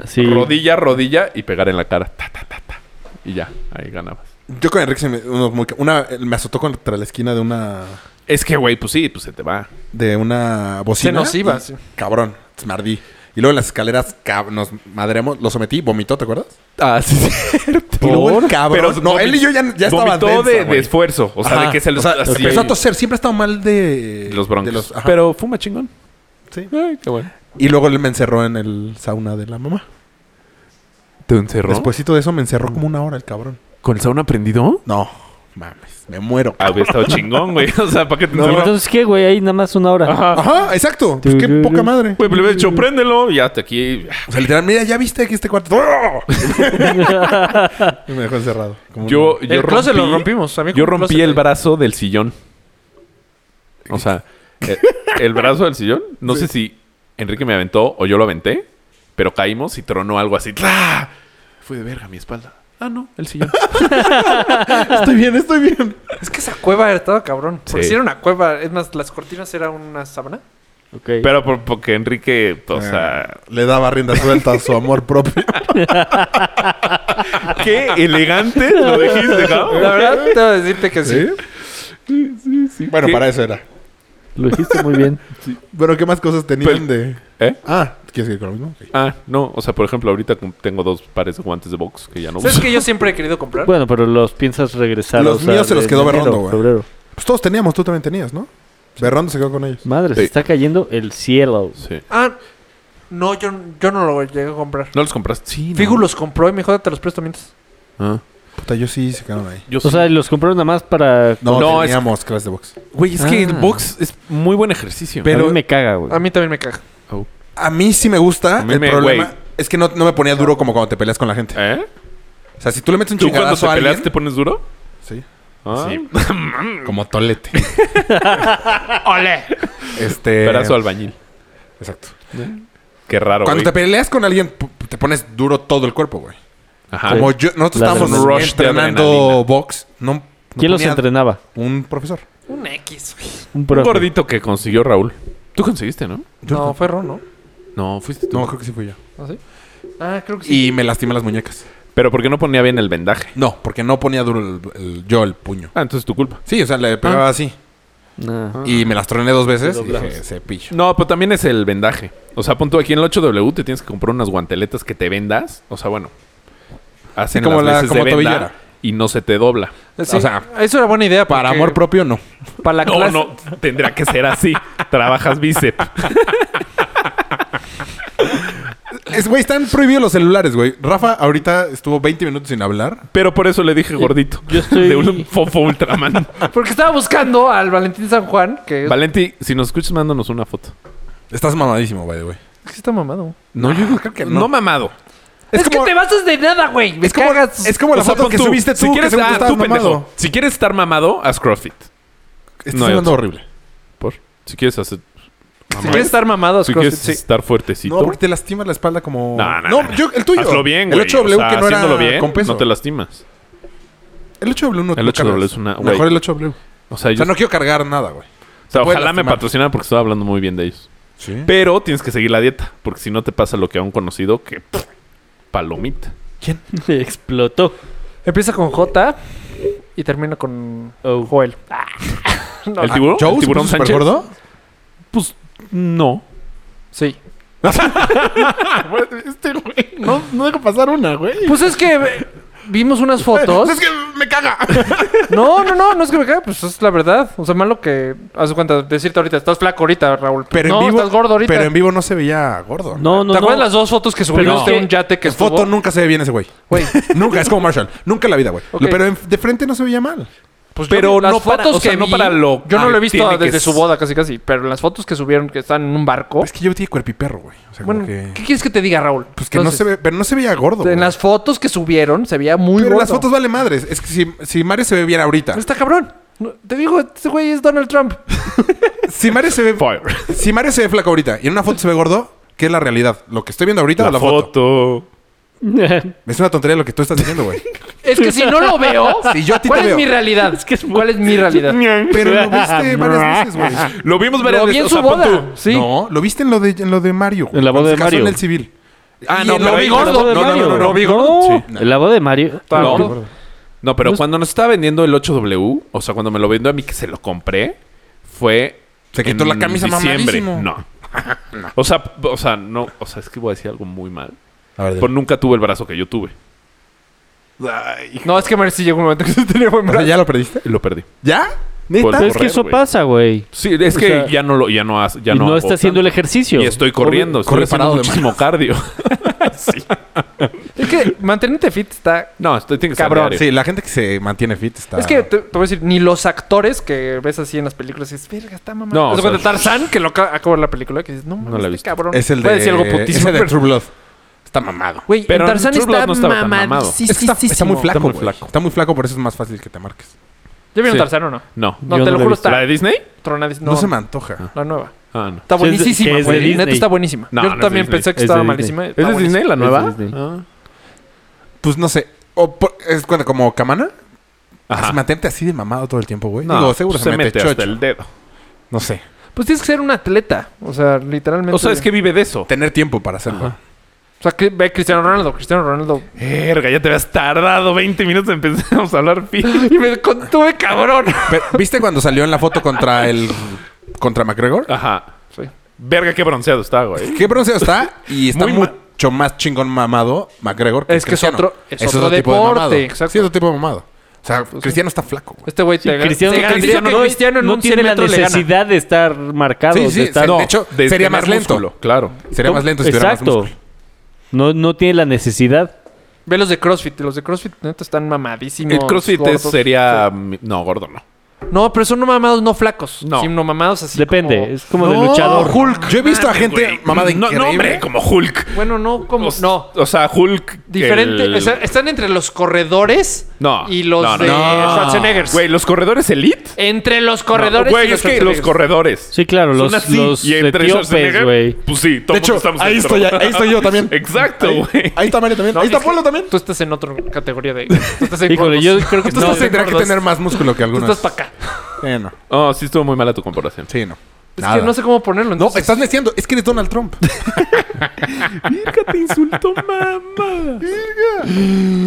S8: Así.
S4: rodilla, rodilla y pegar en la cara. Ta, ta, ta, ta. Y ya, ahí ganabas.
S7: Yo con Enrique se me, unos muy- una, me azotó contra la esquina de una...
S4: Es que, güey, pues sí, pues se te va.
S7: de una bocina.
S6: Se nos iba,
S7: Y-
S6: sí.
S7: Cabrón, me ardí. Y luego en las escaleras cab- nos madreamos, lo sometí, vomitó, ¿te acuerdas?
S4: Ah, sí, cierto.
S7: Y luego el cabrón. no, él y yo ya, ya estaban
S4: Vomitó de,
S7: densa,
S4: de
S7: güey.
S4: esfuerzo. O sea,
S7: Ajá.
S4: de que se los...
S7: O sea,
S4: así-
S7: empezó a toser. Siempre ha estado mal de...
S4: de los
S7: de
S4: broncos.
S7: ajá.
S4: Pero fuma chingón.
S7: Sí.
S4: Ay, qué bueno.
S7: Y luego él me encerró en el sauna de la mamá.
S4: ¿Te encerró?
S7: Despuésito de eso me encerró como una hora el cabrón.
S4: ¿Con el sauna prendido?
S7: Mm. No, mames. Me muero.
S4: Ah, hubiera estado chingón, güey. <laughs> O sea, ¿para qué te
S8: No,
S4: encerró?
S8: Entonces, ¿qué, güey? Ahí nada más una hora.
S4: Ajá.
S7: Ajá, exacto. Pues qué
S8: Tururú.
S7: poca madre.
S4: Güey, pero le hubiera dicho, préndelo. y Ya, te aquí...
S7: O sea, literal, mira, ya viste aquí este cuarto. y me dejó encerrado. como un-
S4: Yo, yo
S6: el closet
S4: rompí...
S6: lo rompimos. A mí
S4: Yo
S6: con
S4: rompí
S6: closet
S4: el
S6: ahí.
S4: brazo del sillón. O sea, El, el brazo del sillón, no sé si Enrique me aventó o yo lo aventé, pero caímos y tronó algo así. ¡Tra! Fue de verga mi espalda. Ah, no, el sillón.
S7: Estoy bien, estoy bien.
S6: Es que esa cueva era todo cabrón. Porque
S4: Sí.
S6: si era una cueva, es más, las cortinas eran una sábana.
S8: Ok.
S4: Pero por- porque Enrique, o sea,
S7: Ah, Le daba rienda suelta a su amor
S4: <laughs>
S7: propio.
S4: qué elegante lo
S6: <laughs>
S4: dijiste, ¿no?
S6: La verdad, tengo que decirte que sí.
S7: Bueno,
S4: ¿Qué?
S7: para eso era.
S8: Lo dijiste muy bien.
S7: Pero ¿qué más cosas
S4: Pero-
S7: tenían de...?
S4: ¿Eh?
S7: Ah, ¿quieres seguir con lo mismo? Ok.
S4: Ah, no, o sea, por ejemplo, ahorita cum- tengo dos pares de guantes de box que ya no
S6: ¿Sabes
S4: uso.
S6: que yo siempre he querido comprar?
S8: Bueno, pero los piensas regresar.
S7: Los
S8: o sea,
S7: míos se los
S8: en
S7: quedó
S8: enero,
S7: Berrondo, güey.
S8: febrero.
S7: Pues todos teníamos, tú también tenías, ¿no? Berrando se quedó con ellos.
S8: Madre, se
S4: Sí.
S8: está cayendo el cielo.
S4: Sí.
S6: Ah, no, yo, yo no lo llegué a comprar.
S4: ¿No los compraste? Sí, no.
S6: Figu los compró y me dijo, te los presto mientras.
S4: Ah.
S7: Puta, yo sí se quedaron ahí.
S4: Yo
S8: O
S4: sí.
S8: sea, los compraron nada más para.
S7: No,
S4: No, es-
S7: teníamos clases de box.
S4: Güey, es que el
S8: Ah.
S4: box es muy buen ejercicio.
S8: Pero
S7: pero-
S8: a mí me caga, güey.
S6: A mí también me caga.
S7: A mí sí me gusta.
S4: A mí
S7: el
S4: me-
S7: problema
S4: güey.
S7: es que no, no me ponía duro como cuando te peleas con la gente.
S4: ¿Eh?
S7: O sea, si tú le metes un
S4: ¿Tú cuando te
S7: chingadazo a alguien...
S4: peleas te pones duro?
S7: Sí.
S4: Ah.
S7: Como tolete.
S6: ¡Ole!
S7: Este...
S4: Brazo albañil.
S7: Exacto.
S4: Qué raro,
S7: Cuando
S4: güey.
S7: te peleas con alguien, pu- te pones duro todo el cuerpo, güey.
S4: Ajá.
S7: Como yo, nosotros
S8: Las
S7: estábamos
S4: Ah. adrenalina. Rush de
S7: entrenando
S4: adrenalina.
S7: box. No, no
S8: ¿Quién los
S7: ponía
S8: entrenaba?
S7: Un profesor.
S6: Un X, güey.
S8: Un
S4: Un
S8: profe.
S4: gordito que consiguió Raúl. Tú conseguiste, ¿no?
S6: No, fue Ron, ¿no?
S4: No, fuiste tú.
S7: No, creo que sí fui yo.
S6: ¿Ah, sí? Ah, creo que sí.
S7: Y me lastimé las muñecas.
S4: Pero ¿por qué no ponía bien el vendaje?
S7: No, porque no ponía duro el- el- yo el puño.
S4: Ah, entonces es tu culpa.
S7: Sí, o sea, le pegaba así.
S8: Nah.
S7: Y me las troné dos veces. Y dije, "Ese pillo".
S4: No, pero también es el vendaje. O sea, pon tú aquí en el 8W te tienes que comprar unas guanteletas que te vendas. O sea, bueno. Hacen
S7: Sí, como
S4: las
S7: la-
S4: veces
S7: como
S4: de venda
S7: tobillera.
S4: y no se te dobla.
S6: Sí,
S7: o sea,
S6: eso era buena idea.
S7: Para
S6: porque
S7: amor propio, no.
S6: Para la
S4: No,
S6: clase.
S4: no, tendrá que ser así. Trabajas bíceps.
S7: Es, güey, están prohibidos los celulares, güey. Rafa ahorita estuvo 20 minutos sin hablar.
S4: Pero por eso le dije gordito.
S8: Yo estoy-
S4: <laughs> De un fofo
S7: <laughs>
S4: ultraman.
S6: <laughs> Porque estaba buscando al Valentín San Juan, que es-
S4: Valenti, si nos escuchas, mándanos una foto.
S7: Estás mamadísimo, güey, güey.
S6: es que está mamado.
S4: No, yo creo que no. No mamado.
S6: Es,
S7: como-
S6: que te basas de nada, güey. Me
S7: Es como-
S6: cagas. pues
S7: es como- la foto
S4: pon
S7: que subiste tú,
S4: Si
S7: que
S4: quieres,
S7: según tú
S4: ah,
S7: estabas
S4: tú, pendejo.
S7: mamado.
S4: Si quieres estar mamado, haz CrossFit.
S7: Estás
S4: No hay
S7: hablando
S4: otro.
S7: horrible.
S4: Por. Si quieres hacer.
S6: Si quieres estar mamado,
S4: Si
S6: es CrossFit,
S4: quieres
S6: sí.
S4: estar fuertecito.
S7: No, porque te lastimas la espalda como...
S4: No, no, no, no.
S7: yo- el tuyo.
S4: Hazlo bien,
S7: El
S4: güey.
S7: 8W
S4: O sea,
S7: que no era
S4: haciéndolo bien,
S7: con peso.
S4: No te lastimas.
S7: El 8W no
S4: El 8W es una- güey.
S7: Mejor el 8W.
S4: O sea,
S7: O
S4: yo-
S7: sea, no quiero cargar nada, güey.
S4: o sea,
S7: puede
S4: ojalá me
S7: lastimar.
S4: patrocinan porque estoy hablando muy bien de ellos.
S7: Sí.
S4: Pero tienes que seguir la dieta. Porque si no te pasa lo que a un conocido que. pff, palomita.
S8: <laughs> Explotó.
S6: Empieza con J y termina con Joel. No,
S4: ¿El
S6: ah,
S4: tiburón?
S7: Joe
S4: ¿El
S7: se
S4: tiburón
S7: puso
S4: Sánchez?
S7: supergordo?
S4: Pues
S7: <laughs>
S4: no.
S6: Sí.
S7: Ah, este
S5: No, no deja pasar una, güey.
S6: Pues es que eh, vimos unas
S4: <laughs>
S6: fotos.
S7: Es que me caga.
S6: No, no, no, no es que me caga, pues es la verdad. O sea, malo que haz de cuenta, decirte ahorita, estás flaco ahorita, Raúl.
S7: Pero
S6: no,
S7: en vivo.
S6: estás gordo ahorita.
S7: Pero en vivo no se veía gordo.
S8: No, no,
S6: ¿Te acuerdas
S8: no.
S6: las dos fotos que subimos de un yate que
S7: En foto
S6: estuvo?
S7: nunca se ve bien ese güey.
S6: Güey,
S7: <laughs> Nunca, es como Marshall. Nunca en la vida, güey.
S6: Ok.
S7: Pero en- de frente no se veía mal.
S6: pues
S4: Pero
S6: yo vi- las
S4: no para-
S6: fotos
S4: o sea,
S6: que
S4: no
S6: vi-
S4: para lo-
S6: Yo no
S4: ah,
S6: lo he visto
S4: tiene que
S6: desde su
S4: s-
S6: boda casi casi, pero las fotos que subieron que están en un barco.
S7: Es que yo tiene cuerpiperro, güey. O sea,
S6: Oh. bueno,
S7: Pues, como que.
S6: ¿qué quieres que te diga, Raúl?
S7: Pues que no se ve, pero no se veía gordo. güey.
S6: En las fotos que subieron se veía muy
S7: pero en
S6: gordo.
S7: las fotos vale madres. Es que si, si Mario se ve bien ahorita.
S6: Está cabrón. No, Te digo, este güey es Donald Trump.
S7: Si
S4: <laughs>
S7: Mario se ve.
S4: Fire.
S7: Si Mario se ve flaco ahorita y en una foto se ve gordo, ¿qué es la realidad? ¿Lo que estoy viendo ahorita
S4: La,
S7: o la foto?
S4: foto.
S8: <laughs>
S7: Es una tontería lo que tú estás diciendo, güey.
S6: Es que si no lo
S7: <laughs>
S6: veo,
S7: Si yo a ti
S6: ¿cuál
S7: te
S6: es
S7: veo.
S6: mi realidad? ¿Cuál es mi realidad?
S7: Pero lo viste varias veces, güey.
S4: Lo vimos varias
S6: Lo vi
S4: veces.
S6: en
S4: o
S6: su
S4: sea, pon tú-
S6: boda. Sí.
S7: No, lo viste en lo de, en lo de Mario. güey,
S8: En la boda
S7: cuando
S8: de
S7: se casó
S8: Mario.
S7: En el civil.
S4: Ah,
S7: Y
S4: no,
S7: en
S4: pero
S7: lo
S4: ahí-
S7: vi gordo.
S8: No, no, no, no,
S4: no,
S8: no.
S4: vi
S8: No.
S4: gordo. Sí.
S8: <laughs> El lavado de Mario.
S4: No.
S8: Gordo.
S4: No, pero cuando nos estaba vendiendo el 8W, o sea, cuando me lo vendió a mí que se lo compré, fue.
S7: Se quitó
S4: en
S7: la camisa mamadísimo.
S4: No. <laughs> O sea, p- o sea, no, o sea, es que voy a decir algo muy mal.
S7: A ver,
S4: Pero nunca tuve el brazo que yo tuve.
S6: No, es que Mercy sí llegó un momento que se tenía buen
S7: O sea,
S6: brazo.
S7: ¿Ya lo perdiste?
S4: Lo perdí.
S7: ¿Ya?
S4: Por
S8: Pero es que
S4: correr,
S8: eso
S4: güey.
S8: pasa, güey.
S4: Sí, es
S8: O
S4: que
S8: sea,
S4: ya no lo, ya no hace, ya
S8: y no,
S4: no.
S8: está haciendo el ejercicio.
S4: Y estoy corriendo, estoy
S7: corre
S4: haciendo
S7: parado de
S4: muchísimo cardio. <laughs> sí.
S6: Es que mantenerte fit está...
S4: No, estoy tiene que ser
S6: Cabrón,
S4: diario.
S7: Sí, la gente que se mantiene fit está.
S6: Es que te, te voy a decir, ni los actores que ves así en las películas dices, verga, está mamá. No,
S4: No, o sea,
S6: Tarzán, que lo ca- acabo de ver la película, que dices, no, mames,
S4: la he
S6: este
S4: visto.
S6: cabrón.
S7: Es el de.
S6: Voy a decir algo putísimo,
S7: es el de
S6: pero-
S7: True Blood. Está mamado.
S6: Güey, en
S4: Pero en
S6: Tarzán
S4: True Blood
S6: está
S4: no estaba tan mamado.
S6: mamadísimo.
S7: Es que está, está muy flaco.
S4: muy
S7: güey.
S4: flaco.
S7: Está muy flaco, por eso es más fácil que te marques.
S6: ¿Ya vieron
S4: Sí.
S6: Tarzán o no?
S4: No.
S6: No,
S8: Yo no
S6: te
S8: la
S6: lo
S8: he
S6: juro,
S8: visto.
S6: está
S4: ¿La de Disney?
S6: tronadis-
S7: No,
S6: No,
S7: se me antoja.
S6: la nueva.
S4: Ah, no.
S6: Está
S8: Sí, es de-
S6: buenísima,
S8: que es de
S6: güey. Neta
S8: Disney.
S6: está buenísima. Yo
S4: No, no es de
S6: también
S4: Disney.
S6: pensé que
S8: Es de Disney.
S6: estaba malísima.
S4: ¿Es de Disney la nueva?
S8: Es de Disney.
S4: Ah.
S7: Pues no sé. O por- es cuando como camana.
S4: Ajá.
S7: Se mantente así de mamado todo el tiempo, güey.
S4: Ah. No, pues
S7: Digo, seguro
S4: se mete hasta
S7: chocho.
S4: el dedo.
S7: No sé.
S6: Pues tienes que ser un atleta. O sea, literalmente.
S4: O sea, es que vive de eso.
S7: Tener tiempo para hacerlo.
S6: O sea, que ve Cristiano Ronaldo, Cristiano Ronaldo.
S4: Verga, ya te habías tardado 20 minutos empezamos a hablar fin.
S6: Y me contuve, cabrón.
S7: Pero, ¿Viste cuando salió en la foto contra el... contra McGregor?
S4: Ajá.
S6: Sí.
S4: Verga, qué bronceado está, güey.
S7: ¿Qué bronceado está? Y está
S4: Muy ma-
S7: mucho más chingón mamado McGregor que
S6: Es que es
S7: Cristiano.
S6: otro- es otro deporte,
S7: mamado.
S6: exacto.
S7: Sí, es otro tipo de mamado. O sea, Cristiano está flaco, güey.
S6: Este güey te,
S8: Cristiano,
S6: te garantizo
S8: Cristiano
S6: que
S8: no,
S6: Cristiano en
S8: no
S6: un 100
S8: tiene la
S6: metros le gana.
S8: necesidad de estar marcado.
S7: Sí,
S8: de
S7: sí,
S8: estar-
S7: se- de hecho,
S4: de
S7: sería
S4: tener
S7: más lento.
S4: músculo, claro.
S7: Sería más lento si tuviera más
S8: Exacto.
S7: músculo.
S8: no, no tiene la necesidad.
S6: Ve los de CrossFit. Los de CrossFit neta están mamadísimos.
S4: el CrossFit es-
S6: gordos.
S4: sería... mm, No, gordo no.
S6: No, pero son no mamados, no flacos.
S4: No.
S6: Sino mamados así.
S8: Depende.
S6: como-
S8: Es como de luchador.
S7: Hulk. Yo he visto a gente
S4: Ah, Güey,
S7: mamada
S4: no,
S7: increíble. ¿eh?
S4: No, hombre, como Hulk.
S6: Bueno, no, como.
S4: O,
S6: No.
S4: O sea, Hulk...
S6: Diferente.
S4: el-
S6: o sea, están entre los corredores
S4: No,
S6: y los
S4: no, no,
S6: de
S4: no.
S6: Schwarzenegger.
S4: Güey, ¿los corredores elite?
S6: Entre los corredores
S4: No, Güey,
S6: y los
S4: es que los
S6: Schwarzeneggers.
S4: corredores.
S8: Sí, claro.
S4: Son
S8: Los,
S4: así.
S8: los
S4: Y entre
S8: etíopes,
S4: Schwarzenegger,
S8: güey.
S4: Pues sí, todo
S7: De
S4: el mundo
S7: hecho,
S4: estamos
S7: ahí
S4: dentro.
S7: estoy, ahí estoy yo también.
S4: <laughs> Exacto, güey.
S7: Ahí está Mario también.
S6: No,
S7: Ahí está
S6: es
S7: Polo
S6: que
S7: también.
S6: Tú estás en otra categoría de. Tú estás en
S8: Híjole,
S6: gordos.
S8: yo creo
S6: <laughs>
S8: que
S7: Tú
S8: no.
S7: estás- tendrá que
S6: gordos.
S7: tener más músculo que
S6: Tú
S7: algunos.
S6: estás para acá.
S7: Sí, no.
S4: Oh, sí estuvo muy mala tu comparación.
S7: Sí, no.
S6: Es
S7: Nada.
S6: que no sé cómo ponerlo.
S7: No,
S6: entonces.
S7: estás meciendo. Es que eres Donald Trump.
S4: te insultó, mamá.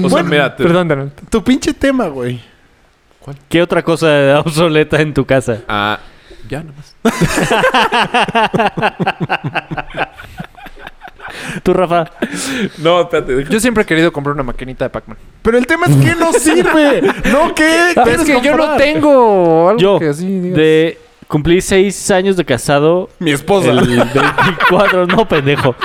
S4: O sea, mira, te-
S6: Perdón, Daniel.
S7: <laughs> tu pinche tema, güey.
S8: ¿Qué otra cosa obsoleta en tu casa?
S4: Ah, ya nomás.
S8: Tú, Rafa.
S4: No, espérate. deja-
S6: Yo siempre he querido comprar una maquinita de Pac-Man.
S7: Pero el tema es que no sirve. no que.
S8: Pero
S6: Es que yo no
S8: comprar.
S6: tengo algo
S8: Yo,
S6: que así. diga. <laughs>
S8: de cumplí seis años de casado
S7: <laughs>
S8: <laughs>
S7: Mi esposa.
S8: el <laughs> 24, no, pendejo.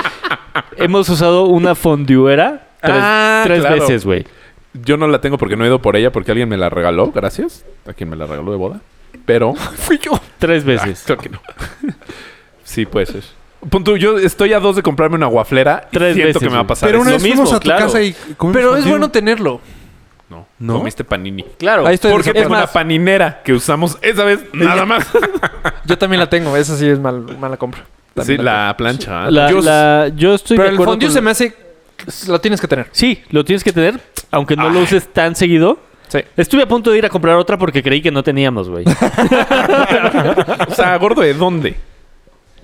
S8: Hemos usado una fonduera tres,
S4: Ah,
S8: tres
S4: claro.
S8: veces, güey.
S4: Yo no la tengo porque no he ido por ella porque alguien me la regaló, gracias. A quien me la regaló de boda. Pero.
S8: Fui yo. Tres
S6: Ah,
S8: veces.
S4: Creo que no. <laughs> sí, puede ser. Punto, yo estoy a dos de comprarme una guaflera y
S8: Tres
S4: siento
S8: veces,
S4: que me va a
S8: güey.
S4: pasar.
S7: Pero
S4: eso.
S7: una vez
S8: lo mismo,
S7: fuimos a tu
S8: claro.
S7: casa y comimos
S6: Pero es
S7: contigo.
S6: bueno tenerlo.
S4: No,
S7: ¿No?
S4: comiste panini.
S8: Claro.
S6: Ahí estoy
S4: Porque
S6: de
S4: es
S6: acuerdo.
S4: una paninera que usamos esa vez nada más.
S6: Yo también la tengo. Esa sí es mal- mala compra.
S4: sí, la plancha.
S8: <laughs>
S4: ¿eh?
S8: La- la-
S4: Yo-
S8: yo, estoy
S6: Pero
S8: de
S6: el
S8: acuerdo.
S6: fondue
S8: con-
S6: se me hace... Lo tienes que tener.
S8: Sí, lo tienes que tener, aunque no lo
S4: Ay.
S8: uses tan seguido.
S6: Ah. Sí.
S8: Estuve a punto de ir a comprar otra porque creí que no teníamos, güey.
S4: O sea, gordo, ¿de dónde?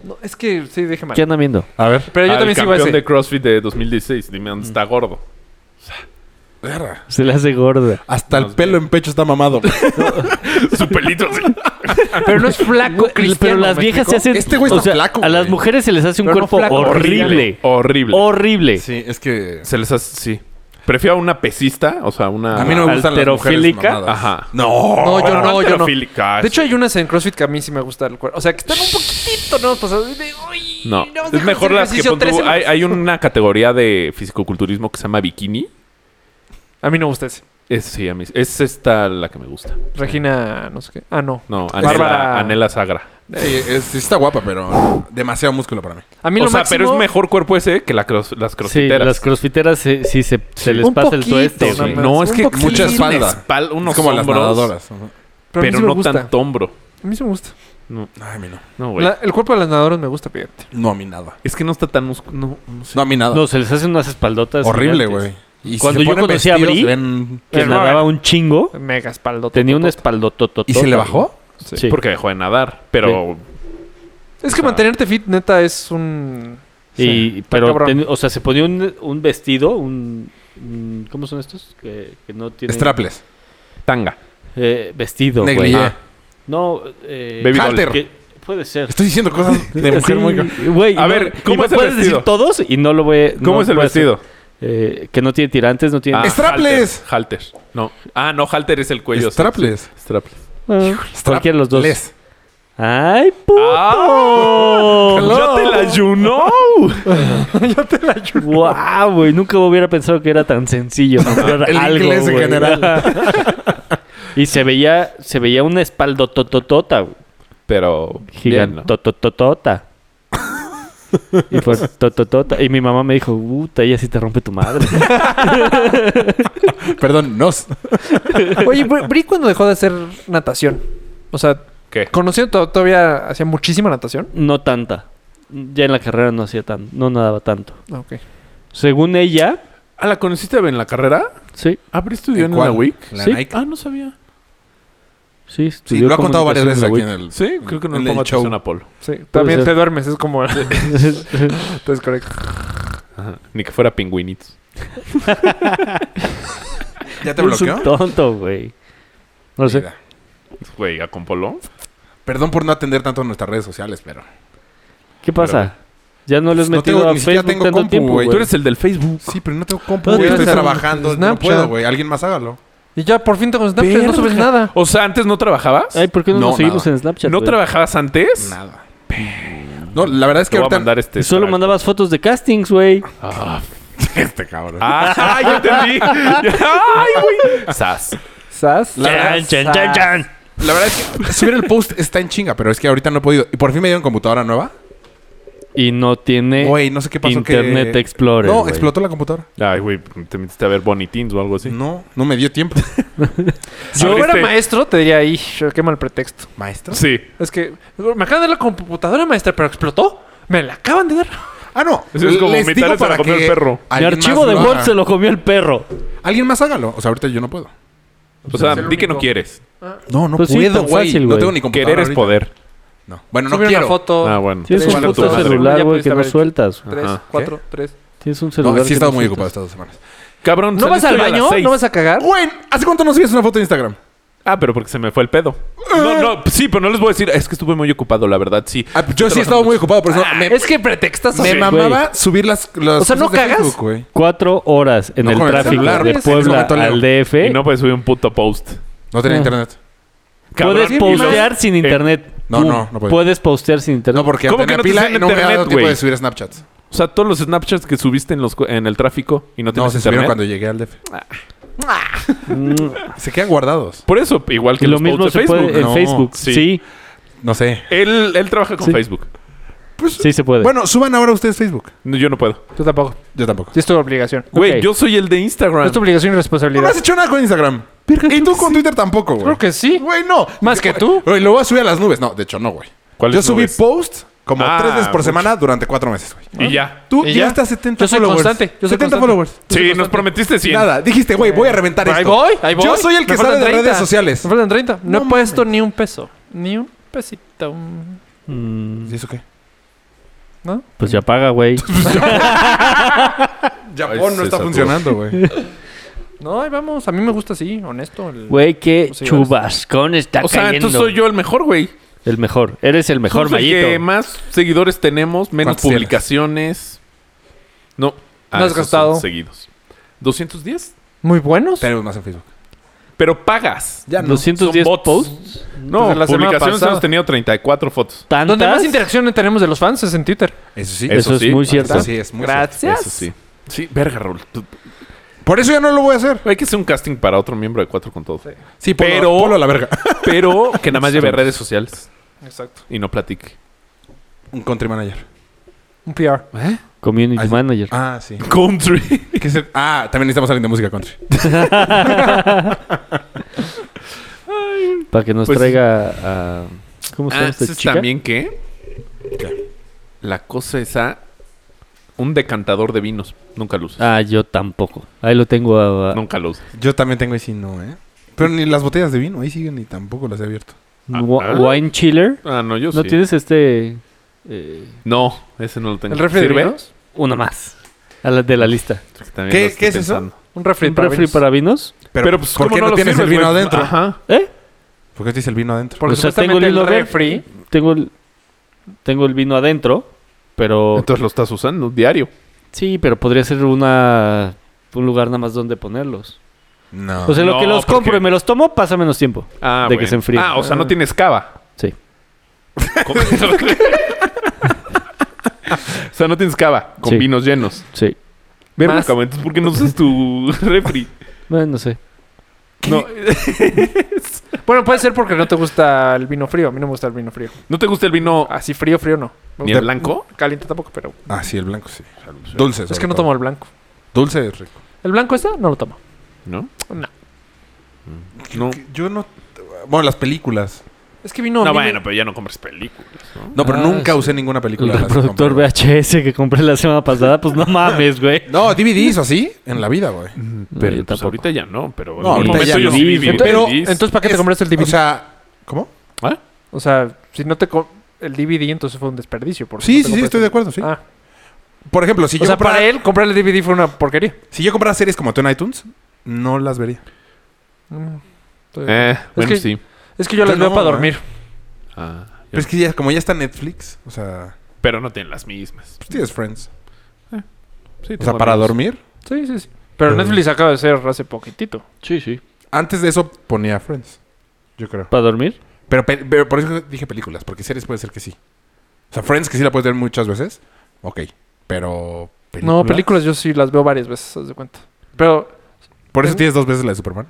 S6: No, es que sí, dije mal.
S8: ¿Qué andan viendo?
S7: A ver.
S6: Pero yo
S4: Al
S6: también sigo a
S4: campeón
S6: ese.
S4: de CrossFit de 2016. Dime dónde está gordo.
S7: Verga.
S8: Se le hace gorda.
S7: Hasta el pelo en pecho está mamado.
S4: Su pelito. así.
S6: Pero no es flaco, Cristiano.
S8: Pero las
S6: ¿me
S8: viejas se
S6: explico?
S8: hacen.
S7: Este güey
S8: o
S7: está
S8: sea,
S7: flaco,
S8: A las
S7: güey.
S8: mujeres se les hace un
S6: Pero no
S8: cuerpo
S6: flaco,
S8: horrible.
S4: Horrible.
S8: Horrible.
S7: <laughs> Sí, es que.
S4: Se les hace... Sí. Prefiero a una pesista. O sea, una...
S7: A mí no me gustan las mujeres
S8: Alterofílica.
S7: mamadas.
S4: Ajá.
S7: No.
S6: No, yo no, yo no.
S4: Alterofílica,
S6: De hecho, hay unas en CrossFit que a mí sí me gusta el cuerpo. O sea, que están un poquitito, ¿no? Pasadas. de, "Uy,
S4: No.
S6: nada más
S4: es
S6: deja hacer
S4: mejor las que...
S6: ejercicio
S4: pon tú,
S6: tres
S4: hay,
S6: semanas".
S4: hay una categoría de fisicoculturismo que se llama bikini.
S6: A mí no me gusta ese.
S4: Es, sí, a mí... Es esta la que me gusta.
S6: Regina, no sé qué. Ah, no.
S4: No,
S6: Bárbara.
S4: Anela, Anela Sagra.
S7: Sí, es- sí está guapa, pero demasiado músculo para mí.
S6: A mí
S4: o
S6: lo
S4: sea,
S6: máximo...
S4: pero es mejor cuerpo ese que la cross- las
S8: Sí,
S4: crossfiteras.
S8: las crossfiteras sí, sí se, se les
S6: Un
S8: pasa
S6: poquito,
S8: el tueste,
S6: nada
S8: güey.
S6: más.
S4: No, es
S6: Un
S4: que
S6: poquito.
S7: Mucha
S4: muchas
S7: espalda.
S4: espal- unos
S7: es como
S4: hombros,
S7: las nadadoras. Ajá.
S6: a mí
S4: Pero
S6: sí me
S4: no
S6: gusta.
S4: tanto hombro.
S6: A mí sí me gusta.
S7: Ay, a mí no.
S4: No, güey.
S6: La- el cuerpo de las nadadoras me gusta, fíjate.
S7: No a mí nada.
S4: Es que no está tan musculoso. No, no sé.
S7: No a mí nada.
S8: No, se les hacen unas espaldotas.
S7: Horrible,
S8: gigantes.
S7: güey. Y si
S8: Cuando
S7: se
S8: yo
S7: ponen
S8: conocí a
S7: vestidos,
S8: Bri-
S7: se ven-
S8: Que
S6: Pero, eh.
S8: nadaba un chingo.
S6: Mega espaldo.
S8: Tenía un espaldotototota.
S7: ¿Y se le bajó?
S4: Sí,
S8: Sí.
S4: Porque dejó de nadar. Pero
S6: Es que mantenerte fit, neta, es un...
S4: <laughs>
S8: Y,
S6: está
S8: pero,
S6: cabrón.
S8: ten- o sea, se ponía un, un vestido, un, un- ¿Cómo son estos? Que, que no tienen...
S7: Strapless.
S4: tanga.
S8: Eh, vestido, güey.
S7: Negligé.
S8: Ah. No, eh...
S4: Baby doll.
S7: Halter.
S8: que- puede ser.
S7: Estoy diciendo
S8: <laughs>
S7: cosas de mujer muy...
S8: Así, Güey, y
S4: A
S8: no-
S4: ver,
S8: y
S4: ¿cómo
S8: me
S4: es el
S8: puedes
S4: vestido?
S8: decir todos y no lo voy...
S4: ¿Cómo
S8: no
S4: es el
S8: voy a hacer.
S4: vestido?
S8: Eh, que no tiene tirantes, no tiene...
S4: Ah,
S7: ¡Strapless!
S4: Halter, halter. No. Ah, no, halter es el cuello. sí.
S7: Strapless.
S4: Strapless.
S8: Ah, cualquiera de los dos.
S7: Les.
S8: ¡Ay,
S4: Ah,
S8: puto! ¡Oh!
S4: <laughs> ¡Ya te la
S8: <laughs>
S4: you know!
S8: ¡Guau, güey! Nunca hubiera pensado que era tan sencillo. comprar
S7: <laughs> El
S8: algo,
S7: inglés en
S8: güey.
S7: general.
S8: <laughs> y se veía, se veía una espaldotototota, güey.
S4: Pero. bien, ¿no?
S8: Gigantotototota. Y fue tototota. Y mi mamá me dijo, puta, ella sí te rompe tu madre. <laughs>
S7: <laughs> Perdón, nos.
S6: Oye, Bri, Bri, cuando dejó de hacer natación. O sea,
S4: ¿Qué?
S6: conociendo to- todavía hacía muchísima natación.
S8: No tanta. Ya en la carrera no hacía tan, no nadaba tanto.
S6: Ah, Ok.
S8: Según ella,
S4: Ah, ¿la conociste en la carrera?
S8: sí,
S4: ¿Abri estudió en,
S7: cuál?
S4: la WIC?
S7: La
S8: Sí.
S7: Nike.
S4: Ah, no sabía.
S8: sí,
S7: Sí,
S8: estudió
S7: lo ha contado varias veces
S8: comunicación
S7: aquí en
S8: en la
S7: el...
S4: Sí, creo que no
S7: Mm. En
S4: le pongo
S7: el show.
S4: atención a Polo.
S6: Sí. También
S8: ser.
S6: te duermes, es como. te desconectas.
S4: Ajá. Ni que fuera pingüinitos.
S7: ¿Ya te
S8: Wii. <laughs> Es un
S7: bloqueó?
S8: tonto, güey. No sé.
S7: Mira.
S4: Güey, ¿a con Polo?
S7: Perdón por no atender tanto nuestras redes sociales, pero...
S8: ¿Qué pasa? Ya no les he
S7: No
S8: metido
S7: tengo-
S8: a
S7: ni siquiera
S8: Facebook
S7: tengo
S8: tanto
S7: compu,
S8: tiempo,
S7: güey.
S8: güey.
S4: Tú eres el del Facebook.
S7: Sí, pero no tengo compu,
S6: Ah,
S7: güey.
S6: tienes
S7: Estoy
S6: un
S7: trabajando. No
S6: Snapchat.
S7: puedo, güey. Alguien más hágalo.
S6: <laughs> Y ya por fin te concentraste, no subes nada.
S4: O sea, ¿antes no trabajabas?
S8: Ay, ¿por qué no,
S7: No,
S8: nos seguimos
S7: nada.
S8: en Snapchat,
S4: ¿No
S8: güey?
S4: trabajabas antes?
S7: Nada. No, la verdad es que
S4: Te voy a
S7: ahorita...
S4: mandar este.
S8: Y Solo
S4: extracto.
S8: mandabas fotos de castings, güey.
S7: <laughs> Este cabrón.
S4: Ah, ah, <laughs>
S8: <laughs>
S4: ya entendí. Ay, güey. Sas.
S6: ¿Sas?
S7: La verdad-
S8: Chan, chan, chan, chan.
S7: La verdad es que subir el post está en chinga, pero es que ahorita no he podido. Y por fin me dieron computadora nueva.
S8: Y no tiene
S7: Güey, no sé qué pasó que-
S8: Eh, Internet Explorer.
S7: no,
S8: güey.
S7: explotó la computadora.
S4: Ay, güey, te metiste a ver Bonnie Teens o algo así.
S7: No, no me dio tiempo.
S6: Si yo fuera
S4: Abriste-
S6: maestro, te diría, ahí, qué mal pretexto.
S7: ¿Maestro?
S4: Sí.
S6: Es que me acaban de dar la computadora, maestra, pero explotó. Me la acaban de dar.
S7: Ah, no.
S4: Eso es como
S7: Les
S4: vomitar
S7: digo
S4: y se lo
S7: para
S4: comió el
S7: que
S4: perro.
S8: Mi
S7: alguien
S8: archivo
S7: más
S8: de
S7: lo
S8: Word
S7: haga.
S8: se lo comió el perro.
S7: Alguien más hágalo. O sea, ahorita yo no puedo.
S4: O sea, di que no quieres.
S7: No, no
S8: Pues sí,
S7: puedo,
S8: tan
S7: güey.
S8: fácil,
S7: no
S8: güey.
S7: tengo ni computadora
S4: Querer es
S7: ahorita.
S4: poder.
S7: No. Bueno, no
S6: Subir
S7: quiero.
S6: una foto.
S4: Ah, bueno.
S8: Tienes
S6: Tres,
S8: un
S6: cuatro,
S8: puto
S6: madre.
S8: celular,
S6: Ya
S8: güey,
S6: pudiste
S8: que no
S6: haber hecho.
S8: sueltas.
S6: Tres,
S4: Ajá.
S6: cuatro, tres.
S8: Tienes un celular.
S7: No, sí he
S8: que
S7: estado
S8: no
S7: muy
S8: sueltas.
S7: ocupado estas dos semanas.
S4: Cabrón,
S6: ¿No vas al baño? ¿No vas a cagar?
S7: Güey, ¿hace cuánto no subías una foto de Instagram?
S4: Ah, pero porque se me fue el pedo.
S6: Eh.
S4: No, no, sí, pero no les voy a decir. Es que estuve muy ocupado, la verdad, sí.
S7: Ah, yo sí he estado muy ocupado, por eso me,
S6: Es que pretextas
S7: me
S6: así.
S7: mamaba subir las, las
S6: O sea, ¿no
S7: cosas de
S6: cagas?
S7: Facebook, güey.
S8: Cuatro horas en
S7: No,
S8: el
S7: con el
S8: tráfico
S7: celular,
S8: de
S7: güey,
S8: Puebla
S7: en ese momento
S8: al DF.
S4: Y no puedes subir un puto post.
S7: No tenía
S8: Ah.
S7: internet.
S4: Cabrón,
S8: puedes
S4: y los-
S8: postear sin internet.
S7: Eh, no,
S8: Pum.
S7: no, no puedo.
S8: Puedes postear sin internet.
S7: No, porque
S4: ¿Cómo
S7: tenía
S4: que no te
S7: pila
S4: sale
S7: y no me había dado
S4: internet,
S7: tiempo
S4: güey?
S7: de subir Snapchats.
S4: O sea, todos los Snapchats que subiste en, los, cu- en el tráfico y no
S7: No,
S4: tienes
S7: se subieron
S4: internet.
S7: cuando llegué al DF. Se quedan guardados.
S4: Por eso, igual que
S8: Mm. Y lo
S4: los
S8: mismo
S4: posts
S8: se
S4: de Facebook.
S8: puede en
S7: No,
S8: Facebook. Sí.
S4: sí.
S8: sí,
S7: No sé.
S4: Él, él trabaja con
S8: Sí.
S4: Facebook.
S8: se puede.
S7: Bueno, suban ahora ustedes Facebook.
S4: No, Yo no puedo.
S6: Tú tampoco.
S7: Yo tampoco.
S6: Sí, es tu obligación.
S4: Güey,
S8: Ok.
S4: yo soy el de Instagram.
S6: Es tu obligación y
S7: Tú no
S6: responsabilidad.
S7: has hecho nada con Instagram. Y tú con Twitter tampoco, güey.
S6: Creo que sí.
S7: Güey, no.
S6: Más que tú.
S7: Güey, lo voy a subir a las nubes. No, de hecho, no, güey.
S4: ¿Cuáles
S7: Yo subí
S4: nubes?
S7: post como
S4: Ah,
S7: tres veces por
S4: mucho.
S7: semana durante cuatro meses, güey.
S4: Y ya.
S7: Tú
S6: ¿Y ya?
S7: llegaste a 70
S6: Yo soy
S7: followers.
S6: constante, yo soy
S7: 70
S6: constante.
S7: followers.
S4: Sí, nos prometiste 100.
S7: Nada. Dijiste, güey, voy a reventar
S6: Ahí
S7: esto.
S6: voy, ahí voy.
S7: Yo soy el que
S6: Me
S7: sale
S6: faltan
S7: de
S6: 30.
S7: redes sociales.
S6: Me faltan 30. No,
S7: No
S6: he puesto ni un peso. Ni un pesito.
S8: Mm,
S7: ¿Y eso qué?
S8: pues ya paga,
S7: <laughs>
S8: güey.
S7: Japón
S4: Ay,
S7: no
S4: se
S7: está
S4: saturó.
S7: funcionando, güey.
S6: No, ahí vamos. A mí me gusta así, honesto. el-
S8: Güey, qué
S6: Sí,
S8: chubascón está
S4: O sea,
S8: cayendo.
S4: entonces soy yo el mejor, güey.
S8: El mejor. Eres el mejor,
S4: Somos el que
S8: Mayito.
S4: más seguidores tenemos, menos
S7: ¿Cuántos tienes?
S4: publicaciones. No. Ah,
S6: No has
S4: esos
S6: gastado.
S4: son Seguidos. 210.
S6: Muy buenos.
S7: <laughs> Tenemos más en Facebook.
S4: Pero pagas.
S7: Ya no.
S8: 210
S4: Son bots.
S8: posts.
S4: No,
S6: Desde la semana
S4: publicaciones
S6: pasada.
S4: hemos tenido 34 fotos.
S8: ¿Tantas?
S6: Donde más interacción tenemos de los fans es en Twitter.
S7: Eso sí.
S8: Eso,
S4: Eso
S8: es
S4: sí.
S8: muy cierto.
S7: Eso sí, es muy cierto.
S6: Gracias.
S4: Eso sí. Sí, verga, Raúl. Tú-
S7: Por eso ya no lo voy a hacer.
S4: Hay que hacer un casting para otro miembro de Cuatro con Todo.
S7: Sí, polo,
S4: Pero-
S7: polo a la verga. <laughs>
S4: Pero que nada más lleve redes sociales
S6: Exacto.
S4: y no platique.
S7: Un country manager.
S6: Un PR.
S8: Community
S7: Ay,
S8: manager.
S7: Ah, sí.
S4: Country.
S7: Que se- Ah, también necesitamos a alguien de música country.
S8: para que nos
S4: pues-
S8: traiga a... ¿Cómo se llama
S4: Ah,
S8: esta
S4: ¿sabes
S8: chica?
S4: también qué? La cosa es a un decantador de vinos. Nunca lo usas.
S8: Ah, yo tampoco. Ahí lo tengo a... a-
S4: Nunca lo usas.
S7: Yo también tengo ese no, ¿eh? Pero ni las botellas de vino, ahí siguen y tampoco las he abierto.
S8: Wa-
S4: Ah.
S8: Wine chiller.
S4: Ah, no, yo
S8: ¿No
S4: sí.
S8: tienes este... eh,
S4: No, ese no lo tengo.
S6: ¿El refri de vinos?
S8: Una más. A la de la lista.
S4: También
S7: ¿Qué-
S4: lo estoy
S7: qué es eso?
S4: pensando.
S6: Un refri
S8: ¿Un
S6: para
S8: refri
S6: vinos.
S8: para vinos?
S7: Pero, pues, ¿por, qué no,
S4: lo
S7: tienes el
S4: sirves,
S7: vino
S4: güey?
S7: adentro?
S4: Ajá.
S8: ¿Eh?
S7: ¿Por qué tienes el vino adentro?
S6: Porque
S8: O sea,
S6: supuestamente
S8: tengo el hilo
S6: el refri...
S8: Tengo el, tengo el vino adentro, pero...
S4: Entonces lo estás usando diario.
S8: sí, pero podría ser una... Un lugar nada más donde ponerlos.
S7: No.
S8: O sea, lo
S4: No,
S8: que los
S4: porque-
S8: compro y me los tomo pasa menos tiempo.
S4: Ah,
S8: De que se enfríe.
S4: Ah, o sea, no tienes cava. <laughs>
S8: Sí.
S4: Con- o sea, no tienes cava con
S8: Sí.
S4: vinos llenos.
S8: Sí.
S4: Verga,
S6: Más.
S4: cabrón, entonces, <laughs> ¿por qué no usas tu refri?
S8: Bueno, no sé.
S4: No.
S6: Bueno, puede ser porque no te gusta el vino frío. A mí no me gusta el vino frío.
S4: ¿No te gusta el vino
S6: Así frío, frío no. Me
S4: ni
S6: gusta- mm,
S4: el blanco?
S6: Caliente tampoco, pero...
S7: Ah, sí, el blanco sí. Dulce.
S6: Es
S7: sobre
S6: que no
S7: todo.
S6: tomo el blanco.
S7: Dulce es rico.
S6: ¿El blanco este? No lo tomo.
S4: ¿No?
S6: No.
S7: No. Yo no. Bueno, las películas.
S6: Es que vino... a
S4: No,
S6: mí me-
S4: bueno, pero ya no compras películas, ¿no?
S7: No, pero
S8: Ah,
S7: nunca
S8: sí.
S7: usé ninguna película.
S8: El
S7: de las que
S8: reproductor
S7: compré.
S8: VHS que compré la semana pasada, pues no mames, güey.
S7: No, DVDs o así en la vida, güey.
S8: Pero
S4: Pues ahorita ya no, pero
S7: No,
S4: en un
S7: ahorita
S4: momento
S7: ya
S4: yo
S7: no.
S4: sí viví.
S7: Entonces-
S4: Pero,
S6: Entonces, ¿para qué te
S7: Es-
S6: compraste el DVD?
S7: O sea, ¿cómo?
S6: O sea, si no te... co- El DVD entonces fue un desperdicio. porque
S7: Sí,
S6: no te
S7: sí, sí, estoy de
S6: compraste-
S7: acuerdo, sí.
S6: Ah.
S7: Por ejemplo, si
S6: o
S7: yo,
S6: sea,
S7: comprara,
S6: para él, comprar el DVD fue una porquería.
S7: si yo comprara series como tú en iTunes, no las vería.
S6: Mm.
S4: Eh, bueno,
S6: que-
S4: sí.
S6: Es que yo las
S7: Yo
S6: veo
S7: no,
S6: para
S7: ¿eh?
S6: dormir.
S4: Ah, ya.
S7: Pero es que ya, como ya está Netflix, o sea,
S4: Pero no tienen las mismas.
S7: pues tienes Friends.
S4: Sí,
S7: O sea,
S4: tengo
S7: para
S4: amigos.
S7: dormir.
S6: Sí, sí, sí. Pero
S7: Mm.
S6: Netflix acaba de ser hace poquitito.
S8: Sí, sí.
S7: Antes de eso ponía Friends, yo creo.
S8: ¿Para dormir?
S7: Pero, pe- pero por eso dije películas, porque series puede ser que sí. O sea, Friends que sí la puedes ver muchas veces, ok. Pero...
S6: No, películas yo sí las veo varias veces, haz de cuenta. Pero,
S7: Por eso tienes dos veces la de Superman.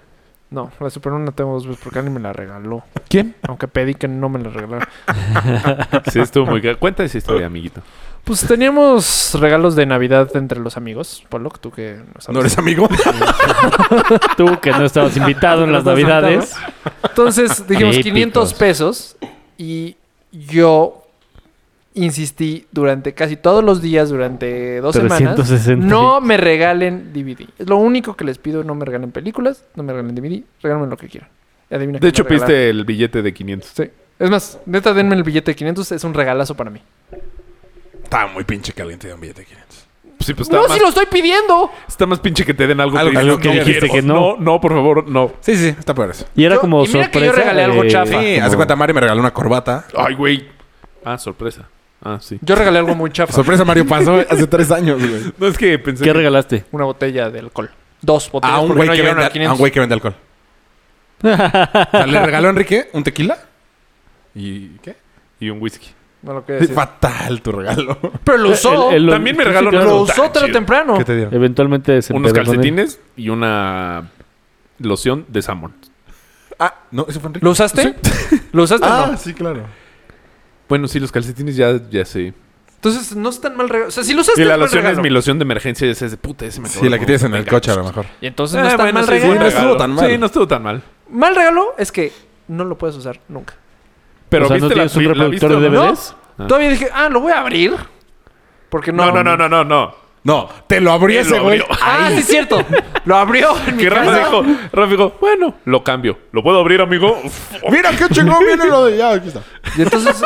S6: no, la Superman la tengo dos veces porque alguien me la regaló.
S7: ¿Quién?
S6: Aunque pedí que no me la regalara.
S4: Sí, estuvo muy... ca- Cuenta esa historia, amiguito.
S6: Pues teníamos regalos de Navidad entre los amigos. Pollock, tú que no sabes.
S7: ¿No eres <laughs> amigo?
S8: Tú que no estabas invitado en las
S6: ¿No estás
S8: navidades.
S7: <laughs>
S6: Entonces dijimos
S8: Típicos.
S6: 500 pesos y yo insistí durante casi todos los días, durante dos semanas.
S8: 360.
S6: No me regalen DVD. Es lo único que les pido. No me regalen películas, no me regalen DVD. Regálenme lo que quieran. Y adivina qué
S4: De hecho,
S6: me regalaron.
S4: piste el billete de 500.
S6: Sí. Es más, neta, denme el billete de 500. Es un regalazo para mí.
S7: Estaba muy pinche caliente de un billete de 500.
S4: Sí, pues está,
S6: ¡No,
S4: más,
S6: si lo estoy pidiendo!
S4: está más pinche que te den algo,
S7: Algo
S4: dices,
S7: que
S4: "No
S8: dijiste
S4: quiero".
S8: que no.
S4: No, no, por favor, no.
S7: Sí, sí, está peor eso.
S8: Y era
S6: Yo-
S8: como
S6: y mira que yo
S8: sorpresa.
S6: regalé
S8: de-
S6: algo chafa.
S7: Sí,
S6: Ah,
S7: hace cuenta Mario me regaló una corbata.
S4: Ay, güey. Ah, sorpresa. Ah, sí.
S6: Yo regalé algo muy
S7: <laughs>
S6: chafa.
S7: <laughs> Sorpresa, Mario pasó hace tres años, güey.
S4: No, es que pensé...
S8: ¿Qué regalaste?
S6: Una botella de alcohol. Dos botellas
S7: A un
S6: porque
S7: güey
S6: no
S7: que,
S6: llegaron
S7: vende-
S6: a 500.
S7: a un güey que vende alcohol. O sea, le regaló a Enrique un tequila. ¿Y qué?
S4: Y un whisky.
S6: No lo quería decir.
S7: Fatal tu regalo.
S6: Pero lo usó.
S8: El- el-
S4: También me
S8: sí,
S4: regaló
S8: claro. ¿eh?
S4: algo
S6: lo usó
S4: tan
S6: tarde o
S4: chido.
S6: temprano.
S7: ¿Qué te dieron?
S8: Eventualmente se
S4: Unos
S8: empedó con él.
S4: calcetines y una loción de salmón.
S7: Ah, no, ese fue Enrique.
S6: ¿Lo usaste? <laughs> ¿Lo usaste?
S7: Ah,
S6: No.
S7: sí, claro.
S4: Bueno, sí, los calcetines ya, ya sé.
S6: Entonces, no es tan mal regalo. O sea, si lo usaste,
S4: Y la
S6: es mal
S4: loción es
S6: Este regalo.
S4: mi loción de emergencia. Esa es de puta, ese me acabó
S7: Sí, la
S4: de
S7: que tienes en el
S4: Venga.
S7: coche a lo mejor.
S6: Y entonces
S4: Eh,
S6: no es tan
S4: bueno,
S6: mal
S4: sí,
S6: regalo.
S4: buen
S7: No estuvo
S4: regalo.
S7: tan mal.
S4: Sí, no estuvo tan mal.
S6: Mal regalo es que no lo puedes usar nunca.
S4: Pero
S8: o sea,
S4: viste
S8: ¿no
S4: la-
S8: tienes un
S4: vi- la
S8: reproductor
S4: viste
S8: de
S4: o no?
S8: DVDs?
S4: Ah.
S6: Todavía dije, ah, lo voy a abrir. Porque no.
S4: No, no, no, no, no, no.
S7: No, te lo abrí
S4: Él lo
S7: ese, güey.
S4: abrió.
S6: Ah, sí, es cierto. Lo abrió. En mi
S4: Que Rafa
S6: casa.
S4: dijo, Rafa dijo, bueno, lo cambio. ¿Lo puedo abrir, amigo? Uf,
S7: Mira qué chingón viene lo de ya, aquí está.
S6: Y entonces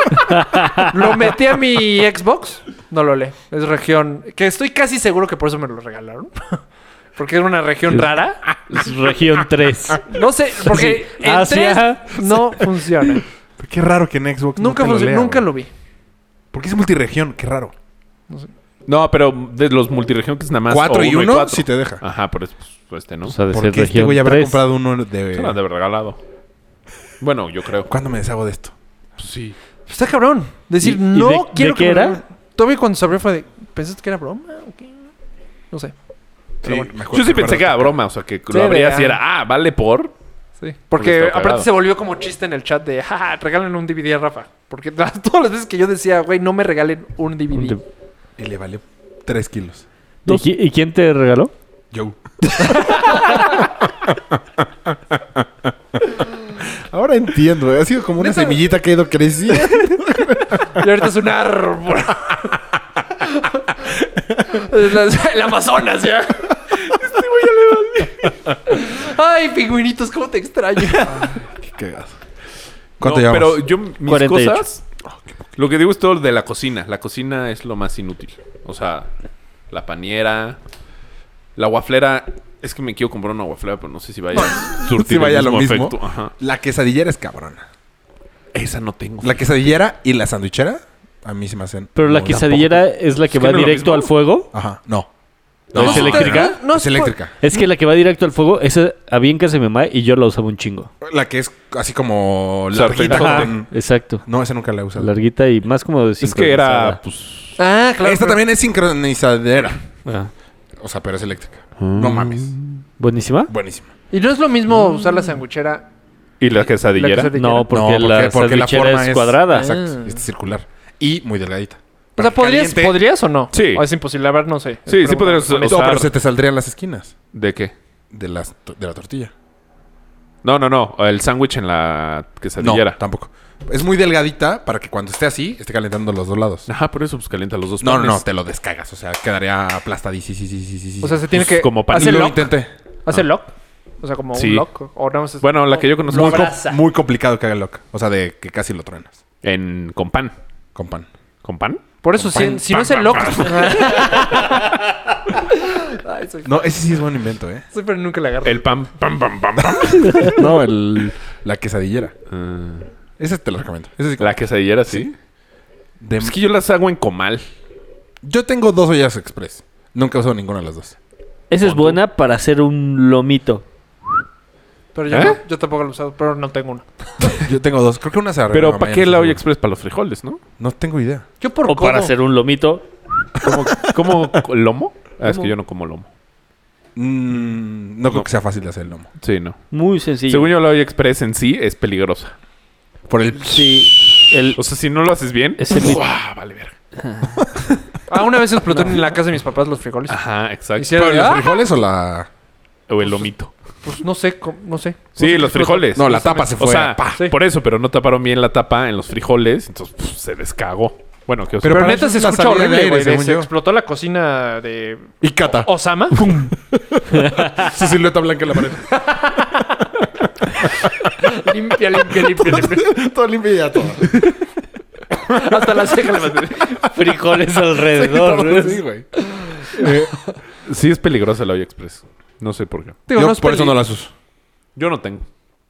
S6: lo metí a mi Xbox. No lo lee. Es región. Que estoy casi seguro que por eso me lo regalaron. <laughs> Porque era una región rara.
S8: Es Región 3.
S6: No sé, porque
S8: Sí.
S6: en
S8: Asia.
S6: tres no funciona.
S7: Qué raro que en Xbox
S6: Nunca
S7: no te
S6: funcionó.
S7: lea,
S6: Nunca
S7: güey.
S6: lo vi.
S7: Porque es multiregión, qué raro.
S4: No, pero de los multiregión que es nada más.
S7: Cuatro Ah,
S4: o
S7: y
S4: uno
S7: uno
S4: cuatro.
S7: sí te deja.
S4: Ajá, por eso pues, este, ¿no?
S8: O sea, de ser
S7: Porque este
S8: región
S7: güey habrá
S8: 3.
S7: comprado uno
S4: Se la han de
S7: de...
S4: haber regalado. Bueno, yo creo.
S7: ¿Cuándo me deshago de esto?
S4: Sí.
S6: Pues Está cabrón. Decir,
S8: ¿Y- y
S6: no
S8: de- de
S6: quiero
S8: qué
S6: que me
S8: era?
S6: regalen. Todavía cuando se abrió fue de. ¿Pensaste que era broma? ¿O qué? No sé.
S7: Sí, me acuerdo-
S4: Yo sí
S7: me acuerdo.
S4: pensé que era broma, o sea, que
S6: Sí,
S4: lo
S6: de-
S4: abrías y era, ah, vale por.
S6: Sí.
S4: Porque
S6: Porque
S4: estaba
S6: aparte
S4: cagado.
S6: se volvió como chiste en el chat de, jaja, regalen un DVD a Rafa. Porque <laughs> todas las veces que yo decía, güey, no me regalen un DVD.
S8: Un
S7: Y le valió tres kilos.
S8: ¿Y, qui- y quién te regaló?
S7: Yo. <laughs> Ahora entiendo, güey. ha sido como una
S6: Neta.
S7: semillita que ha ido creciendo. <laughs>
S6: Y ahorita es un árbol. Es la- el Amazonas ya. Este güey ya le vale. Ay, pingüinitos, cómo te extraño.
S7: ¿Cuánto
S4: No,
S7: llevamos?
S4: Pero yo, mis
S8: 48.
S4: cosas. Lo que digo es todo de la cocina. La cocina es lo más inútil. O sea, la paniera. La guaflera. Es que me quiero comprar una guaflera, pero no sé si vaya a surtir
S7: <laughs> Si
S4: el
S7: vaya lo mismo.
S4: efecto. Ajá.
S7: La quesadillera es cabrona.
S4: Esa no tengo.
S7: La quesadillera y la sandwichera a mí se me hacen...
S8: Pero la
S7: muy-
S8: quesadillera es la que
S4: Es que
S8: va
S4: no es lo
S8: directo
S4: mismo.
S8: al fuego.
S7: Ajá, no.
S8: ¿No es eléctrica?
S6: No,
S7: es eléctrica.
S8: Es que la que va directo al fuego, esa había en casa de mi mamá y yo la usaba un chingo.
S7: La que es así como
S4: Sartén.
S7: larguita.
S4: Ajá.
S7: con-
S8: Exacto.
S7: No, esa nunca la he usado.
S8: Larguita y más como de
S4: Es que era, pues,
S6: Ah, claro.
S7: Esta
S6: claro.
S7: también es sincronizadera.
S8: Ah,
S7: O sea, pero
S8: Mm.
S7: es eléctrica. No mames.
S8: Buenísima.
S7: Buenísima.
S4: Mm.
S6: Y no es lo mismo usar la sanguchera
S4: ¿Y la quesadillera?
S6: La quesadilla.
S8: No, porque,
S7: No,
S8: la
S7: porque la
S8: sandwichera
S7: forma
S8: es
S7: es-
S8: cuadrada.
S7: Exacto. Y está circular. Y muy delgadita.
S6: Ah. O sea, ¿podrías,
S7: Caliente.
S6: ¿podrías o no?
S4: Sí.
S6: O es imposible, la verdad, no sé.
S4: Sí, sí podrías
S7: No, pero
S4: usar...
S7: se te saldrían las esquinas
S4: ¿De qué?
S7: de, las, to- de la tortilla.
S4: No, no, no. El sándwich en la
S7: No,
S4: quesadillera.
S7: tampoco. Es muy delgadita para que cuando esté así, esté calentando los dos lados.
S4: Ajá, por eso pues calienta los dos
S7: No, no,
S4: panes.
S7: no, te lo descagas. O sea, quedaría aplaspadísimo. Sí, sí, sí, sí, sí.
S6: O sea, se tiene
S4: Pues
S6: que...
S4: como pan-
S6: ¿Hace
S7: Y lo
S6: lock?
S7: intenté.
S6: ¿Hace lock? O sea, como
S4: Ah. Sí.
S6: un lock. O nada más es-
S4: Bueno, la que yo conozco
S7: Muy,
S4: es
S7: co-
S3: abraza.
S7: muy complicado que haga lock. O sea, de que casi lo truenas.
S4: en... con pan.
S7: Con pan.
S4: ¿Con pan?
S6: Por eso, si, si no es el lock... <laughs> Ay, soy...
S7: No, ese sí es buen invento, ¿eh?
S6: soy, pero nunca le agarro.
S4: El pan, pam, pam, pam,
S7: <laughs>
S4: pam.
S7: no, el, la quesadillera.
S4: Ah,
S7: Ese te lo recomiendo. Ese sí.
S4: la quesadillera, sí. Pues
S7: De-
S4: Es que yo las hago en comal.
S7: Yo tengo dos ollas express. Nunca he usado ninguna de las dos.
S8: Esa es buena para hacer un lomito.
S6: Pero yo,
S4: ¿Eh?
S6: no- yo tampoco lo he usado, pero no tengo una.
S7: Yo tengo dos. Creo que una se arregló
S4: Pero
S7: en
S4: ¿para
S7: Miami,
S4: qué la
S7: seguro.
S4: olla express? Para los frijoles, ¿no?
S7: No tengo idea.
S6: Yo por
S8: O para hacer un lomito.
S4: ¿Cómo? ¿Lomo? Ah, es que yo no como lomo.
S7: Mm, no creo que sea fácil de hacer el lomo.
S4: Sí, no.
S8: Muy sencillo.
S4: Según yo, la olla express en sí es peligrosa.
S7: Por el...
S8: Sí,
S4: <laughs>
S8: el...
S4: O sea, si no lo haces bien...
S8: Ese mi-
S4: ¡buah! Vale, verga.
S6: Ah, una vez explotó en la casa de mis papás los frijoles.
S4: Ajá, exacto.
S6: Hicieron...
S7: ¿Los
S6: ¡Ah!
S7: frijoles o la...?
S4: O el lomito.
S6: Pues no sé, com- no sé.
S4: Sí, los frijoles.
S7: No, la tapa se
S4: O
S7: fue.
S4: sea,
S7: pa.
S6: Sí.
S4: por eso, pero no taparon bien la tapa en los frijoles. Entonces, puf, se descagó. Bueno, que
S6: Pero
S7: Pero para
S6: neta
S7: eso
S6: se
S7: es la
S6: escucha
S7: salida de
S6: horrible,
S7: aire,
S6: güey. de-
S7: según
S6: Se
S7: yo.
S6: explotó la cocina de
S7: Y cata.
S6: Osama.
S7: Su silueta blanca en la pared.
S6: <laughs> limpia, limpia, limpia, limpia.
S7: <laughs> Todo limpio y
S6: <laughs>
S7: ya todo.
S6: Hasta la ceja le mandé.
S4: <laughs>
S8: frijoles alrededor.
S7: <laughs> Todo
S8: ¿ves?
S7: así, güey. Eh,
S4: sí es peligrosa la olla express. No sé por qué.
S6: Digo,
S7: Yo
S6: no es
S7: por eso
S6: peli-
S7: no las uso.
S4: Yo no tengo,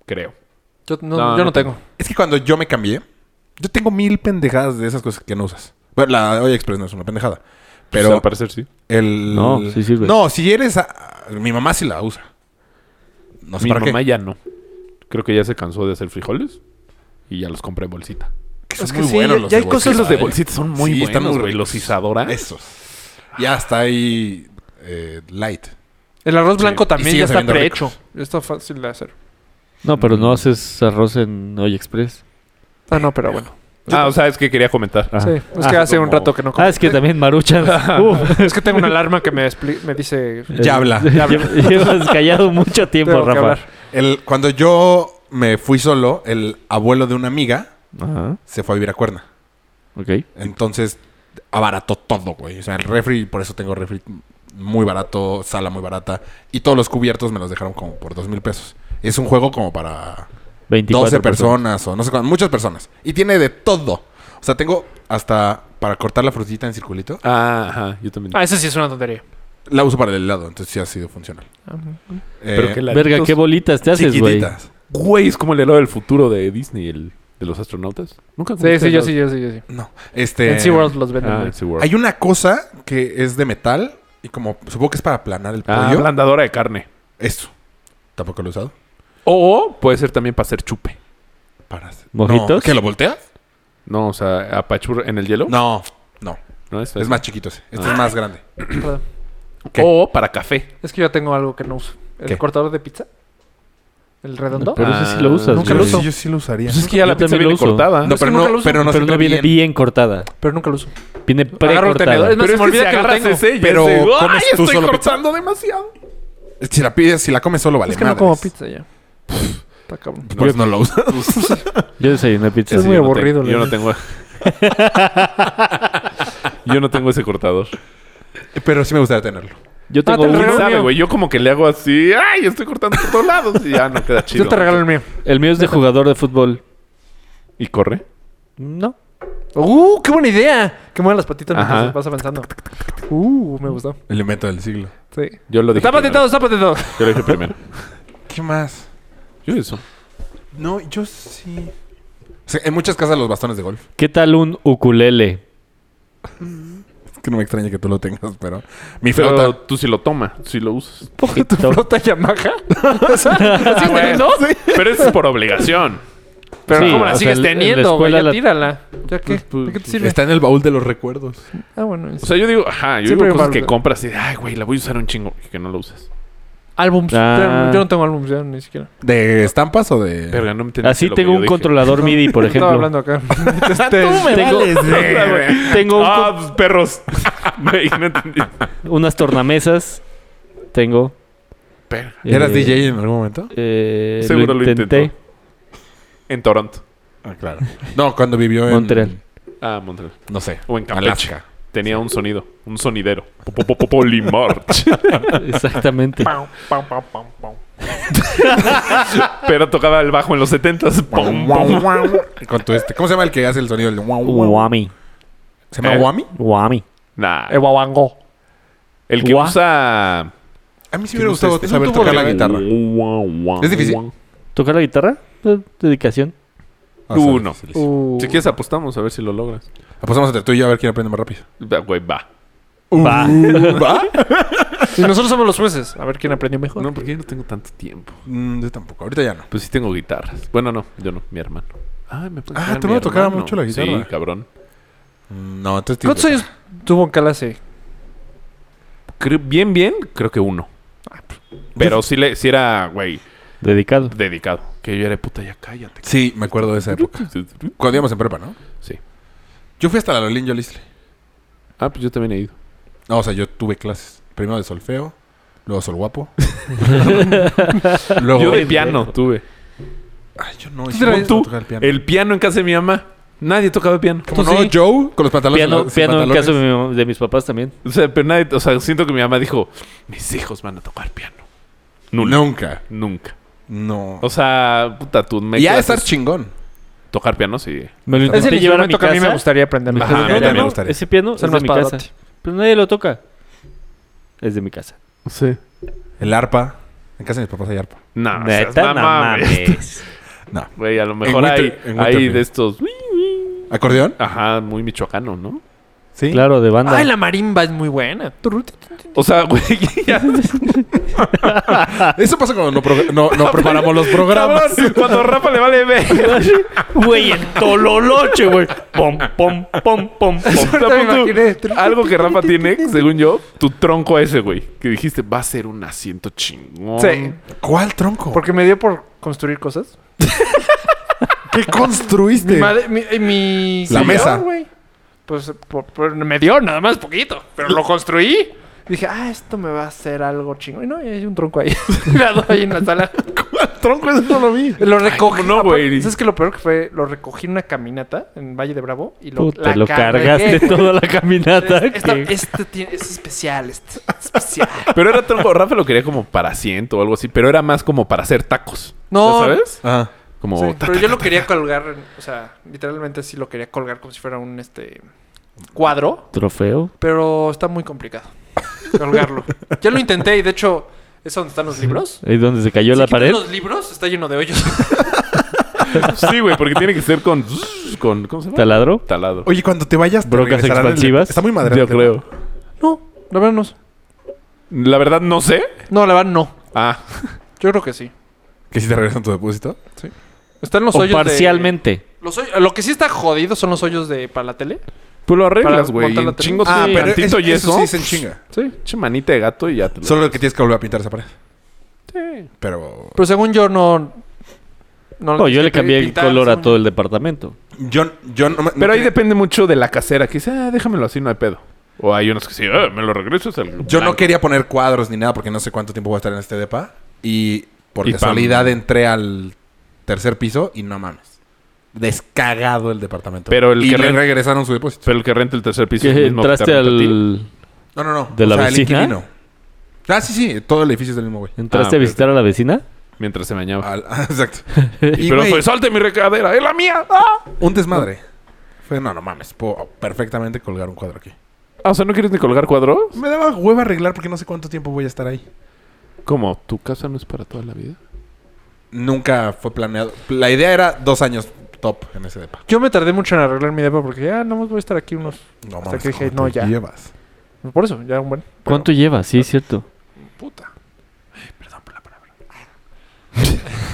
S4: creo.
S6: Yo no,
S4: No,
S6: yo
S4: no
S6: no tengo.
S7: Es que cuando yo me cambié, yo tengo mil pendejadas de esas cosas que no usas. Bueno, la olla express no es una pendejada.
S4: Pero
S7: Pero
S4: al parecer sí.
S7: el...
S8: No, sí sirve.
S7: No, si eres... a- Mi mamá sí la usa. No sé
S4: Mi
S7: para
S4: mamá
S7: <laughs> qué.
S4: ya no. Creo que ya se cansó de hacer frijoles y ya los compré en bolsita.
S7: Que son
S6: Es que
S7: muy
S6: sí,
S7: buenos
S6: ya-
S7: los
S6: ya
S7: de
S6: hay cosas-
S7: bolsita,
S4: Los de
S7: ¿eh?
S4: bolsita son muy
S7: Sí, están
S4: buenos,
S7: muy
S4: güey.
S7: ricos.
S4: Los isadora.
S7: Esos. Ya está ahí eh, light.
S6: El arroz blanco
S7: Y
S6: también
S7: siguen
S6: ya está
S7: sabiendo
S6: prehecho.
S7: ricos.
S6: Ya está fácil de hacer.
S8: No, pero no haces arroz en Olla Express.
S6: Ah, no, pero bueno.
S4: Ah, o sea, es que quería comentar. Ajá.
S6: Sí, es que
S8: Ah,
S6: hace un
S4: como-
S6: rato que no como. <laughs>
S8: Ah, es que también
S4: <laughs>
S8: maruchan.
S6: Es que tengo una alarma que me, expli- me dice...
S7: Ya
S8: <laughs>
S7: habla.
S8: Llevas callado mucho tiempo,
S6: Tengo que
S8: Rafa.
S6: hablar.
S7: El, cuando yo me fui solo, el abuelo de una amiga
S8: Ajá.
S7: se fue a vivir a Cuerna.
S8: Ok.
S7: Entonces, abarató todo, güey. O sea, el refri, por eso tengo refri muy barato, sala muy barata. Y todos los cubiertos me los dejaron como por dos mil pesos. Es un juego como para
S8: 24
S7: 12 personas, o no sé cuántas, muchas personas. Y tiene de todo. O sea, tengo hasta para cortar la frutita en circulito.
S4: Ah, ajá. Yo también.
S6: Ah, esa sí es una tontería.
S7: La uso para el helado, entonces sí ha sido funcional. Eh,
S4: Pero que la...
S8: Verga, qué bolitas te haces, güey.
S7: chiquititas.
S4: Güey, es como el helado del futuro de Disney, el de los astronautas. Nunca
S6: Sí, sí,
S4: comiste
S6: yo
S4: helado?
S6: sí, yo sí, yo sí.
S7: No. Este.
S6: En SeaWorld los venden.
S4: Ah,
S6: güey.
S4: en SeaWorld.
S7: Hay una cosa que es de metal y como supongo que es para aplanar el
S4: Ah,
S7: pollo.
S4: ablandadora de carne.
S7: Eso. Tampoco lo he usado.
S4: O puede ser también para hacer chupe.
S7: Para.
S8: ¿Mojitos?
S7: No. ¿Que lo volteas?
S4: No, o sea, apachur en el hielo.
S7: No. No.
S4: No, es,
S7: Es más chiquito ese. Este es más grande.
S6: Perdón.
S7: ¿Qué?
S4: O para café.
S6: Es que yo tengo algo que no uso. ¿El
S7: ¿Qué?
S6: cortador de pizza? ¿El redondo?
S8: Pero ese sí lo usas.
S6: Nunca
S8: güey.
S6: lo uso.
S7: Yo sí lo usaría.
S4: Pues es que ya
S8: Yo
S4: la pizza
S8: también lo
S4: viene
S8: uso.
S4: cortada.
S7: No,
S6: Es que
S7: pero
S6: nunca
S7: no,
S6: lo uso.
S7: pero no,
S8: Pero
S7: siempre
S8: no viene
S7: bien.
S8: bien cortada.
S6: Pero nunca lo uso.
S8: Viene
S6: Agarro el tenedor.
S8: precortada.
S6: Es más,
S4: Pero
S6: se me
S4: es que si
S6: olvida que lo
S4: agarras
S6: tengo.
S4: ese, ya es
S7: Pero
S4: de,
S7: ¿comes
S4: "Ay,
S7: tú
S4: estoy
S7: solo pizza?"
S4: cortando demasiado.
S7: Si la pides, si la comes solo vale.
S6: Es que no
S7: madres.
S6: como pizza ya. Está cabrón.
S7: Por eso no lo usas.
S4: <laughs>
S8: Yo desayuné pizza.
S4: Ese
S8: <laughs>
S6: muy
S4: yo no
S6: aburrido,
S4: tengo- Yo
S6: la
S4: no tengo... yo no tengo ese cortador.
S7: <laughs>
S6: <laughs>
S7: Pero sí me gustaría tenerlo.
S8: Yo tengo
S6: te lo
S8: uno.
S4: ¿Quién
S6: regalo
S4: sabe,
S6: mío.
S4: güey? Yo como que le hago así... ¡Ay, estoy cortando por todos lados! Y ya no queda chido.
S6: Yo te regalo el mío.
S8: El mío es de jugador de fútbol.
S4: ¿Y corre?
S8: No.
S6: ¡Uh, qué buena idea! Que muevan las patitas mientras
S4: Ajá.
S6: vas avanzando. ¡Uh, me gustó!
S7: El invento del siglo.
S6: Sí.
S4: Yo lo dije
S6: Está
S4: primero.
S6: patentado, está
S7: <laughs>
S6: patentado.
S4: Yo lo dije primero.
S7: ¿Qué más?
S4: Yo eso.
S7: No, yo sí. O sea, en muchas casas los bastones de golf.
S8: ¿Qué tal un ukulele?
S7: Es que no me extraña que tú lo tengas, pero. Mi
S4: Pero
S7: flauta.
S4: tú sí lo tomas, sí lo usas.
S8: Poquito.
S6: ¿Flota
S7: <laughs>
S6: Yamaha?
S7: Ah,
S6: ¿Así teniendo?
S4: Pero eso es por obligación.
S6: Pero
S8: Sí,
S6: ¿cómo
S8: o
S6: la
S8: sea,
S6: sigues
S8: en la
S6: teniendo, güey?
S8: escuela
S6: Ya
S8: la-
S6: tírala. ¿Ya qué?
S8: Pues,
S6: ¿De qué te sirve?
S7: Está en el baúl de los recuerdos.
S6: Ah, bueno.
S4: O sea, yo digo, ajá, yo
S6: Siempre
S4: digo
S6: me
S4: cosas
S6: valgo.
S4: que compras y ay, güey, la voy a usar un chingo y que no lo usas.
S6: Álbums.
S8: Ah.
S6: Pero Yo no tengo álbums ya, ni siquiera.
S7: ¿De estampas o de...?
S4: Verga, no me entendiste
S8: Así
S4: lo que
S8: tengo
S4: yo
S8: un
S4: dije.
S8: controlador MIDI, por
S6: Estaba
S8: ejemplo. <laughs>
S6: hablando acá. Este,
S8: Tengo, tengo un
S4: Ah, pues, perros. <laughs> Güey, no entendí.
S8: con- unas tornamesas. Tengo.
S7: Ah. ¿Eras
S8: Eh,
S7: DJ en algún momento?
S8: eh,
S4: Seguro lo
S8: lo intenté.
S4: intentó. En Toronto.
S7: Ah, claro. No, cuando vivió en...
S8: Montreal.
S4: Ah, Montreal.
S7: No sé.
S4: O en Campeche.
S7: Alaska.
S4: Tenía un sonido. Un sonidero. Po- po- po- Polymarch.
S8: <laughs> Exactamente.
S6: pam, pam, pam, pam, pam.
S4: <laughs> Pero tocaba el bajo en los 70s. Pum, pum.
S7: Con tu este. ¿Cómo se llama el que hace el sonido? El de guau, guau?
S8: Wami.
S7: ¿Se llama
S4: Eh.
S7: Wami?
S8: Wami.
S4: Nah.
S6: El guaguangó.
S4: El que
S8: Gua-
S4: usa... este.
S7: A mí sí me hubiera gustado saber tocar la guitarra. ¿Es difícil?
S8: ¿Tocar la guitarra? Eh, Dedicación.
S7: Ah,
S4: Tú no.
S6: Uh,
S4: Si quieres apostamos a ver si lo logras.
S7: Apostamos entre tú y yo a ver quién aprende más rápido.
S4: Va, Güey, va.
S8: Va.
S7: ¿Va?
S6: y nosotros somos los jueces. A ver quién aprendió mejor.
S4: No, porque yo no tengo tanto tiempo.
S7: Mm, yo tampoco. Ahorita ya no.
S4: Pues sí tengo guitarras. Bueno, no. Yo no. Mi hermano. Ay, me puede
S7: Ah,
S4: tocar
S7: tu
S4: mi
S7: hermano tocaba
S4: hermano.
S7: mucho la guitarra.
S4: Sí, cabrón.
S7: Mm, No, entonces...
S6: ¿Cuántos años tuvo en Calase?
S4: Creo- bien, bien, creo que uno.
S7: Ah, pues,
S4: Pero sí, le, sí era, güey,
S8: Dedicado.
S4: dedicado. Que yo era puta, ya cállate.
S7: Sí, me acuerdo de esa época. Cuando íbamos en prepa, ¿no?
S4: Sí.
S7: Yo fui hasta la Lolín Yolisle.
S4: Ah, pues yo también he ido.
S7: No, o sea, yo tuve clases. Primero de solfeo, luego sol guapo. <laughs> luego...
S4: Yo de piano tuve.
S7: Ay, yo no.
S6: te la-
S7: tú?
S4: El piano en casa de mi mamá. Nadie tocaba piano.
S7: ¿Cómo no? Joe con los pantalones.
S8: Piano,
S7: sin
S8: piano en
S7: pantalones.
S8: caso de, mi mam- de mis papás también.
S4: O sea, pero nadie, o sea, siento que mi mamá dijo, mis hijos van a tocar piano. Nunca.
S7: Nunca.
S4: Nunca.
S7: No.
S4: O sea, puta, tú me
S7: y ha de
S4: clases-
S7: estar chingón.
S4: tocar piano, sí.
S8: Me lo
S6: Es el
S8: intenté llevar a mi
S6: instrumento que
S8: casa.
S6: a mí me gustaría aprender.
S4: Ajá, a mí
S8: No, no,
S4: también me
S8: no,
S7: gustaría.
S8: Ese piano
S6: Ah, Es
S8: es,
S6: el
S8: de
S6: más
S8: mi
S6: padrote.
S8: casa. Pero nadie lo toca. Es de mi casa.
S4: Sí.
S7: El arpa. En casa de mis papás hay arpa.
S4: No, o
S8: Neta, no
S4: sea,
S8: mames.
S7: No.
S4: <laughs> Güey, a lo mejor hay,
S7: Winter- en
S4: hay
S7: Winterfield.
S4: de estos.
S7: ¿Acordeón?
S4: Ajá, muy michoacano, ¿no?
S7: Sí.
S8: Claro, de banda.
S6: Ay, la marimba es muy buena.
S4: O sea, güey, <laughs>
S7: <laughs>
S4: ya
S7: Eso pasa cuando no, pro- no, no preparamos los programas.
S4: Cabrón, cuando Rafa le
S6: <laughs>
S4: vale ver.
S8: Güey, en Tololoche, güey. Pom, pom, pom, pom, pom.
S4: Algo que Rafa tiene, según yo, tu tronco ese, güey. Que dijiste, va a ser un asiento chingón. <laughs>
S6: Sí.
S7: ¿Cuál tronco?
S6: Porque me dio por construir cosas.
S7: ¿Qué construiste?
S6: Mi madre, mi, eh, mi
S7: La
S6: señor,
S7: mesa.
S6: güey, Pues por- por- me dio nada más poquito, pero lo construí. Dije, ah, esto me va a hacer algo chingo. Y no, y hay un tronco <laughs> ahí. Cuidado ahí en la sala.
S7: tronco eso no lo vi.
S6: <laughs> Lo recogí.
S4: ¿cómo no, güey?
S6: Aparte, ¿Sabes qué? Lo peor que fue, lo recogí en una caminata en Valle de Bravo y lo,
S8: Puta,
S6: la
S8: lo
S6: cargué.
S8: cargaste
S6: <laughs>
S8: toda la caminata.
S6: Es- esta-
S8: que-
S6: este tiene- es especial, este. es
S4: <laughs>
S6: especial.
S4: Pero era tronco. Rafa lo quería como para asiento o algo así, pero era más como para hacer tacos.
S6: No.
S4: ¿Ya ¿Sabes?
S7: Ah.
S4: Como.
S6: Sí,
S4: ta-
S6: pero yo lo quería colgar, en- o sea, literalmente sí lo quería colgar como si fuera un este cuadro.
S8: Trofeo.
S6: Pero está muy complicado
S4: <laughs>
S6: colgarlo. ya lo intenté y de hecho, ¿es donde están los libros?
S8: Ahí donde se cayó
S6: Si
S8: la
S6: quitas
S8: pared.
S6: los libros está lleno de
S4: <laughs>
S6: hoyos.
S4: Sí, güey, porque tiene que ser con. con ¿Cómo se llama?
S8: Taladro.
S4: Talado.
S7: Oye, cuando te vayas, te
S8: Brocas
S7: regresarán el-
S8: expansivas.
S7: Está muy madre.
S4: Yo creo.
S6: no, la verdad no. sé.
S4: La verdad, no sé.
S6: No, la verdad no.
S4: Ah,
S6: Yo creo que sí.
S7: ¿Que si te regresan tu depósito?
S6: Están los
S8: O
S6: hoyos de-
S8: parcialmente.
S6: los hoy- Lo que sí está jodido son los hoyos de para la tele.
S4: pues lo arreglas,
S6: Para
S4: güey.
S6: montar la
S4: en
S6: tele.
S4: Chingo
S7: Ah,
S4: sí,
S7: pero es,
S4: tantito yeso.
S7: eso sí se enchinga.
S4: Sí, che manita de gato y ya te lo-
S7: Solo que tienes que volver a pintar esa pared.
S4: Sí.
S7: Pero
S6: Pero según yo no... No,
S8: No, yo le cambié el color a todo
S6: el...
S8: el departamento.
S7: yo, yo no me... no
S4: Pero ahí
S7: cre-
S4: depende mucho de la casera. Que dice, ah, déjamelo así, no hay pedo. O hay unos que sí, "Ah, me lo regresas al.
S7: Yo no
S4: blanco".
S7: quería poner cuadros ni nada porque no sé cuánto tiempo voy a estar en este depa. Y por
S4: Y pam.
S7: casualidad entré al tercer piso y no mames. Descagado el departamento.
S4: Pero el
S7: y
S4: que re-
S7: le regresaron su depósito.
S4: Pero el que renta el tercer piso. es el
S8: Que
S4: mismo que
S8: entraste
S4: te renta a ti.
S8: al.
S7: No, no, no.
S8: ¿De la
S7: el
S8: vecina?
S7: inquilino. Ah, sí, sí. Todo el edificio es del mismo güey.
S8: ¿Entraste
S4: Ah,
S8: a visitar a la vecina?
S4: Mientras se bañaba.
S7: Al- <laughs> ah,
S4: <laughs>
S7: exacto.
S4: Y
S7: Y,
S4: pero
S7: güey,
S4: fue, salte mi recadera, es la mía. ¡Ah!
S7: un desmadre. Fue, no, no mames. Puedo perfectamente colgar un cuadro aquí.
S4: Ah, o sea, ¿no quieres ni colgar cuadros?
S7: Me daba hueva arreglar porque no sé cuánto tiempo voy a estar ahí.
S4: ¿Cómo? ¿Tu casa no es para toda la vida?
S7: Nunca fue planeado. La idea era dos años top en ese depa.
S6: Yo me tardé mucho en arreglar mi depa porque ya no más voy a estar aquí unos...
S7: No
S6: Hasta
S7: mames,
S6: que dije,
S7: ¿cómo
S6: no,
S7: te
S6: ya.
S7: llevas?
S6: Por eso, ya
S8: <laughs>
S6: un buen... pero-
S8: ¿Cuánto lleva? Sí, es cierto.
S6: Puta. Ay, Perdón por la palabra.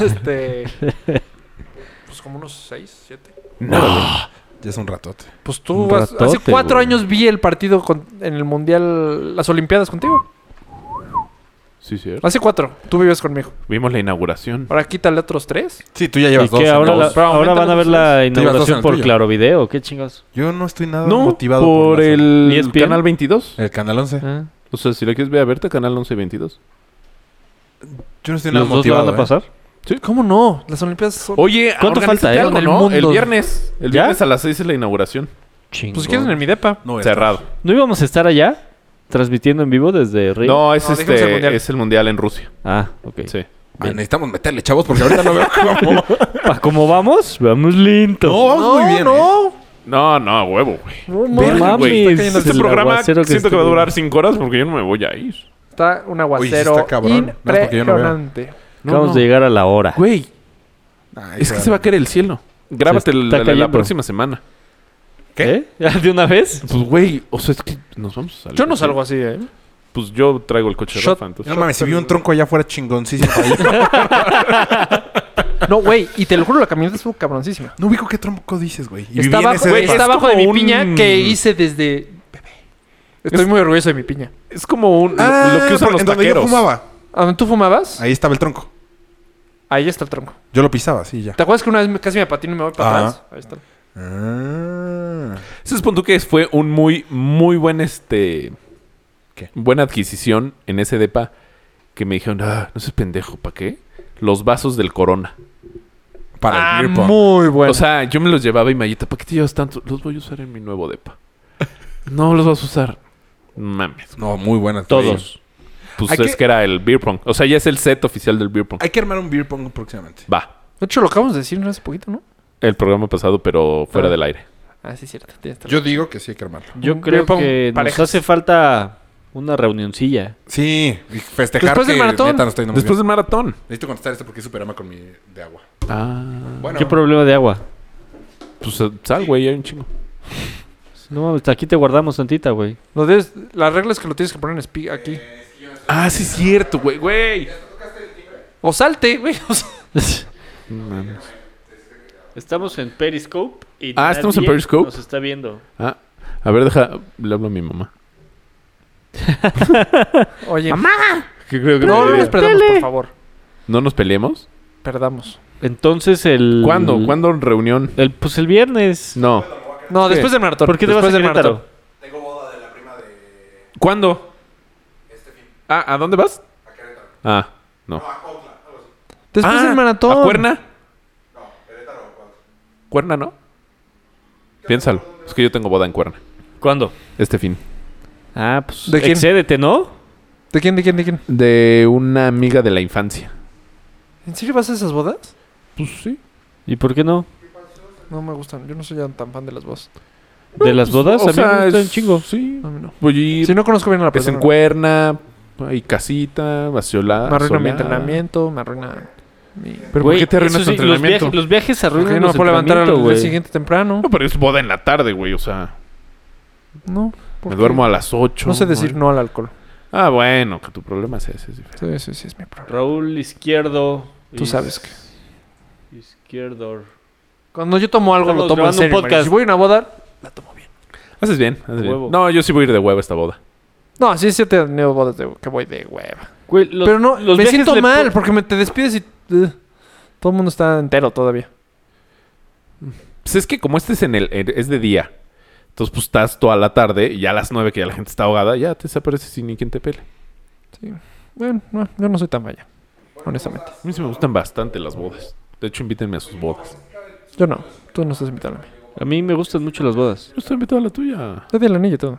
S6: este. Pues como unos 6, 7.
S7: Ya es un ratote.
S6: Pues tú.
S8: Un
S6: has- hace
S8: ratote,
S6: cuatro
S8: güey.
S6: años vi el partido con- en el Mundial, las Olimpiadas contigo.
S4: Sí, cierto.
S6: Hace cuatro. Tú vives conmigo.
S4: Vimos la inauguración.
S6: Ahora quítale otros tres.
S9: Sí, tú ya
S8: ¿Y
S9: llevas dos.
S8: qué? Ahora, la-
S9: amigos.
S6: Pero
S8: ahora van a ver la
S7: dos en el
S8: inauguración por
S7: tuyo.
S8: Claro Video. ¿Qué chingados?
S9: Yo no estoy nada
S4: No, Ah, por,
S9: motivado por, la serie.
S4: el
S8: ESPN.
S4: canal 22.
S9: El canal 11.
S8: Ah,
S4: O sea, si lo quieres ver a verte, canal 11 y 22.
S9: Yo no estoy nada
S8: ¿Los dos la
S9: motivado.
S8: van a
S9: ¿eh?
S8: pasar?
S6: ¿Cómo no? Las Olimpiadas son.
S4: Oye,
S8: ¿Cuánto
S4: organízate
S8: falta, eh?
S4: algo,
S6: En el
S4: ¿no?
S6: mundo.
S4: El viernes. El
S8: ¿Ya?
S4: viernes a las 6 es la inauguración.
S8: Chingo.
S6: Pues si quieres en mi depa.
S9: No voy a estar.
S4: Cerrado.
S8: ¿No íbamos a estar allá? Transmitiendo en vivo desde Río.
S4: No, es
S6: No, dejemos el
S4: este
S6: mundial.
S4: es el mundial en Rusia.
S8: Ah, ok.
S4: Sí.
S7: Ah, necesitamos meterle, chavos, porque
S4: <laughs>
S7: ahorita no veo cómo.
S8: Pa- Ah, ¿Cómo vamos? Vamos lento.
S9: No, vamos muy bien. ¿eh?
S4: No, no, a huevo, güey.
S8: No
S4: Verga,
S8: mames,
S4: güey. Este
S8: el
S4: programa
S8: aguacero
S4: siento que va a
S8: estuvo.
S4: durar 5 horas porque yo no me voy a ir.
S6: Está un
S9: Oye, sí
S6: aguacero
S9: está cabrón. No, es porque yo no veo.
S6: impresionante.
S8: Acabamos de llegar a la hora.
S4: Güey,
S7: Ay,
S4: es que se va a caer el cielo.
S8: Se está
S4: Grábate el- la, la- la
S8: cayendo.
S4: próxima semana.
S8: ¿Qué? ¿Eh? <laughs> ¿De una vez?
S4: Pues, güey, o sea, es que nos vamos a salir.
S6: Yo no salgo así, ¿eh?
S4: Pues yo traigo el coche de
S6: Shot.
S4: Rafa, entonces.
S9: No mames, si vi un tronco allá afuera chingoncísimo.
S4: <laughs>
S9: ahí.
S6: No, güey. Y te lo juro, la camioneta estuvo cabroncísima.
S9: no ubico qué tronco dices, güey. Y
S6: Está
S9: viví en
S6: abajo,
S9: ese
S6: güey,
S9: depa.
S6: está abajo de
S4: como
S6: mi
S4: un-
S6: piña que hice desde bebé. Estoy muy orgulloso de mi piña.
S4: Es como un, lo-
S9: Ah,
S4: lo, que usan
S9: por-
S4: los
S9: en donde yo
S4: taqueros.
S9: fumaba.
S6: ¿A dónde tú fumabas? Ahí.
S9: Ahí estaba el tronco.
S6: está el tronco.
S9: Yo lo pisaba, sí, ya.
S6: ¿Te acuerdas que una vez me- casi me patino y me voy para
S9: Ajá.
S6: atrás? Ahí está.
S9: Ah.
S4: Ese es punto que fue un muy, muy buen este.
S9: ¿Qué?
S4: Buena adquisición en ese depa que me dijeron, ah, no seas pendejo, ¿para qué? Los vasos del corona.
S9: Para
S6: Ah,
S9: el beer pong.
S6: muy bueno.
S4: O sea, yo me los llevaba y Mayita, ¿para qué te llevas tanto? Los voy a usar en mi nuevo
S9: <laughs>
S4: depa. no los vas a usar. Mames.
S7: No, muy buena.
S4: Todos. Pues
S9: Hay
S4: es
S9: que-
S4: que... era el beer pong. O sea, ya es el set oficial del beer pong.
S9: Hay que armar un beer pong próximamente.
S4: Va.
S6: de hecho, lo acabamos de decir hace poquito, ¿no?
S4: El programa pasado, pero fuera
S6: Ah.
S4: del aire.
S6: Ah, sí, es cierto. tienes
S7: Yo
S6: razón.
S7: digo que sí hay que armarlo.
S8: Yo
S6: Un
S8: creo
S6: beer pong
S8: que nos
S6: parejas.
S8: hace falta una reunioncilla.
S7: Sí, y festejar
S6: Después del
S7: que
S6: maratón.
S7: neta no estoy nomás
S4: Después
S7: bien.
S4: del maratón.
S7: Necesito contestar esto porque es superama con mi de agua.
S4: Ah.
S7: Bueno,
S8: ¿Qué problema de agua?
S4: Pues eh, sal, güey, hay un chingo.
S8: No, mames, aquí te guardamos tantita, güey.
S6: Lo debes- la regla es que lo tienes que poner en speak aquí.
S4: Ah, sí, es cierto, güey, güey.
S6: O salte, güey. <laughs> o sea,
S8: Estamos en Periscope. Y
S4: Ah, ¿estamos en
S8: nadie
S4: Periscope?
S8: Nos está viendo.
S4: Ah, a ver, deja. Le hablo a mi mamá.
S6: Oye,
S4: Que creo que
S6: no,
S4: me
S6: no nos
S4: diría.
S6: perdamos, por favor.
S4: ¿No nos peleemos.
S6: Perdamos.
S8: Entonces el...
S4: ¿Cuándo? ¿Cuándo reunión?
S8: El, pues el viernes.
S4: No.
S6: No,
S4: ¿Qué?
S6: después del maratón.
S8: ¿Por qué te vas
S6: después
S8: a
S6: del maratón.
S8: Querétaro?
S4: ¿Cuándo? Ah, ¿a dónde vas? Ah, no.
S6: Después
S4: Ah,
S6: del maratón.
S4: ¿A Cuerna? No, Cuerna no. Piénsalo. Es que yo tengo boda en Cuerna.
S8: ¿Cuándo?
S4: Este fin.
S8: Ah, pues
S6: ¿De quién?
S8: excédete, ¿no?
S6: ¿De quién, de quién, de quién?
S4: De una amiga de la infancia.
S6: ¿En serio vas a esas bodas?
S4: Pues sí.
S8: ¿Y por qué no?
S6: No me gustan. Yo no soy ya tan fan de las bodas.
S8: ¿De las bodas?
S4: pues, o
S8: a mí me
S4: sea,
S8: gustan
S4: es-
S8: un chingo.
S4: Sí.
S6: No, a mí no.
S4: Voy a ir.
S6: Si no conozco bien a la
S4: Pues, es
S6: persona.
S4: en Cuerna. Hay casita, vaciolada.
S6: me arruina mi
S4: soleada.
S6: entrenamiento, me arruina mi...
S4: ¿Pero por
S8: Güey,
S4: qué te arruinas
S8: eso
S4: tu
S8: sí, los
S4: entrenamiento?
S8: viajes- Los viajes,
S6: ¿Por qué
S8: arruinan
S6: no me
S8: los
S6: puedo levantar al
S8: entrenamientos,
S6: día
S8: güey.
S6: siguiente temprano?
S4: No, pero es boda en la tarde, güey. O sea,
S6: No.
S4: me duermo a las 8.
S6: No sé decir no al alcohol.
S4: Ah, bueno, que tu problema es ese. Es diferente.
S6: Sí, sí, sí, es mi problema.
S8: Raúl Izquierdo.
S6: Tú
S8: Iz-
S6: sabes que...
S8: Izquierdo.
S6: Cuando yo tomo algo,
S8: Estamos
S6: lo tomo en
S8: grabando un
S6: serio. Mario.
S8: podcast.
S6: Si voy a una boda, la tomo bien.
S4: Haces bien, haces bien.
S8: Huevo.
S4: No, yo sí voy a ir de huevo a esta boda.
S6: No, sí, sí he tenido bodas de- que voy de hueva.
S8: Güey, los-
S6: Pero no,
S8: los
S6: me
S8: viajes
S6: siento
S8: le pu-
S6: mal porque me te despides y... eh, todo el mundo está entero todavía.
S4: Pues es que como este es en el en- es de día. Entonces pues estás toda la tarde y ya a las 9 que ya la gente está ahogada, ya te desapareces sin ni quien te pele.
S6: Bueno, no, yo no soy tan vaya. Honestamente.
S4: A mí sí me gustan bastante las bodas. De hecho, invítenme a sus bodas.
S6: Yo no. Tú no estás invitado a mí.
S8: A mí me gustan mucho las bodas.
S4: Yo estoy invitado a la tuya.
S6: Te di el anillo y todo.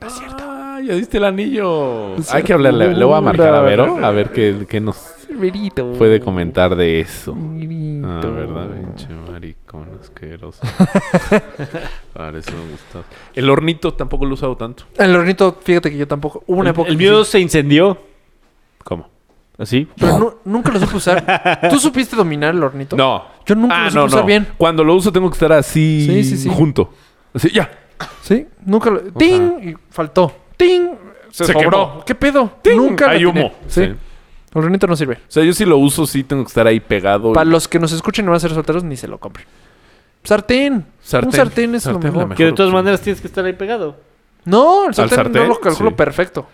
S4: Es cierto. Ah, ya diste el anillo.
S6: Es
S4: Hay que hablarle. Le voy a marcar a Vero a ver qué, qué nos
S6: Verito.
S4: puede comentar de eso. Ah,
S6: Verito.
S4: verdad, pinche maricón <laughs> asqueroso. Ah, Parece un gustazo. El hornito tampoco lo he usado tanto.
S6: El hornito, fíjate que yo tampoco. Hubo una
S8: El-
S6: época.
S8: el
S6: que
S8: mío
S6: sí,
S8: se incendió.
S4: ¿Cómo?
S8: ¿Así?
S6: pero no- nunca lo supe
S4: <laughs>
S6: usar. ¿Tú supiste dominar el hornito?
S4: Ah, No.
S6: Yo nunca lo supe usar bien.
S4: Cuando lo uso tengo que estar así
S6: Sí, sí, sí.
S4: junto. Así, ya.
S6: Sí, nunca lo. ¡Ting! Y faltó. ¡Ting! Se,
S4: Se
S6: sobró.
S4: quemó.
S6: ¿Qué pedo?
S4: ¡Ting!
S6: Nunca la
S4: Hay
S6: atiné.
S4: humo.
S6: Sí.
S4: Sí.
S6: El hornito no sirve.
S4: O sea, yo si lo uso sí tengo que estar ahí pegado.
S6: Para los que nos escuchen y van a ser solteros, ni se lo compren. Sartén. Un sartén es lo
S4: Sartén,
S6: mejor.
S4: la
S8: Que de todas
S4: opción.
S8: maneras tienes que estar ahí pegado.
S6: No, el sartén,
S4: sartén?
S6: no lo calculo
S4: Sí.
S6: perfecto.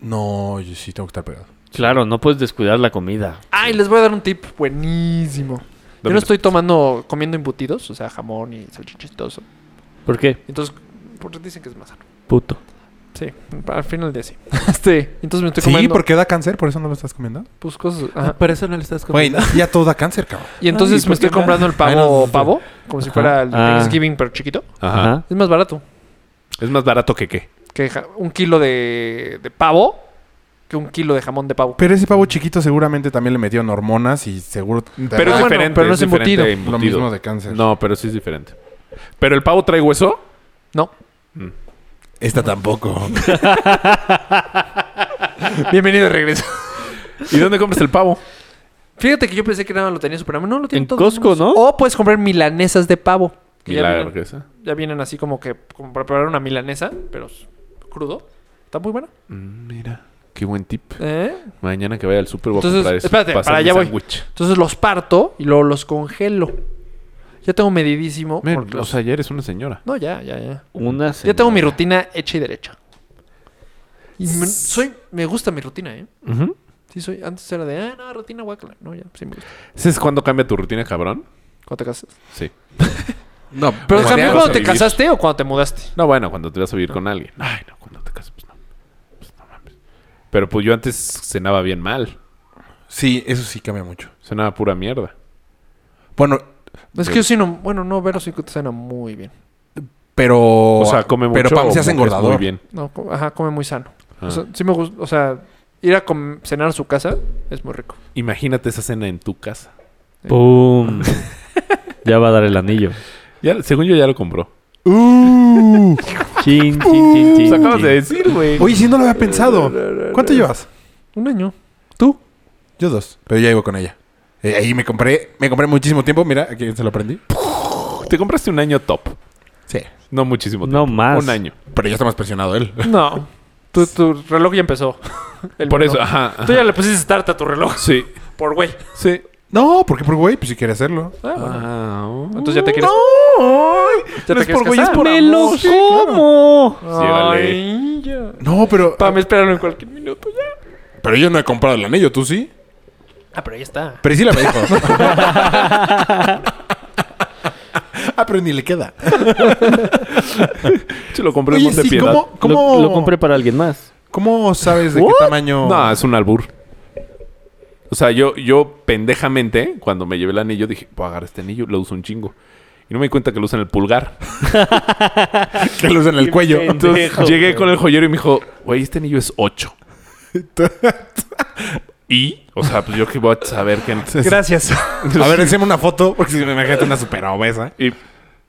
S9: No, yo sí tengo que estar pegado.
S8: Claro, no puedes descuidar la comida.
S6: Ay, les voy a dar un tip buenísimo. Yo no estoy tomando, comiendo embutidos, o sea, jamón y salchichas y todo eso.
S8: ¿Por qué?
S6: Entonces, porque dicen que es más sano.
S8: Puto.
S6: Sí, al final de sí. Este, entonces me estoy
S7: Sí,
S6: comiendo
S7: porque da cáncer, por eso no lo estás comiendo.
S6: pues, cosas. ajá.
S4: Por eso no le estás
S7: Güey, ya todo da cáncer, cabrón.
S6: Y entonces
S4: ¿por
S6: me estoy
S4: qué?
S6: comprando el
S7: Ay, no,
S6: pavo
S7: no, no.
S6: pavo, como si fuera el de
S8: Ah.
S6: Thanksgiving, pero chiquito.
S4: Ajá.
S8: Ajá.
S6: Es más barato
S4: Es más barato que qué.
S6: que ja- un kilo de, de pavo que un kilo de jamón de pavo.
S7: Pero ese pavo chiquito seguramente también le metieron hormonas y seguro... te
S4: Pero
S7: da
S4: es
S6: bueno,
S4: diferente.
S6: pero no es
S4: diferente
S6: embutido.
S7: Lo
S4: embutido.
S7: mismo de cáncer.
S4: No, pero sí es diferente. ¿Pero el pavo trae hueso?
S6: No.
S7: Esta tampoco.
S6: Bienvenido de regreso.
S4: ¿Y dónde compras el pavo?
S6: Fíjate que yo pensé que nada más lo tenía Superama. No, lo tiene
S8: En Costco, ¿no?
S6: O puedes comprar milanesas de pavo. Que <laughs> ya,
S4: Milagro que
S6: vienen,
S4: esa.
S6: ya vienen así como que como para preparar una milanesa, pero s- crudo. Está muy bueno.
S4: Mm, Mira, qué buen tip.
S6: <laughs> ¿Eh?
S4: Mañana que vaya al súper voy a
S6: Entonces,
S4: comprar eso.
S6: espérate,
S4: Pasar
S6: para
S4: mi
S6: allá voy.
S4: sándwich.
S6: Entonces los parto y luego los congelo. Ya tengo medidísimo.
S4: Men,
S6: porque
S4: o
S6: los-
S4: sea, ya eres una señora.
S6: No, ya, ya, ya.
S8: Una
S6: Ya tengo mi
S8: señora.
S6: rutina hecha y derecha. Y me, soy, me gusta mi rutina, ¿eh?
S4: Ujú.
S6: Sí, soy. Antes era de, ah, no, rutina guacala. No, ya, sí me gusta.
S4: ¿Sabes cuándo cambia tu rutina, cabrón?
S6: Cuando te casas.
S4: Sí.
S10: No,
S6: ¿Pero cambió
S4: Cuando te vas
S6: cuando
S4: a
S6: te
S4: vivir.
S6: casaste o cuando te mudaste?
S4: No, bueno, cuando te vas a vivir con alguien. Ay, no, cuando te casas, pues no. Pues no mames. Pero pues yo antes cenaba bien mal.
S7: Sí, eso sí cambia mucho.
S4: Cenaba pura mierda.
S7: Bueno,
S6: Es que yo sí no. Bueno, no, Vero sí que te cena muy bien.
S7: pero...
S4: O sea, come mucho.
S7: Oh, Pero Pam se hace
S4: o mujeres
S7: engordador.
S4: Muy bien.
S6: No, co- ajá, come muy sano.
S4: Ah.
S6: O sea, sí me gusta. O sea, ir a com- cenar a su casa es muy rico.
S4: Imagínate esa cena en tu casa.
S8: ¡Pum!
S6: <laughs>
S8: ya va a dar el anillo.
S4: Ya, según yo ya lo compró.
S8: Chin, chin, chin, chin.
S4: Pues acabas
S8: chin.
S4: de decir, güey.
S7: ¡Uh! Oye, sí, no lo había pensado. ¿Cuánto llevas?
S6: Un año.
S7: Yo dos. Pero ya vivo con ella. Eh, ahí me compré... Me compré muchísimo tiempo. Mira, aquí se lo aprendí.
S4: Te compraste un año top.
S7: Sí.
S4: No muchísimo tiempo.
S8: No más.
S4: Un año.
S7: Pero ya está más presionado él.
S6: No. <laughs> Tu, tu reloj ya
S4: <laughs>
S6: empezó. El
S4: Por
S6: mío
S4: eso,
S6: no.
S4: ajá. ajá.
S6: Tú ya le pusiste start a tu reloj.
S4: Sí,
S6: Por güey.
S4: sí.
S7: No, porque por güey, pues si quiere hacerlo.
S6: Ah, bueno.
S4: Ah, oh.
S6: Entonces ya te quieres. Ya
S4: no
S6: te
S4: es
S6: quieres
S4: por güey, es
S6: casar.
S4: por
S8: ¡Me lo
S4: amor.
S8: como!
S4: Llégale.
S6: Ay, ya.
S7: No, pero... ah,
S6: Pam, espéralo en cualquier minuto ya.
S10: Pero yo no he comprado el anillo, ¿tú sí?
S6: Ah, pero ahí está.
S7: Pero sí la me dijo. ah, pero ni le queda.
S4: Se lo compré en
S7: Oye,
S4: Monte
S7: sí,
S4: Piedad.
S7: ¿cómo, cómo,
S8: Lo, lo compré para alguien más.
S7: ¿Cómo sabes de qué tamaño?
S4: No, es un albur. O sea, yo, yo pendejamente, cuando me llevé el anillo, dije, voy a agarrar este anillo, lo uso un chingo. Y no me di cuenta que lo usan en el pulgar.
S7: que luz en el cuello.
S4: Entonces llegué con el joyero y me dijo, güey, este anillo es
S7: <laughs>
S4: 8. y, o sea, pues yo que voy a saber que...
S6: Gracias.
S7: <laughs> A ver, enséñame una foto, porque si me imagínate una super obesa.
S4: Y,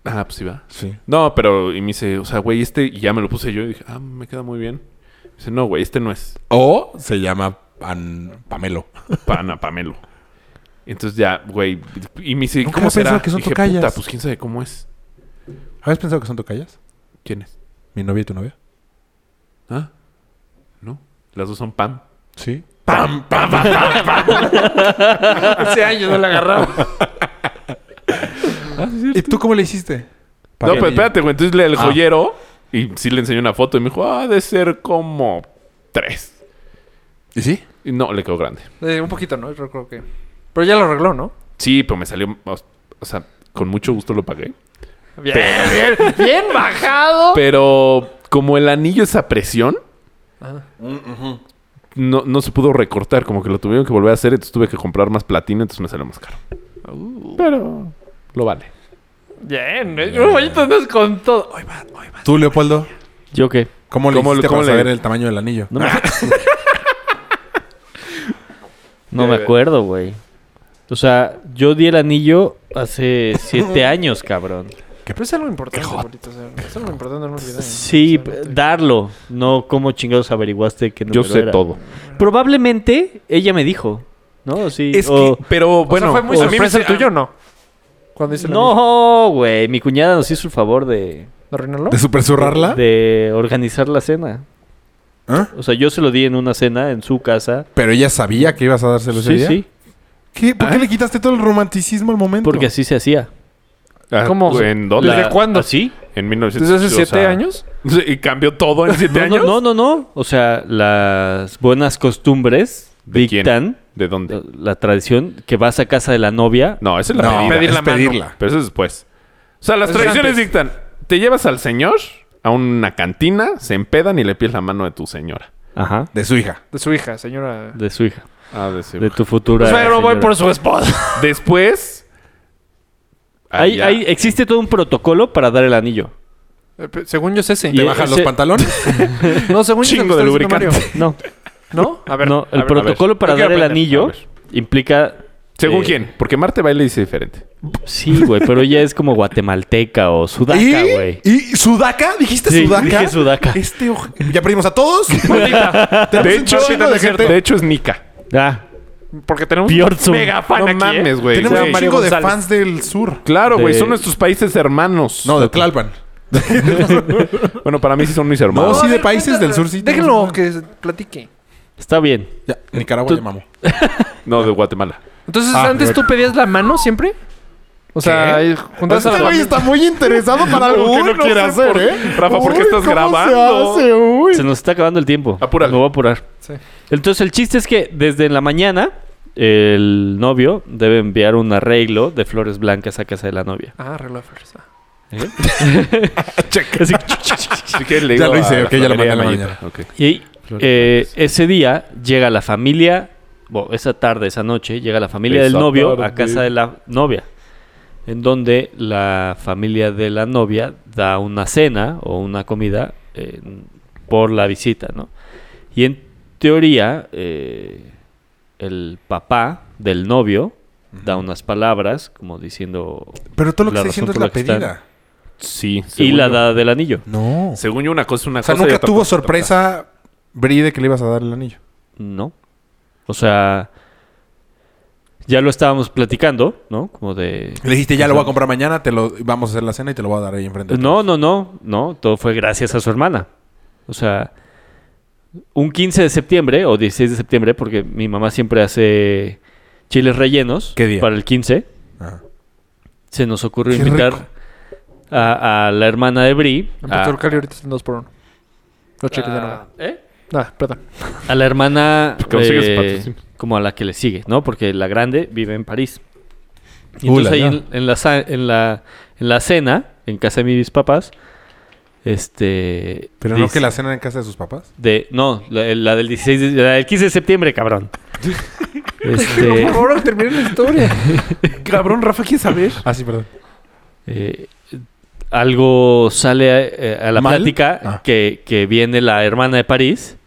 S4: ah, pues sí va.
S7: Sí.
S4: No, pero y me dice, o sea, güey, este, y ya me lo puse yo y dije, ah, me queda muy bien. Dice, no, güey, este no es
S7: O se llama Pan- Pamelo.
S4: pana, Pamelo. Entonces ya, güey, y me dice,
S7: Nunca
S4: ¿cómo
S7: he
S4: será?
S7: pensado que son
S4: dije,
S7: tocayas.
S4: puta, pues quién sabe cómo es.
S7: ¿Habías pensado que son tocayas?
S4: ¿Quién es?
S7: ¿Mi novia y tu novia?
S4: ¿Ah? ¿No? Las dos son Pam.
S7: Sí.
S6: Hace años no la
S4: <laughs>
S6: agarraba.
S4: Ah,
S7: ¿Y tú cómo le hiciste?
S4: no, pero espérate, güey. Entonces
S7: Ah.
S4: le el joyero y sí le enseñó una foto y me dijo, ah, ha de ser como tres.
S7: ¿Y sí?
S4: Y no, le quedó grande.
S6: Eh, un poquito, ¿no? Yo creo que. Pero ya lo arregló, ¿no?
S4: Sí, pero me salió, o o sea, con mucho gusto lo pagué.
S6: Bien, bien, bien bajado.
S4: Pero como el anillo es a presión,
S6: Ajá.
S4: no, no se pudo recortar, como que lo tuvieron que volver a hacer, entonces tuve que comprar más platino, entonces me salió más caro.
S6: Uh.
S4: Pero lo vale.
S6: Bien, eh, un bollito andas con todo. Ay, va, ay, va.
S7: <laughs> ¿Tú, Leopoldo?
S8: ¿Yo qué?
S7: ¿Cómo le
S4: ¿Cómo-
S7: hiciste
S4: cómo
S7: para
S4: le-
S7: saber el tamaño del anillo?
S8: No me, No me acuerdo, güey. O sea, yo di el anillo hace
S6: <laughs>
S8: siete años, cabrón.
S6: Pero es algo importante, bonito. o sea, es algo importante no olvidar. ¿eh?
S8: Sí,
S6: O sea,
S8: p-
S6: no te-
S8: darlo. No, ¿cómo chingados averiguaste que
S4: Yo sé todo.
S8: Probablemente ella me dijo, ¿no? Sí.
S4: Es
S8: o-
S4: que, pero
S6: O sea,
S4: bueno,
S6: fue muy
S4: a mí me
S6: sorpresa el
S4: se-
S6: tuyo, ¿no? Cuando hice la
S8: No, güey. Mi cuñada nos hizo el favor de,
S6: ¿De arruinarlo?
S7: ¿De super zurrarla?
S8: de organizar la cena.
S7: ¿Ah?
S8: O sea, yo se lo di en una cena en su casa.
S7: Pero ella sabía que ibas a dárselo ese
S8: Sí,
S7: día.
S8: sí. Ah.
S7: ¿Qué? ¿Por qué le quitaste todo el romanticismo al momento?
S8: Porque así se hacía. ¿Ah,
S4: Ah,
S6: ¿Cómo?
S4: ¿En
S6: ¿Desde
S4: dónde?
S6: cuándo?
S8: ¿Así?
S4: En
S6: ¿Desde
S4: 1900.
S6: hace
S4: o
S6: siete
S4: sea, <laughs>
S6: años? <laughs>
S4: Sí, ¿Y cambió todo en siete
S8: No,
S4: años?
S8: no, no, no, no. O sea, las buenas costumbres
S4: ¿De
S8: dictan
S4: ¿De dónde?
S8: la tradición que vas a casa de la novia.
S4: No, esa es la
S7: No,
S4: medida. Este,
S7: pedir la
S4: Es
S7: mano.
S4: Pero eso es después. O sea, las tradiciones dictan. Te llevas al señor a una cantina, se empedan y le pides la mano de tu señora.
S8: Ajá.
S7: De su hija.
S6: De su hija, señora.
S8: De su hija.
S4: Ah, de su-
S8: De tu futura.
S6: Suegro, voy
S8: señora.
S6: por su esposa.
S4: Después.
S8: Hay-
S4: allá.
S8: hay- eh, existe todo un protocolo para dar el anillo.
S6: Eh, pe- Según yo es ese.
S8: Y-
S7: ¿Te bajas
S8: ese-
S7: los pantalones?
S6: No, según yo es
S4: Chingo
S6: lo que
S4: de
S6: está diciendo
S4: lubricante.
S8: No,
S6: Mario. ¿No? A ver.
S8: no. El
S4: a ver,
S8: protocolo para
S4: hay que
S8: dar el
S4: aprender, a
S8: anillo
S4: ver.
S8: implica.
S4: ¿Según
S8: eh,
S4: quién? Porque Marte baile dice <laughs> diferente.
S8: Sí, güey, pero ella es como guatemalteca o <laughs> sudaca, güey.
S7: ¿Eh? ¿Y? ¿Y Sudaca? ¿Dijiste
S8: Sí,
S7: Sudaca?
S8: dije sudaca.
S7: Este oje- ¿Ya perdimos a todos?
S4: De hecho,
S7: chingo de
S4: de
S7: gente.
S4: hecho, es Nica.
S8: Ah,
S6: Porque tenemos
S8: Bjornsson.
S6: mega fan
S4: No
S6: aquí, ¿eh?
S4: mames, güey.
S7: Tenemos
S4: Güey.
S7: un chico de
S6: González.
S7: fans del sur.
S4: Claro, güey.
S8: de-
S4: Son nuestros países hermanos.
S7: No, de Tlalpan.
S4: Bueno, para mí sí son mis
S7: No,
S4: hermanos.
S7: sí,
S6: a
S7: de
S6: ver,
S7: países del
S6: cuéntanos.
S7: sur sí.
S6: Déjenlo que platique.
S8: está bien.
S7: Ya, Nicaragua
S8: Tú-
S7: le mamó.
S4: No, de Guatemala.
S6: Entonces,
S7: Ah,
S6: antes
S7: pero-
S6: tú pedías la mano siempre. O sea, ahí juntabas a
S7: Este
S6: la
S7: güey está muy interesado para algo que no, quiere hacer, ¿eh?
S4: Rafa, ¿por qué
S7: Uy,
S4: estás
S7: ¿cómo se
S4: grabando?
S7: hace? Uy.
S8: Se nos está acabando el tiempo.
S4: Apúrale.
S8: Me voy a apurar.
S6: Sí.
S8: Entonces, el chiste es que desde la mañana el novio debe enviar un arreglo de flores blancas a casa de la novia.
S6: Ah, reloj de flores. Ah.
S8: Así- <laughs>
S4: Así que le
S7: Ya
S4: digo
S7: lo hice,
S4: a la
S7: ok, ya lo
S4: Florida
S7: mandé a la
S4: Mayita.
S7: mañana.
S4: Ok.
S8: y eh, ese día llega la familia, bueno, esa tarde, esa noche, llega la familia del
S4: Esa
S8: novio a
S4: tarde.
S8: casa de la novia. En donde la familia de la novia da una cena o una comida eh, por la visita, ¿no? Y en teoría, eh, el papá del novio da unas palabras como diciendo...
S7: Pero todo lo que
S8: La
S7: está diciendo es la
S8: razón por la que
S7: pedida.
S4: Sí.
S8: Y
S4: según
S8: la
S4: yo-
S8: da del anillo.
S7: No.
S4: Según yo, una cosa es una
S7: O sea,
S4: cosa. y
S7: nunca
S4: otra
S7: tuvo
S4: cosa es otra
S7: sorpresa Bri de que le ibas a dar el anillo.
S8: No. O sea, ya lo estábamos platicando, ¿no? Como de...
S7: Le dijiste, ya lo voy a comprar mañana, te lo vamos a hacer la cena y te lo voy a dar ahí enfrente. de
S8: No, no, no, no, todo fue gracias a su hermana. O sea, un 15 de septiembre o 16 de septiembre, porque mi mamá siempre hace chiles rellenos
S7: ¿Qué día?
S8: para el 15,
S7: todos. Ajá.
S8: se nos ocurrió
S7: Qué rico.
S8: invitar a, a la hermana de Bri.
S6: En
S8: a-
S6: Petrol Cali ahorita están dos por uno. Lo chequé de nuevo.
S8: a- ¿eh?
S6: Ah, perdón.
S8: A la hermana
S4: Porque no sigue su
S8: eh,
S4: patrocinio.
S8: como a la que le sigue, ¿no? Porque la grande vive en París. Y
S7: Ula,
S8: entonces ahí
S7: ya.
S8: en, en la, sa- en, la, en la cena, en casa de mis papás, este...
S7: Pero no
S8: dice-
S7: que la cena en casa de sus papás.
S8: de, no, la, la del 16 de- la del 15 de septiembre,
S7: <laughs>
S8: cabrón. Este,
S6: Ahora termina la <laughs> historia. Cabrón, Rafa, ¿quieres saber?
S7: Ah, sí, perdón.
S8: eh, algo sale a, eh, a la
S7: ¿Mal?
S8: plática
S7: Ah.
S8: que, que viene la hermana de París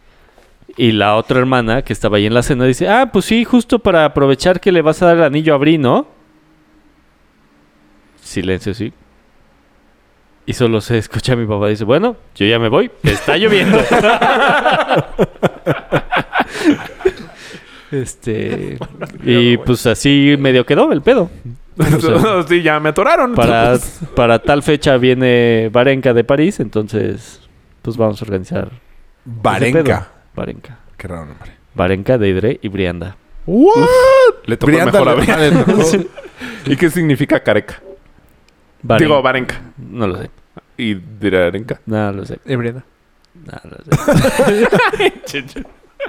S8: y la otra hermana que estaba ahí en la cena dice, ah, pues sí, justo para aprovechar que le vas a dar el anillo a Bri, ¿no? Silencio, sí. Y solo se escucha a mi papá dice, bueno, <laughs> yo ya me voy,
S7: <laughs>
S8: está lloviendo. este y pues así medio quedó el pedo. <laughs> O sea,
S4: <laughs> sí, ya me atoraron.
S7: <laughs>
S8: para, para tal fecha viene Varenka de París, entonces pues vamos a organizar. ese pedo.
S7: Varenka.
S8: Varenka.
S7: Qué raro nombre.
S8: Varenka, Deidre y Brianda.
S4: Le tocó el
S7: Brianda
S4: mejor a
S7: le-
S4: Brianda.
S7: le
S8: <laughs>
S7: tocó.
S4: ¿Y qué significa careca?
S8: Varen-
S4: Digo, Varenca.
S8: No lo sé.
S4: Y Dirarenca.
S8: No lo sé.
S6: Ebreda.
S8: No lo sé.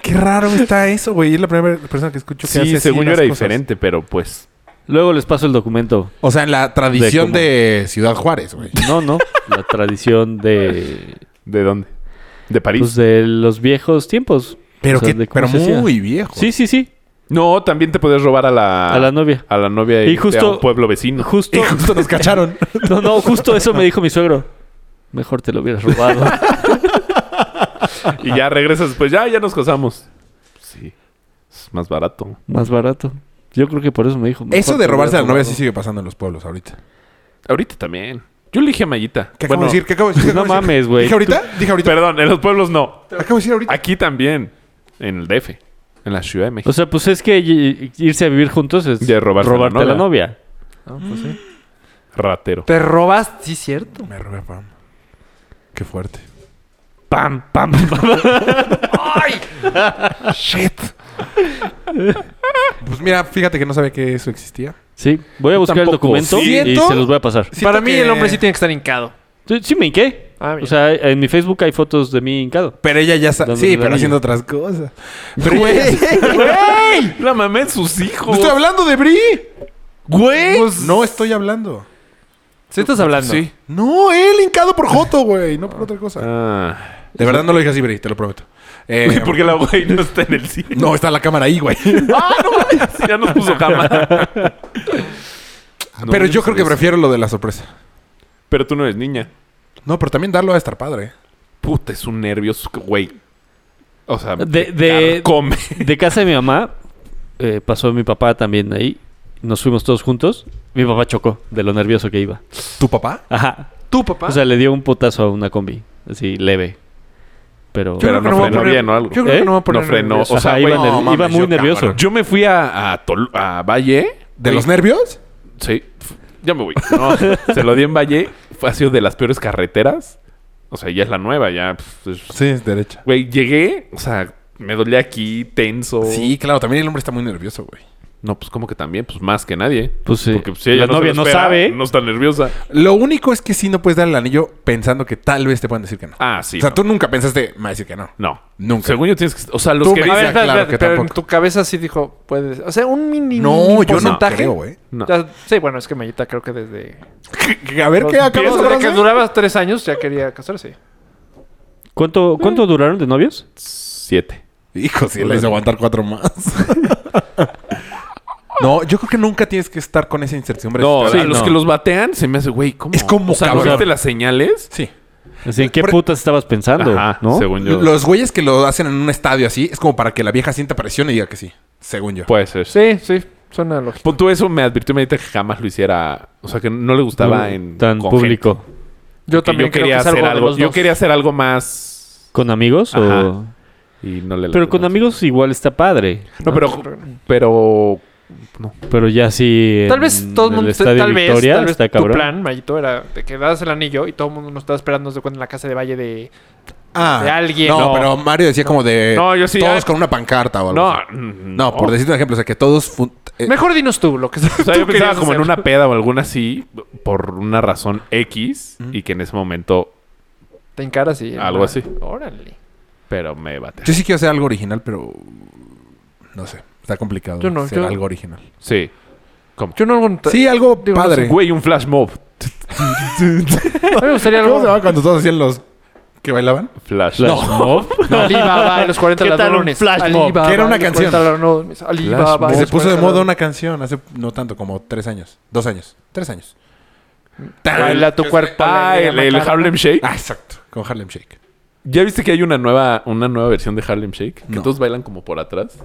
S7: Qué raro está eso, güey. Es la primera persona que escucho que hace
S4: Sí,
S7: así
S4: según yo
S7: las
S4: era
S7: cosas.
S4: diferente, pero pues.
S8: Luego les paso el documento.
S7: O sea, en la tradición de, Ciudad Juárez, güey.
S8: No, no. La tradición de,
S4: ¿De dónde? ¿De París?
S8: pues, de los viejos tiempos.
S7: Pero,
S8: O sea,
S7: qué-
S8: de cómo
S7: pero
S8: se hacía.
S7: muy viejo.
S8: Sí, sí, sí.
S4: no, también te podías robar a la.
S7: Ah.
S8: A la novia.
S4: a la novia y,
S8: Y justo-
S4: a un pueblo vecino.
S7: <laughs>
S8: Justo.
S7: Y justo nos <laughs> cacharon.
S8: No, no, justo eso me dijo mi suegro. Mejor te lo hubieras robado.
S7: <laughs>
S4: Y ya regresas, pues ya, ya nos casamos. Sí. Es más barato.
S8: Más barato. Yo creo que por eso me dijo. mejor
S7: Eso
S8: te
S7: de
S8: lo
S7: robarse a la
S8: hubieras
S7: novia
S8: robado.
S7: sí sigue pasando en los pueblos ahorita.
S4: Ahorita también. Yo le dije a Mayita.
S7: ¿Qué acabo de decir? ¿Qué acabo de decir? ¿Qué
S8: No
S7: acabo de decir?
S8: mames, güey.
S7: ¿Dije ahorita? <laughs> ¿Dije ahorita?
S4: Perdón, en los pueblos no.
S7: Acabo de decir ahorita.
S4: Aquí también. En el DF. En la Ciudad de México.
S8: O sea, pues es que y- irse a vivir juntos es
S4: Ya robarse
S8: robarte
S4: la
S8: a la novia.
S6: Ah, pues
S4: Ratero.
S6: Te robas, sí, cierto.
S7: Me robé a Pam. Qué fuerte.
S8: Pam, pam, pam.
S7: Shit. pues mira, fíjate que no sabía que eso existía.
S8: Sí, voy a buscar el
S4: Tampoco.
S8: documento y
S7: Siento-
S8: se los voy a pasar.
S7: Siento
S6: Para mí,
S7: que-
S6: el hombre sí tiene que estar hincado.
S8: Sí, sí me hinqué.
S6: Ah, mira.
S8: O sea, en mi Facebook hay fotos de mí hincado.
S7: Pero ella ya está.
S8: Dándole
S7: Sí,
S8: el
S7: pero
S8: anillo.
S7: haciendo otras cosas. Pero ella- <laughs>
S4: La mamá de sus
S7: ¡No
S4: hijos.
S7: estoy hablando de Bri! Pues
S4: ¡Güey!
S7: No estoy hablando.
S6: ¿Sí estás hablando?
S4: Sí.
S7: No, él hincado por Joto, güey. No por otra cosa.
S4: Ah.
S7: De verdad no lo dije así, Bri, te lo <laughs> prometo. Eh,
S4: Porque la güey no está en el cine.
S7: no, está la cámara ahí, güey.
S4: Ya nos puso cámara.
S7: pero Ah, yo creo que prefiero lo de la sorpresa.
S4: Pero tú no eres niña.
S7: No, pero también darlo a estar padre.
S4: Puta, es un nervio, su- güey. O sea,
S8: De- de-
S4: come.
S8: De casa de mi mamá, eh, pasó mi papá también ahí. Nos fuimos todos juntos. Mi papá chocó de lo nervioso que iba.
S7: ¿Tu papá?
S8: Ajá.
S6: ¿Tú, papá?
S8: O sea, le dio un potazo a una combi. Así, leve. Pero...
S4: Pero
S6: creo que
S4: no
S6: no voy a
S4: frenó
S6: poner-
S4: bien o algo.
S6: yo creo que
S8: ¿Eh?
S6: no me voy a poner
S4: No frenó.
S6: nervioso.
S4: O sea,
S8: Ajá,
S4: güey,
S8: iba,
S4: no,
S8: ner-
S4: mames,
S8: iba muy
S4: yo-
S8: nervioso.
S4: Yo me fui a, a, Tol- a Valle.
S7: ¿De
S4: Güey,
S7: los nervios?
S4: Sí. F- Ya me voy. No, <laughs> se lo di en Valle. Fue, ha sido de las peores carreteras. O sea, ya es la nueva, ya. pues, es-
S7: Sí, es derecha.
S4: Güey, llegué, o sea, me dolía aquí, tenso.
S7: Oh. Sí, claro, también el hombre está muy nervioso, güey.
S4: No, pues como que también, pues más que nadie.
S8: Pues sí.
S4: Porque pues, si ella
S8: La
S4: no se
S8: novia
S4: lo
S8: no
S4: espera,
S8: sabe.
S4: No está nerviosa.
S7: Lo único es que sí no puedes dar el anillo pensando que tal vez te puedan decir que no.
S4: Ah, sí.
S7: o sea,
S4: no.
S7: tú nunca pensaste, me va a decir que no.
S4: No.
S7: Nunca.
S4: Según yo tienes que. O sea, los
S7: Tú
S4: que
S7: me
S6: A ver,
S4: dicen.
S7: dices-
S6: espérate,
S7: claro
S6: espérate,
S7: que
S6: pero en
S7: tampoco.
S6: tu cabeza sí dijo, puedes... O sea, un mini
S7: No,
S6: mini
S7: yo no
S6: porcentaje.
S7: creo, güey. <laughs>
S4: No.
S6: Ya- sí, bueno, es que Mayita creo que desde...
S7: A ver qué acabas de
S6: Desde Pues que
S7: hacer?
S6: duraba tres años ya quería casarse.
S8: ¿Cuánto, ¿Cuánto
S6: Eh.
S8: duraron de novios?
S4: Siete.
S7: Hijo, sí, le hizo aguantar cuatro más. <laughs> no, yo creo que nunca tienes que estar con esa incertidumbre.
S4: No, o
S7: Estar-
S4: sea, los
S8: no.
S4: que los batean se me hace, güey, ¿cómo?
S7: Es como
S4: O sea, ¿no
S7: cabrón.
S4: viste las señales?
S7: Sí.
S8: Así, ¿en qué
S7: Por-
S8: putas estabas pensando?
S4: Ajá,
S8: ¿no?
S4: según yo.
S7: Los güeyes que lo hacen en un estadio así es como para que la vieja sienta presión y diga que sí. Según
S6: Pues,
S7: yo.
S4: Puede ser.
S6: Sí, sí, suena lógico.
S4: Pon tú eso, me advirtió Medita que jamás lo hiciera. O sea, que no le gustaba en.
S8: Mm, Tan
S4: con
S8: público.
S4: gente.
S6: Yo
S4: Que
S6: también
S4: yo quería
S6: creo que es
S4: hacer
S6: algo, de
S4: algo.
S6: los
S4: Yo
S6: dos.
S4: quería hacer algo más.
S8: ¿Con amigos o...?
S4: Ajá. Y no le
S8: Pero
S4: latió
S8: con
S4: mucho.
S8: amigos igual está padre.
S4: No, pero. Pero.
S8: Pero ya sí...
S6: Tal vez
S8: en
S6: todo el mundo...
S8: estadio
S6: tal vez,
S8: Victoria
S6: tal vez
S8: está
S6: tu
S8: cabrón.
S6: plan, Mayito, era de que das el anillo y todo el mundo nos estaba esperando desde cuando en la casa de Valle de...
S7: Ah,
S6: De alguien,
S7: No,
S6: no.
S7: pero Mario decía como de
S4: No, yo sí,
S7: todos
S4: ah,
S7: con una pancarta o algo.
S4: No,
S7: así. No, por decirte un ejemplo, o sea, que todos. fun- eh,
S6: Mejor dinos <laughs> tú lo que
S4: O sea, yo pensaba como en una peda o alguna así, por una razón X, y que en ese momento,
S6: Te encaras y... ah,
S4: Algo así.
S6: Órale.
S4: pero me bate.
S7: Yo sí quiero hacer algo original, pero. No sé. Está complicado
S6: Yo no,
S7: hacer
S6: yo-
S7: algo original.
S4: Sí.
S6: Yo no algo...
S7: Sí, algo padre.
S4: Güey, un flash mob.
S6: <laughs> A mí me gustaría
S7: ¿Cómo
S6: algo...
S7: se llama cuando todos hacían los. que bailaban?
S4: Flash.
S8: Flash mob.
S6: <laughs> Alibaba y los 40
S8: ¿Qué tal un
S6: ladrones.
S8: flash mob?
S6: Alibaba
S7: Que era
S6: y
S7: una
S6: los
S7: canción.
S6: 40 ladrones. Alibaba
S4: mob.
S7: Que
S6: y
S7: se
S6: los
S7: puso de
S6: 40
S7: moda una canción hace no tanto, como tres años. Dos años. Tres años.
S6: Baila tu cuerpo.
S4: Ah, el,
S6: alegre,
S4: el
S6: macarena.
S4: Harlem Shake.
S7: Ah, exacto. Con Harlem Shake.
S4: ¿Ya viste que hay una nueva, una nueva versión de Harlem Shake? Que
S7: No.
S4: todos bailan como por atrás.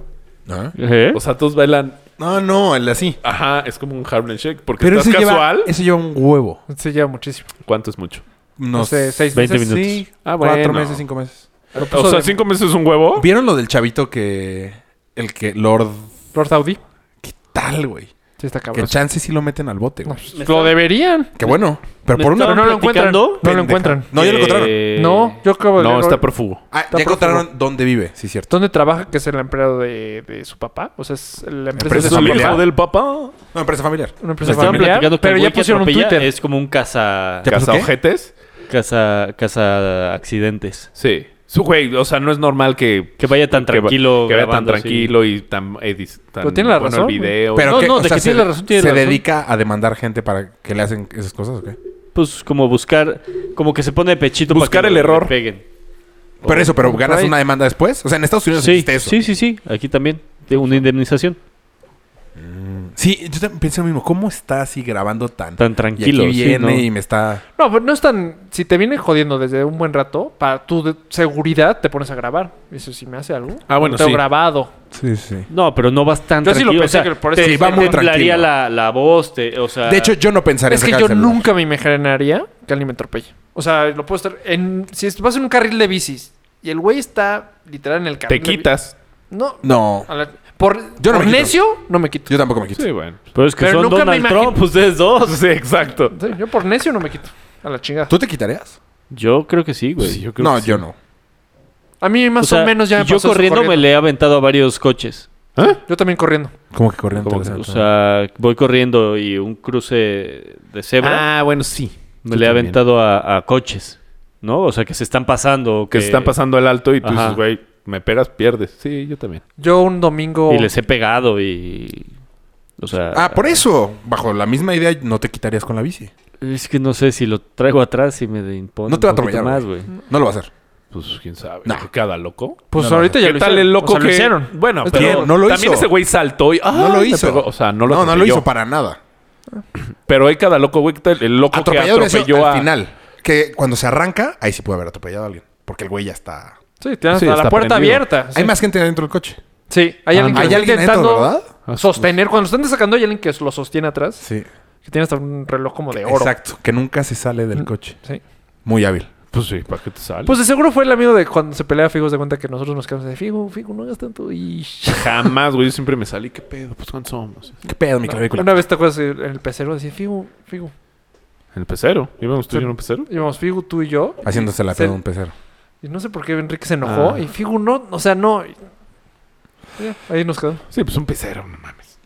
S7: ¿Ah?
S8: ¿Eh?
S4: O sea, todos bailan.
S7: No, no, el así.
S4: Ajá, es como un Harlem Shake. Porque
S7: Pero ese
S4: estás
S7: lleva,
S4: casual.
S7: ese lleva un huevo.
S6: Sí, lleva muchísimo.
S4: ¿Cuánto es mucho?
S7: No
S6: No sé, seis
S8: 20
S6: meses.
S8: minutos.
S7: Sí,
S4: Ah,
S7: cuatro
S4: bueno.
S7: meses, cinco meses.
S4: O sea, cinco meses es un huevo.
S7: ¿Vieron lo del chavito que. El que Lord.
S6: Lord Saudi.
S7: ¿Qué tal, güey?
S6: Sí, está
S7: Que
S6: cabrón.
S7: chance sí lo meten al bote, güey.
S6: Lo deberían.
S7: Que bueno. Pero
S8: Me
S7: por una.
S8: estaban
S6: Pero no lo encuentran.
S8: platicando
S6: No lo
S7: pendeja.
S6: encuentran. Eh,
S7: No, ya lo encontraron.
S8: que-
S6: No, Pues yo acabo de
S4: No,
S6: leer
S4: está
S6: hoy.
S4: profugo.
S7: Ah, ya encontraron dónde vive, sí, cierto.
S6: ¿Dónde trabaja? Que es el empleado de, de su papá. O sea, es la empresa
S7: Empresa
S6: de su
S7: familiar.
S6: papá.
S4: del papá.
S7: No, empresa familiar.
S6: Una
S8: Me
S6: empresa
S8: estaban
S6: familiar.
S8: platicando que
S6: Pero
S8: el
S6: ya
S8: güey que
S6: pusieron un
S8: atropella
S6: Twitter.
S8: Es como un caza...
S7: pasó
S4: ¿Casa
S7: qué?
S4: ojetes?
S8: Casa, casa accidentes.
S4: Sí. Su güey, o sea, no es normal que.
S8: Que vaya tan
S4: que va-
S8: tranquilo.
S4: Que vaya tan
S8: grabando así.
S4: tranquilo y tan. edis- tan
S6: Pero tiene la
S4: bueno
S6: razón,
S4: el video.
S7: Pero
S6: No,
S7: que,
S6: no,
S7: o
S6: de
S7: sea,
S6: que
S7: se,
S6: tiene la razón, tiene
S7: se
S6: la razón.
S7: dedica a demandar gente para que le hacen esas cosas, ¿o qué?
S8: Pues como buscar... Como que se pone de pechito
S4: Buscar
S8: para que
S4: el
S8: le
S4: error.
S8: peguen.
S7: Pero eso, pero ganas
S6: ahí.
S7: una demanda después. O sea, en Estados Unidos
S8: Sí,
S7: existe eso.
S8: sí, sí, sí. Aquí también. De una indemnización.
S7: Sí, yo también pienso lo mismo. ¿Cómo está así grabando tan,
S8: Tan tranquilo.
S7: Y aquí
S8: sí,
S7: viene
S8: ¿no?
S7: y me está.
S6: No, pero no es tan... Si te viene jodiendo desde un buen rato, para tu de- seguridad te pones a grabar. Eso si me hace algo.
S4: Ah, bueno,
S6: No tengo
S4: sí.
S6: grabado.
S7: Sí, sí.
S8: No, pero no vas tan
S6: Yo sí lo
S8: tranquilo.
S6: pensé
S8: o sea,
S6: que por eso
S8: te-
S7: sí, va
S8: te
S7: muy
S8: temblaría
S7: tranquilo.
S8: la, la voz, te- o sea...
S7: De hecho, yo no pensaría
S6: Es
S7: en
S6: que
S7: sacar
S6: yo
S7: el celular.
S6: nunca me imaginaría que alguien me atropelle. O sea, lo puedo estar en... Si es- vas en un carril de bicis y el güey está literal en el
S4: te
S6: carril... de bi-
S4: quitas.
S6: No.
S7: No.
S6: a la- por
S7: Yo no
S6: por
S7: me quito.
S6: necio, no me quito.
S7: Yo tampoco me quito.
S4: Sí, bueno.
S8: Pero es que
S6: Pero
S8: son
S6: nunca me
S8: Donald
S6: imagino-
S8: Trump, ustedes dos.
S4: Sí, exacto.
S6: Sí, yo por necio no me quito. A la chingada.
S7: ¿Tú te quitarías?
S8: Yo creo que sí, güey.
S7: No, yo no.
S6: A mí
S8: O
S6: más o,
S8: sea,
S6: menos ya me
S8: Yo
S6: pasó eso
S8: corriendo, me le he aventado a varios coches.
S4: ¿Ah?
S6: Yo también corriendo.
S7: ¿Cómo que corriendo?
S4: ¿Cómo
S7: te
S4: que-
S7: lo
S8: O
S7: saco?
S8: sea, voy corriendo y un cruce de cebra
S4: Ah, bueno, sí.
S8: me le he aventado a, a coches. ¿no? O sea, que se están pasando.
S4: Que se están pasando el alto y tú
S8: Ajá.
S4: dices, güey, me pegas, pierdes. Sí, yo también.
S6: Yo un domingo.
S8: Y les he pegado y... O sea...
S7: Ah, por eso. Bajo la misma idea, no te quitarías con la bici.
S8: Es que no sé si lo traigo atrás y me impone
S7: No te va a
S8: un poquito
S7: atropellar,
S8: más, güey.
S7: No lo va a hacer.
S4: Pues quién sabe.
S7: Nah.
S4: Cada loco.
S6: Pues ahorita ya
S4: ¿Qué
S6: lo
S4: tal
S6: hicieron.
S4: el loco
S6: O sea,
S4: que
S6: lo hicieron.
S4: Bueno,
S7: Está
S4: pero
S7: bien, no lo
S4: también
S7: hizo.
S4: ese güey saltó y ¡ah!
S7: no lo
S4: me
S7: hizo.
S4: pegó. O sea, no lo
S7: no, no lo
S4: atropelló.
S7: hizo para nada.
S4: Pero hay cada loco, güey, que tal- el loco que
S7: Atropellado hubiera sido
S4: atropelló a...
S7: al final. Que cuando se arranca, ahí sí puede haber atropellado a alguien. Porque el güey ya está.
S6: Sí, tienes
S4: Sí,
S6: hasta
S4: está
S6: la puerta
S4: prendido.
S6: abierta. Sí.
S7: Hay más gente dentro del coche.
S6: Sí, hay alguien que
S7: ¿Hay
S6: lo está
S7: alguien adentro,
S6: intentando
S7: verdad?
S8: Ah,
S6: sostener. Cuando están sacando, hay alguien que lo sostiene atrás.
S7: Sí.
S6: Que tiene hasta un reloj como de oro. Mm,
S7: Exacto. Que nunca se sale del coche.
S6: Sí.
S7: Muy hábil.
S4: Pues sí, ¿para qué te sale?
S6: Pues de seguro fue el amigo de cuando se pelea Figo, se cuenta que nosotros nos quedamos de Figo, Figo, no hagas tanto. Y...
S4: jamás, güey. Yo siempre me salí. ¿Qué pedo? Pues ¿cuántos somos?
S7: ¿Qué pedo, mi clavícula?
S6: Una vez te acuerdas en el pecero, decía Figo, Figo.
S4: En el pecero. ¿Íbamos tú y yo en un pecero?
S6: Llevamos Figo, tú y yo.
S7: Haciéndose la
S6: Se-
S7: pedo a un pecero.
S6: Y no sé por qué Enrique se enojó.
S4: Ah.
S6: Y Figo no, o sea, no. Y- Ya, ahí nos quedó.
S4: Sí, pues un pecero, no mames.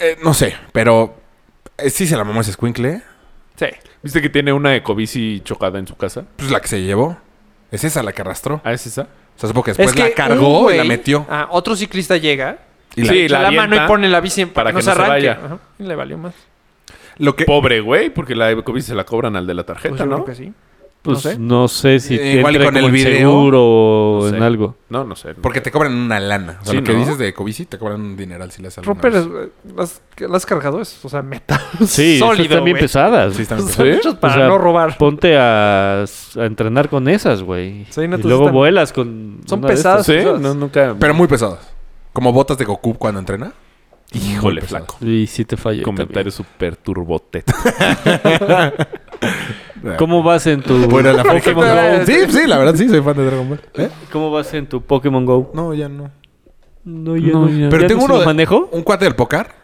S7: Eh, no sé, pero eh, sí se la mamó ese escuincle.
S6: Sí.
S4: ¿Viste que tiene una ecobici chocada en su casa?
S7: Pues la que se llevó. Es esa la que arrastró.
S4: ¿Ah, es esa?
S7: O sea, supongo que después Pues la
S6: un
S7: cargó y la
S6: güey-
S7: metió.
S6: Ah, otro ciclista llega,
S7: Y la-
S4: sí,
S6: echa la, mano y
S4: avienta.
S6: pone la bici en- para,
S4: para
S6: que no se arranque. Ajá, Y le valió más.
S7: Lo que,
S4: Pobre güey, porque la ecobici se la cobran al de la tarjeta,
S6: Pues yo
S4: ¿no?
S6: creo que sí.
S8: Pues no
S6: No
S8: sé,
S6: sé.
S8: si
S7: Eh,
S8: te
S7: igual
S8: entra
S7: con
S8: como
S7: el
S8: en
S7: video.
S8: seguro o
S4: No sé.
S8: en algo.
S4: No, no sé.
S7: porque te cobran una lana. O sea,
S4: Sí,
S7: lo que
S4: ¿no?
S7: dices de Ecobici, te cobran un dineral si le haces alguna
S6: Romper,
S7: vez.
S6: eh, las, las cargado es, o sea, metal.
S8: Sí, esas
S6: sólido,
S8: están bien
S6: güey.
S8: pesadas.
S7: Sí, están-
S6: Son hechos para
S8: O sea,
S6: no robar.
S8: Ponte a, a entrenar con esas, güey.
S6: Sí, no,
S8: y
S6: tú
S8: luego
S6: están-
S8: vuelas con.
S6: Son
S8: una de
S6: pesadas.
S8: estas.
S4: Sí, no, nunca.
S7: pues, Pero muy pesadas. Como botas de Goku cuando entrena.
S4: Híjole,
S7: Muy pesado.
S4: flaco.
S8: Y sí te falló.
S4: Comentario súper turbote.
S7: <laughs>
S8: también. <laughs> ¿Cómo vas en tu.
S7: <laughs> Bueno, la
S8: Pokémon Go?
S7: Sí, sí, la verdad sí, soy fan de Dragon Ball. ¿Eh?
S8: ¿Cómo vas en tu Pokémon Go?
S7: No, ya no.
S8: No, ya
S1: No,
S8: no.
S1: ya.
S8: ya
S7: Pero
S8: no
S7: tengo
S8: se
S7: uno
S8: lo
S7: de-
S8: manejo?
S7: Un cuate del pócar.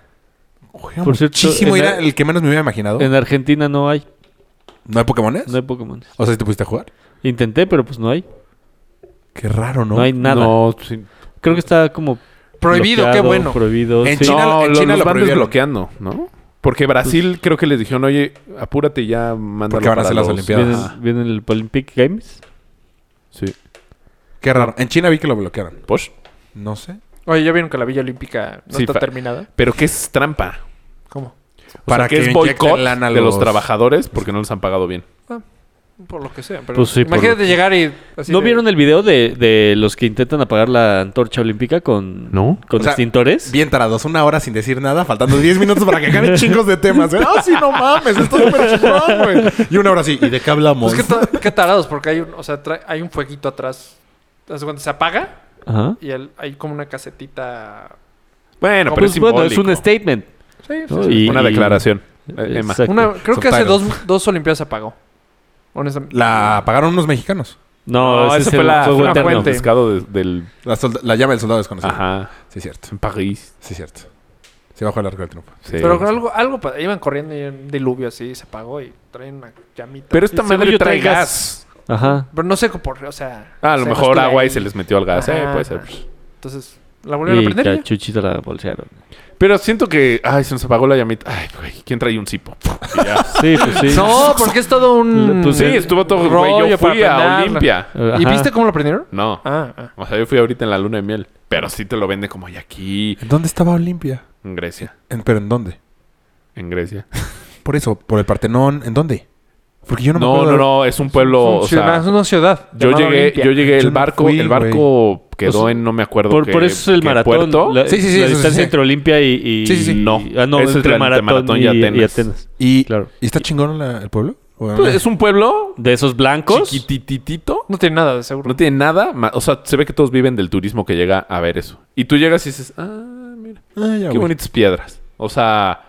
S7: Juega
S8: Por cierto,
S7: muchísimo.
S8: en
S7: Era
S8: la-
S7: el que menos me hubiera imaginado.
S8: En Argentina no hay.
S7: ¿No hay Pokémones?
S8: No hay Pokémon.
S7: O sea, ¿sí te pusiste a jugar?
S8: Intenté, pero pues no hay.
S7: Qué raro, ¿no?
S8: No, hay nada.
S4: No, sí.
S8: Creo que está como.
S6: Prohibido, qué
S8: bloqueado,
S6: bueno.
S8: Prohibido.
S7: En
S8: sí.
S7: China-
S4: no,
S7: en
S4: lo-
S7: China
S4: los
S7: lo
S4: van
S7: prohibieron. Pues-
S4: desbloqueando, ¿no? Porque Brasil creo que les dijeron, oye, apúrate y ya, mándalo
S7: Porque van
S4: para
S7: a hacer las
S4: los-
S7: Olimpiadas.
S4: Vienen-
S8: Vienen, vienen el Olympic Games.
S4: Sí.
S7: Qué raro. En China vi que lo bloquearon.
S4: ¿Posh?
S7: No sé.
S6: Oye, ya vieron que la Villa Olímpica no
S4: Sí,
S6: está
S4: fa-
S6: terminada.
S4: Pero que es trampa.
S6: ¿Cómo?
S4: O sea, que, es
S7: inyecten
S4: boicot
S7: lana a
S4: de los trabajadores porque no les han pagado bien.
S6: Ah, Por lo que sea. Pero
S8: Pues sí, por
S6: imagínate llegar y. así
S8: ¿No
S6: de-
S8: vieron el video de, de los que intentan apagar la antorcha olímpica con,
S4: No.
S8: con
S7: O sea,
S8: extintores?
S7: Bien tarados, una hora sin decir nada, faltando 10 minutos para que
S4: <laughs>
S7: acaben chingos de temas. Ah, sí, no mames, esto es súper chingón, güey. Y una hora sí, ¿y de qué hablamos?
S6: Pues qué, ta- qué tarados, porque hay un, o sea, trae- hay un fueguito atrás. ¿Te das cuenta? Se apaga
S8: Ajá.
S6: y el- hay como una casetita.
S4: Bueno, pero
S8: Pues
S4: es
S8: bueno, es
S4: simbólico.
S8: un statement.
S6: Sí,
S8: ¿no?
S6: sí.
S8: Y-
S4: Una
S8: y-
S4: declaración. Eh, Emma.
S8: Exacto.
S6: Una, creo que hace
S7: Subtitles.
S6: dos, dos Olimpiadas se apagó. Honestamente.
S7: La pagaron unos mexicanos.
S8: No, ese
S4: esa
S8: es el fuego
S4: fue la
S8: eterno.
S4: fuente. pescado de- del...
S7: La, solda- la llama del soldado desconocido.
S4: Ajá.
S7: Sí, cierto.
S4: En París.
S7: Sí, cierto. Se bajó el arco del triunfo.
S4: Sí.
S6: Pero con algo, algo pa- iban corriendo y un diluvio así, se apagó y traen una llamita.
S4: Pero esta
S8: Según
S4: madre
S8: yo
S4: trae
S8: trae gas.
S4: gas.
S8: Ajá.
S6: Pero no sé cómo por, o sea.
S4: Ah,
S6: o
S4: a lo
S6: sea, no
S4: mejor
S6: estuve
S4: agua y
S6: ahí.
S4: se les metió al gas. Eh,
S6: Ajá,
S4: puede ser.
S6: ajá. Entonces, ¿la volvieron a
S8: Y
S6: prender? ya?
S8: cachuchita la bolsearon.
S4: Pero siento que... Ay, se nos apagó la llamita. Ay, güey. ¿Quién trae un cipo? <laughs> Y ya.
S8: Sí, pues sí.
S6: No, porque es todo un.
S8: Pues
S4: sí, estuvo todo... Güey, yo
S6: rollo para
S4: fui a
S6: aprenderla.
S4: Olimpia.
S8: Ajá.
S6: ¿Y viste cómo lo prendieron?
S4: No.
S6: Ah, ah.
S4: O sea, yo fui ahorita en la luna de miel. Pero sí te lo vende como hay aquí.
S7: ¿Dónde estaba Olimpia?
S4: En Grecia.
S7: En- ¿Pero en dónde?
S4: En Grecia.
S7: Por eso, por el Partenón. ¿en dónde? Porque yo no, me
S4: No,
S7: acuerdo.
S4: no, no. Es un pueblo...
S6: Es
S4: o
S6: un
S4: sea,
S6: ciudad- es una ciudad.
S4: Yo
S6: llamada
S4: llegué,
S6: Olimpia.
S4: yo llegué
S7: Yo
S4: el
S7: no
S4: barco,
S7: fui,
S4: el barco quedó
S8: O sea,
S4: en no me acuerdo
S8: Por,
S4: qué-
S8: por eso es el
S4: qué
S8: maratón.
S4: puerto.
S8: La,
S7: Sí, sí, sí,
S8: la
S7: eso sí
S8: distancia
S7: sé.
S8: entre Olimpia y, y-
S7: Sí, sí, sí.
S4: No.
S8: Ah, no,
S4: Esa es
S8: entre
S4: la- entre
S8: maratón,
S4: Maratón y
S8: y, y Atenas.
S4: Atenas.
S7: ¿Y,
S8: Claro.
S7: ¿y está chingón la- el pueblo? ¿O
S4: Pues
S7: no?
S4: es un pueblo
S8: De esos blancos.
S4: chiquititito.
S6: No tiene nada de seguro. <laughs>
S4: <laughs> No tiene nada. ma- O sea, se ve que todos viven del turismo que llega a ver eso. Y tú llegas y dices, ah, mira,
S7: Ah, ya,
S4: qué
S7: güey.
S4: bonitas piedras. O sea,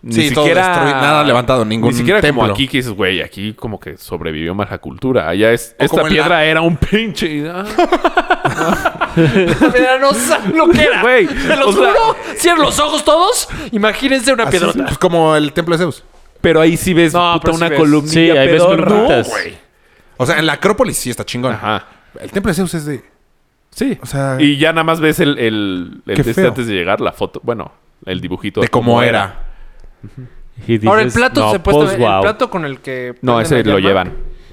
S4: ni
S7: Sí, todo
S4: siquiera...
S7: destruido, nada levantado, ningún
S4: Ni siquiera como
S7: templo.
S4: aquí que dices, güey, aquí como que sobrevivió más la cultura. Allá es...
S7: O
S4: Esta
S7: como en la-
S4: piedra era un pinche... ah,
S6: Mira, no saben lo que era.
S4: Güey,
S6: Te lo
S4: o sea-
S6: juro. Cierren los ojos todos. Imagínense una
S7: Así es,
S6: piedrota.
S7: pues como el templo de Zeus.
S4: pero ahí sí ves
S6: No,
S4: puta,
S6: pero sí
S4: una
S6: ves.
S4: columnilla
S8: Sí, ahí ves
S4: pedorra.
S8: columnitas.
S4: No, güey.
S7: O sea, en la Acrópolis sí está chingón.
S4: Ajá.
S7: El templo de Zeus es de...
S4: Sí.
S7: O sea-
S4: y ya nada más ves el, el, el
S7: Qué
S4: test
S7: feo.
S4: antes de llegar, la foto. Bueno, el dibujito.
S7: De cómo era.
S8: Y dices,
S6: Ahora, el plato
S8: no,
S6: se puede.
S8: pues,
S6: El
S8: wow.
S6: plato con el que.
S4: No,
S6: prenden
S4: ese
S6: la
S4: lo
S6: llama,
S4: llevan.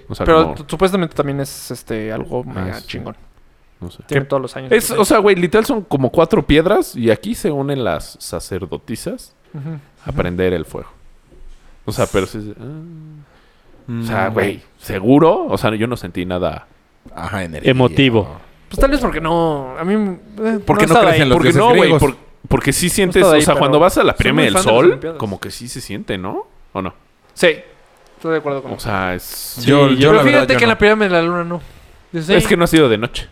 S4: O sea,
S6: pero
S4: como- Ah,
S6: t- supuestamente también es este algo mega
S4: sí.
S6: chingón.
S4: no sé.
S6: Tiene todos los años.
S4: Es, o sea, güey, literal son como cuatro piedras y aquí se unen las sacerdotisas
S6: Ujú.
S4: a prender el fuego. O sea, pero sí. ah. O
S7: Mm.
S4: sea, güey, seguro. O sea, yo no sentí nada.
S7: Ajá, energía.
S8: Emotivo.
S6: Pues tal vez porque no. A mí. eh,
S7: Porque no
S6: estaba
S7: crecen
S6: ahí.
S7: los
S4: Porque
S7: dioses
S4: no, güey.
S7: griegos.
S4: por- porque sí sientes.
S6: estaba ahí,
S4: o sea,
S6: pero
S4: cuando vas a la
S6: soy muy
S4: premia del
S6: fan de las
S4: sol,
S6: Olimpiadas.
S4: como que sí se siente, ¿no? ¿O no?
S6: Sí. Estoy de acuerdo con
S4: O
S6: eso.
S4: sea, es.
S6: pero
S7: yo, yo la
S6: fíjate
S7: verdad, yo
S6: que en
S7: no.
S6: la pirámide de la luna no. Dices,
S4: Es
S6: sí,
S4: que no ha sido de noche.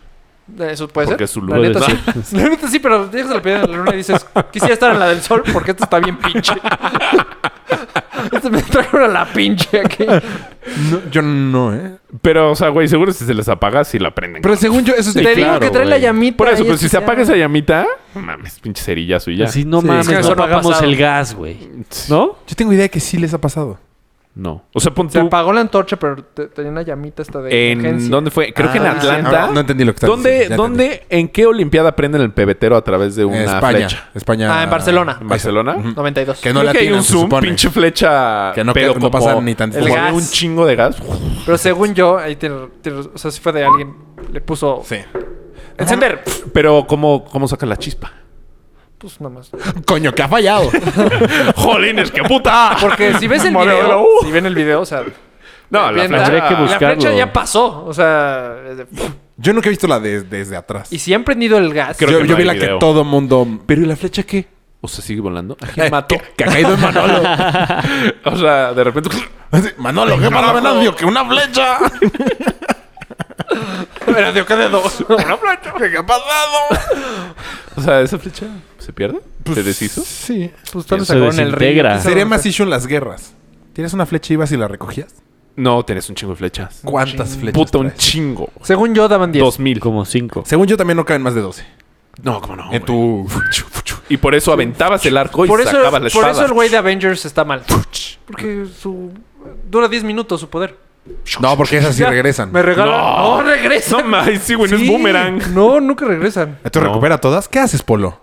S6: Eso puede
S4: porque
S6: ser.
S4: es su
S6: la
S4: luna.
S6: neta sí. <laughs> La neta sí, pero llegas a la pirámide de la luna y dices, quisiera estar en la del sol porque esta está bien pinche.
S4: <laughs>
S6: Este me trajeron a la pinche aquí.
S7: No, yo no, ¿eh?
S4: Pero, o sea, güey, seguro si se les apaga, sí la prenden.
S7: Pero según yo, eso es
S6: Te
S7: de
S6: digo que trae la llamita.
S4: Por eso,
S6: ahí
S4: pero
S6: es
S4: si
S6: que
S4: se
S6: ya-
S4: apaga esa llamita, no mames, pinche cerillazo y ya.
S8: Así no
S7: Sí,
S8: mames,
S7: es que
S8: no
S6: eso no ha
S8: apagamos
S6: pasado.
S8: el gas, güey. ¿No?
S7: Yo tengo idea que sí les ha pasado.
S4: No. O sea,
S6: Se
S4: ponte tú.
S6: apagó la antorcha, pero te- tenía una llamita esta de
S4: ¿En
S6: emergencia.
S4: dónde fue? Creo que en
S6: Ah,
S4: Atlanta.
S7: No, no entendí lo que estás
S4: ¿Dónde,
S7: diciendo, ya
S4: dónde, en qué olimpiada prenden el pebetero a través de
S7: entendí.
S4: una
S7: En España.
S4: flecha?
S7: España.
S6: Ah, en Barcelona.
S4: ¿En Barcelona?
S7: Ujú.
S6: 92.
S7: Que no
S4: Creo
S7: la
S4: que hay
S7: tienen,
S4: un
S7: se
S4: zoom,
S7: supone.
S4: pinche flecha.
S7: Que no-
S4: pero
S7: que no
S4: como-
S7: pasa ni tantito.
S4: como
S6: El
S4: de
S6: gas.
S4: un chingo de gas.
S6: Pero según yo, ahí tiene, tiene- O sea, si fue de alguien, le puso.
S7: Sí.
S6: Encender.
S4: Pero, ¿cómo, cómo saca la chispa?
S6: Pues nada más.
S7: Coño, que ha fallado.
S4: ¡Jolines, qué puta!
S6: Porque si ves el
S4: <laughs> Madre,
S6: video,
S4: uh.
S6: si ven el video, o sea.
S4: No, la
S6: bien,
S4: flecha.
S8: Tendré que
S6: la
S8: buscarlo.
S6: flecha ya pasó. O sea. es de-
S7: yo nunca he visto la de- desde atrás.
S6: Y si han prendido el gas.
S4: Creo
S7: yo
S4: que
S7: yo
S4: no
S7: vi
S4: hay
S7: la
S4: video.
S7: que
S4: <laughs>
S7: todo mundo.
S4: ¿Pero y la flecha qué? O sea, sigue volando.
S7: Eh, Que, que ha caído en Manolo.
S4: <laughs> o sea,
S6: <laughs>
S4: de repente.
S7: Así, Manolo, ¿qué para Venancio? Que
S4: <laughs>
S7: una flecha.
S6: Venancio, ¿qué dedo?
S4: <laughs>
S6: Una flecha.
S7: ¿Qué ha pasado?
S4: O sea, esa flecha se pierde. se deshizo.
S7: Sí.
S6: Pues todo
S8: Se
S6: sacó en el pues,
S8: desintegra.
S6: río.
S7: Sería más issue en las guerras. ¿Tienes una flecha y ibas y la recogías?
S4: No, tenés un chingo de flechas.
S7: ¿Cuántas flechas?
S4: Puta, un
S7: traes?
S4: chingo.
S6: Según yo, daban 10.
S4: Dos mil.
S8: Como cinco.
S7: Según yo también no caen más de 12.
S4: No, cómo no.
S7: en
S4: güey.
S7: tu.
S4: Y por eso aventabas el arco y
S6: Por eso,
S4: sacabas la espada.
S6: por eso el güey de Avengers está mal. Porque su. Dura 10 minutos su poder.
S7: <laughs> No, porque esas sí
S6: Ya,
S7: regresan.
S6: Me regalan. No, regresan.
S4: No mames, sí, güey, no
S6: Sí.
S4: es boomerang.
S6: No, nunca regresan.
S7: ¿Tú recupera todas? ¿Qué haces, Polo?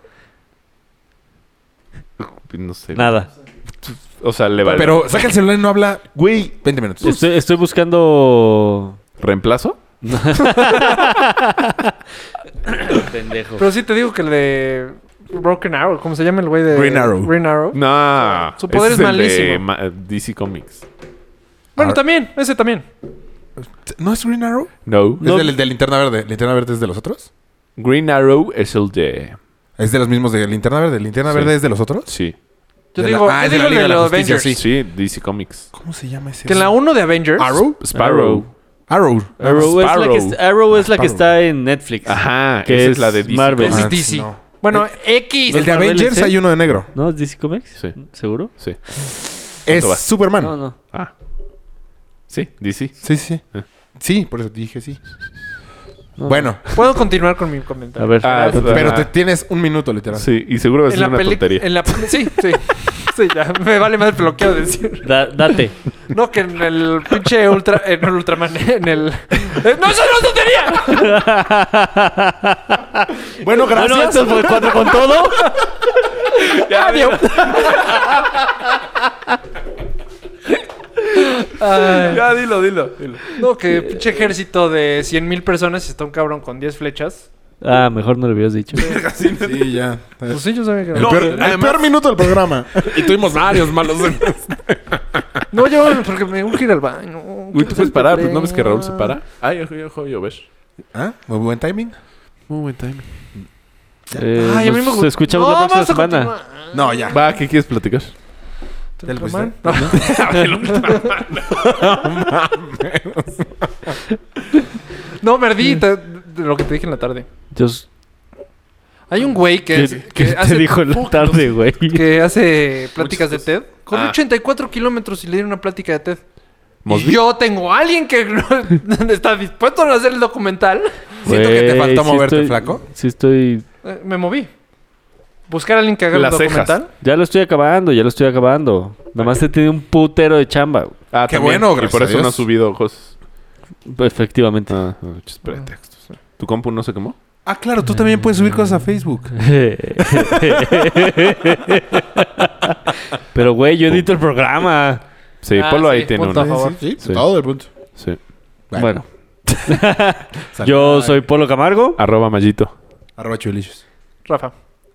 S4: No sé.
S8: Nada.
S4: O sea, le vale.
S7: Pero saca el celular y no habla. Güey. 20 minutos.
S8: Estoy, estoy buscando.
S4: ¿Reemplazo?
S8: Pendejo.
S6: Pero sí te digo que el de Broken Arrow, como se llama el güey de
S7: Green Arrow.
S6: Green Arrow.
S4: No.
S6: Su poder
S4: ese
S6: es
S4: el de
S6: malísimo.
S4: ma- DC Comics.
S6: Bueno,
S7: Ar-
S6: también, ese también.
S7: ¿No es Green Arrow?
S4: No.
S7: Es del, de Linterna Verde. ¿Linterna Verde es de los otros?
S4: Green Arrow es el de.
S7: Es de los mismos de Linterna Verde. ¿Linterna
S4: Sí.
S7: Verde es de los otros?
S4: Sí.
S6: Yo
S7: De la-
S6: digo,
S7: ah,
S6: yo
S7: es de
S6: digo
S7: la
S6: el
S7: Liga
S6: de
S7: de la
S6: los
S7: Justicia,
S6: Avengers.
S4: Sí, sí DC Comics.
S7: ¿Cómo se llama ese?
S6: Que en la 1 de Avengers.
S7: ¿Arrow?
S4: Sparrow.
S7: Arrow.
S8: Arrow, es la que,
S4: Sparrow.
S8: es- Arrow es la que está en Netflix.
S4: Ajá.
S8: Que
S4: esa
S8: es la de
S4: DC
S8: Marvel.
S6: Ese
S7: Ah,
S6: es DC.
S7: no.
S6: Bueno, X.
S7: El de
S8: Marvel,
S7: Avengers
S8: ¿sí?
S7: hay uno de negro.
S8: ¿No? ¿Es DC Comics?
S4: Sí.
S8: ¿Seguro?
S4: Sí.
S7: Es
S4: vas?
S7: Superman.
S8: No, no.
S4: Ah. Sí, DC.
S7: Sí, sí.
S4: Ah.
S7: Sí, por eso dije sí.
S8: no.
S7: Bueno,
S6: Puedo continuar con mi
S8: A
S6: comentario.
S8: ver.
S4: Ah,
S8: continúa.
S7: pero
S4: Ah.
S7: te tienes un minuto, literal.
S4: Sí, y seguro es
S6: En la
S4: una
S6: película.
S4: tontería.
S6: En la <laughs> Sí, sí. Sí, ya. Me vale más, pero lo quiero decir.
S8: Da- date.
S6: No, que en el pinche Ultra. En el Ultraman. En el. Eh, ¡No, eso no es tontería!
S7: <laughs> Bueno, gracias.
S8: Bueno, esto fue cuatro con todo.
S6: Adiós. <laughs> Ay.
S4: Ya, dilo, dilo.
S6: No, que pinche ejército de 100 mil personas y está un cabrón con 10 flechas.
S8: Ah, mejor no lo hubieras dicho.
S7: Sí, ya.
S6: Pues sí, yo sabía que
S7: El,
S6: no.
S7: peor, el peor minuto del programa.
S4: Y tuvimos varios malos.
S6: No, yo, porque me urge ir al baño.
S4: <laughs> Güey, tú puedes parar, pues no ves que Raúl se para. Ay, ojo, ojo, yo ves.
S7: <laughs> ¿Ah? Muy buen timing.
S4: Muy buen timing.
S8: Eh,
S6: Ay, a mí me
S8: nos
S6: gusta.
S8: escuchamos la próxima semana.
S7: No, ya.
S4: Va, ¿qué quieres platicar?
S7: ¿Ya lo pusiste?
S6: No, perdí te- de lo que te dije en la tarde.
S8: Yo,
S6: Hay un güey que,
S8: ¿Qué-
S6: es-
S8: qué
S6: que
S8: te
S6: hace,
S8: dijo en la tarde, güey?
S6: que hace pláticas de TED. Corrió
S4: Ah.
S6: 84 kilómetros y le dieron una plática de TED.
S4: ¿Mosby?
S6: Y yo tengo a alguien que no- <laughs> está dispuesto a hacer el documental.
S7: <laughs> Siento que te
S8: Güey,
S7: faltó
S8: sí
S7: moverte,
S8: estoy-
S7: flaco.
S8: Sí estoy...
S6: Eh, me moví. Buscar a alguien que haga
S4: Las
S6: el
S4: cejas.
S6: documental.
S8: Ya lo estoy acabando, ya lo estoy acabando. Nada más te tiene un putero de chamba. güey.
S4: Ah,
S7: Qué
S4: también.
S7: bueno,
S4: Y
S7: gracias
S4: por
S7: a
S4: eso no
S7: Dios.
S4: ha subido cosas.
S8: Efectivamente.
S4: Ah,
S8: <laughs>
S4: muchos pretextos. ¿eh? ¿Tu compu no se quemó?
S7: Ah, claro, tú también puedes subir cosas a Facebook.
S8: Pero, güey, yo edito el programa.
S4: Sí,
S6: Ah,
S4: Polo ahí
S6: sí,
S4: tiene
S6: punto a
S4: una.
S6: favor.
S7: Sí,
S4: Sí.
S7: todo el punto.
S4: Sí.
S8: Bueno. Yo soy Polo Camargo.
S4: Arroba Mallito.
S7: Arroba chulillos.
S6: Rafa.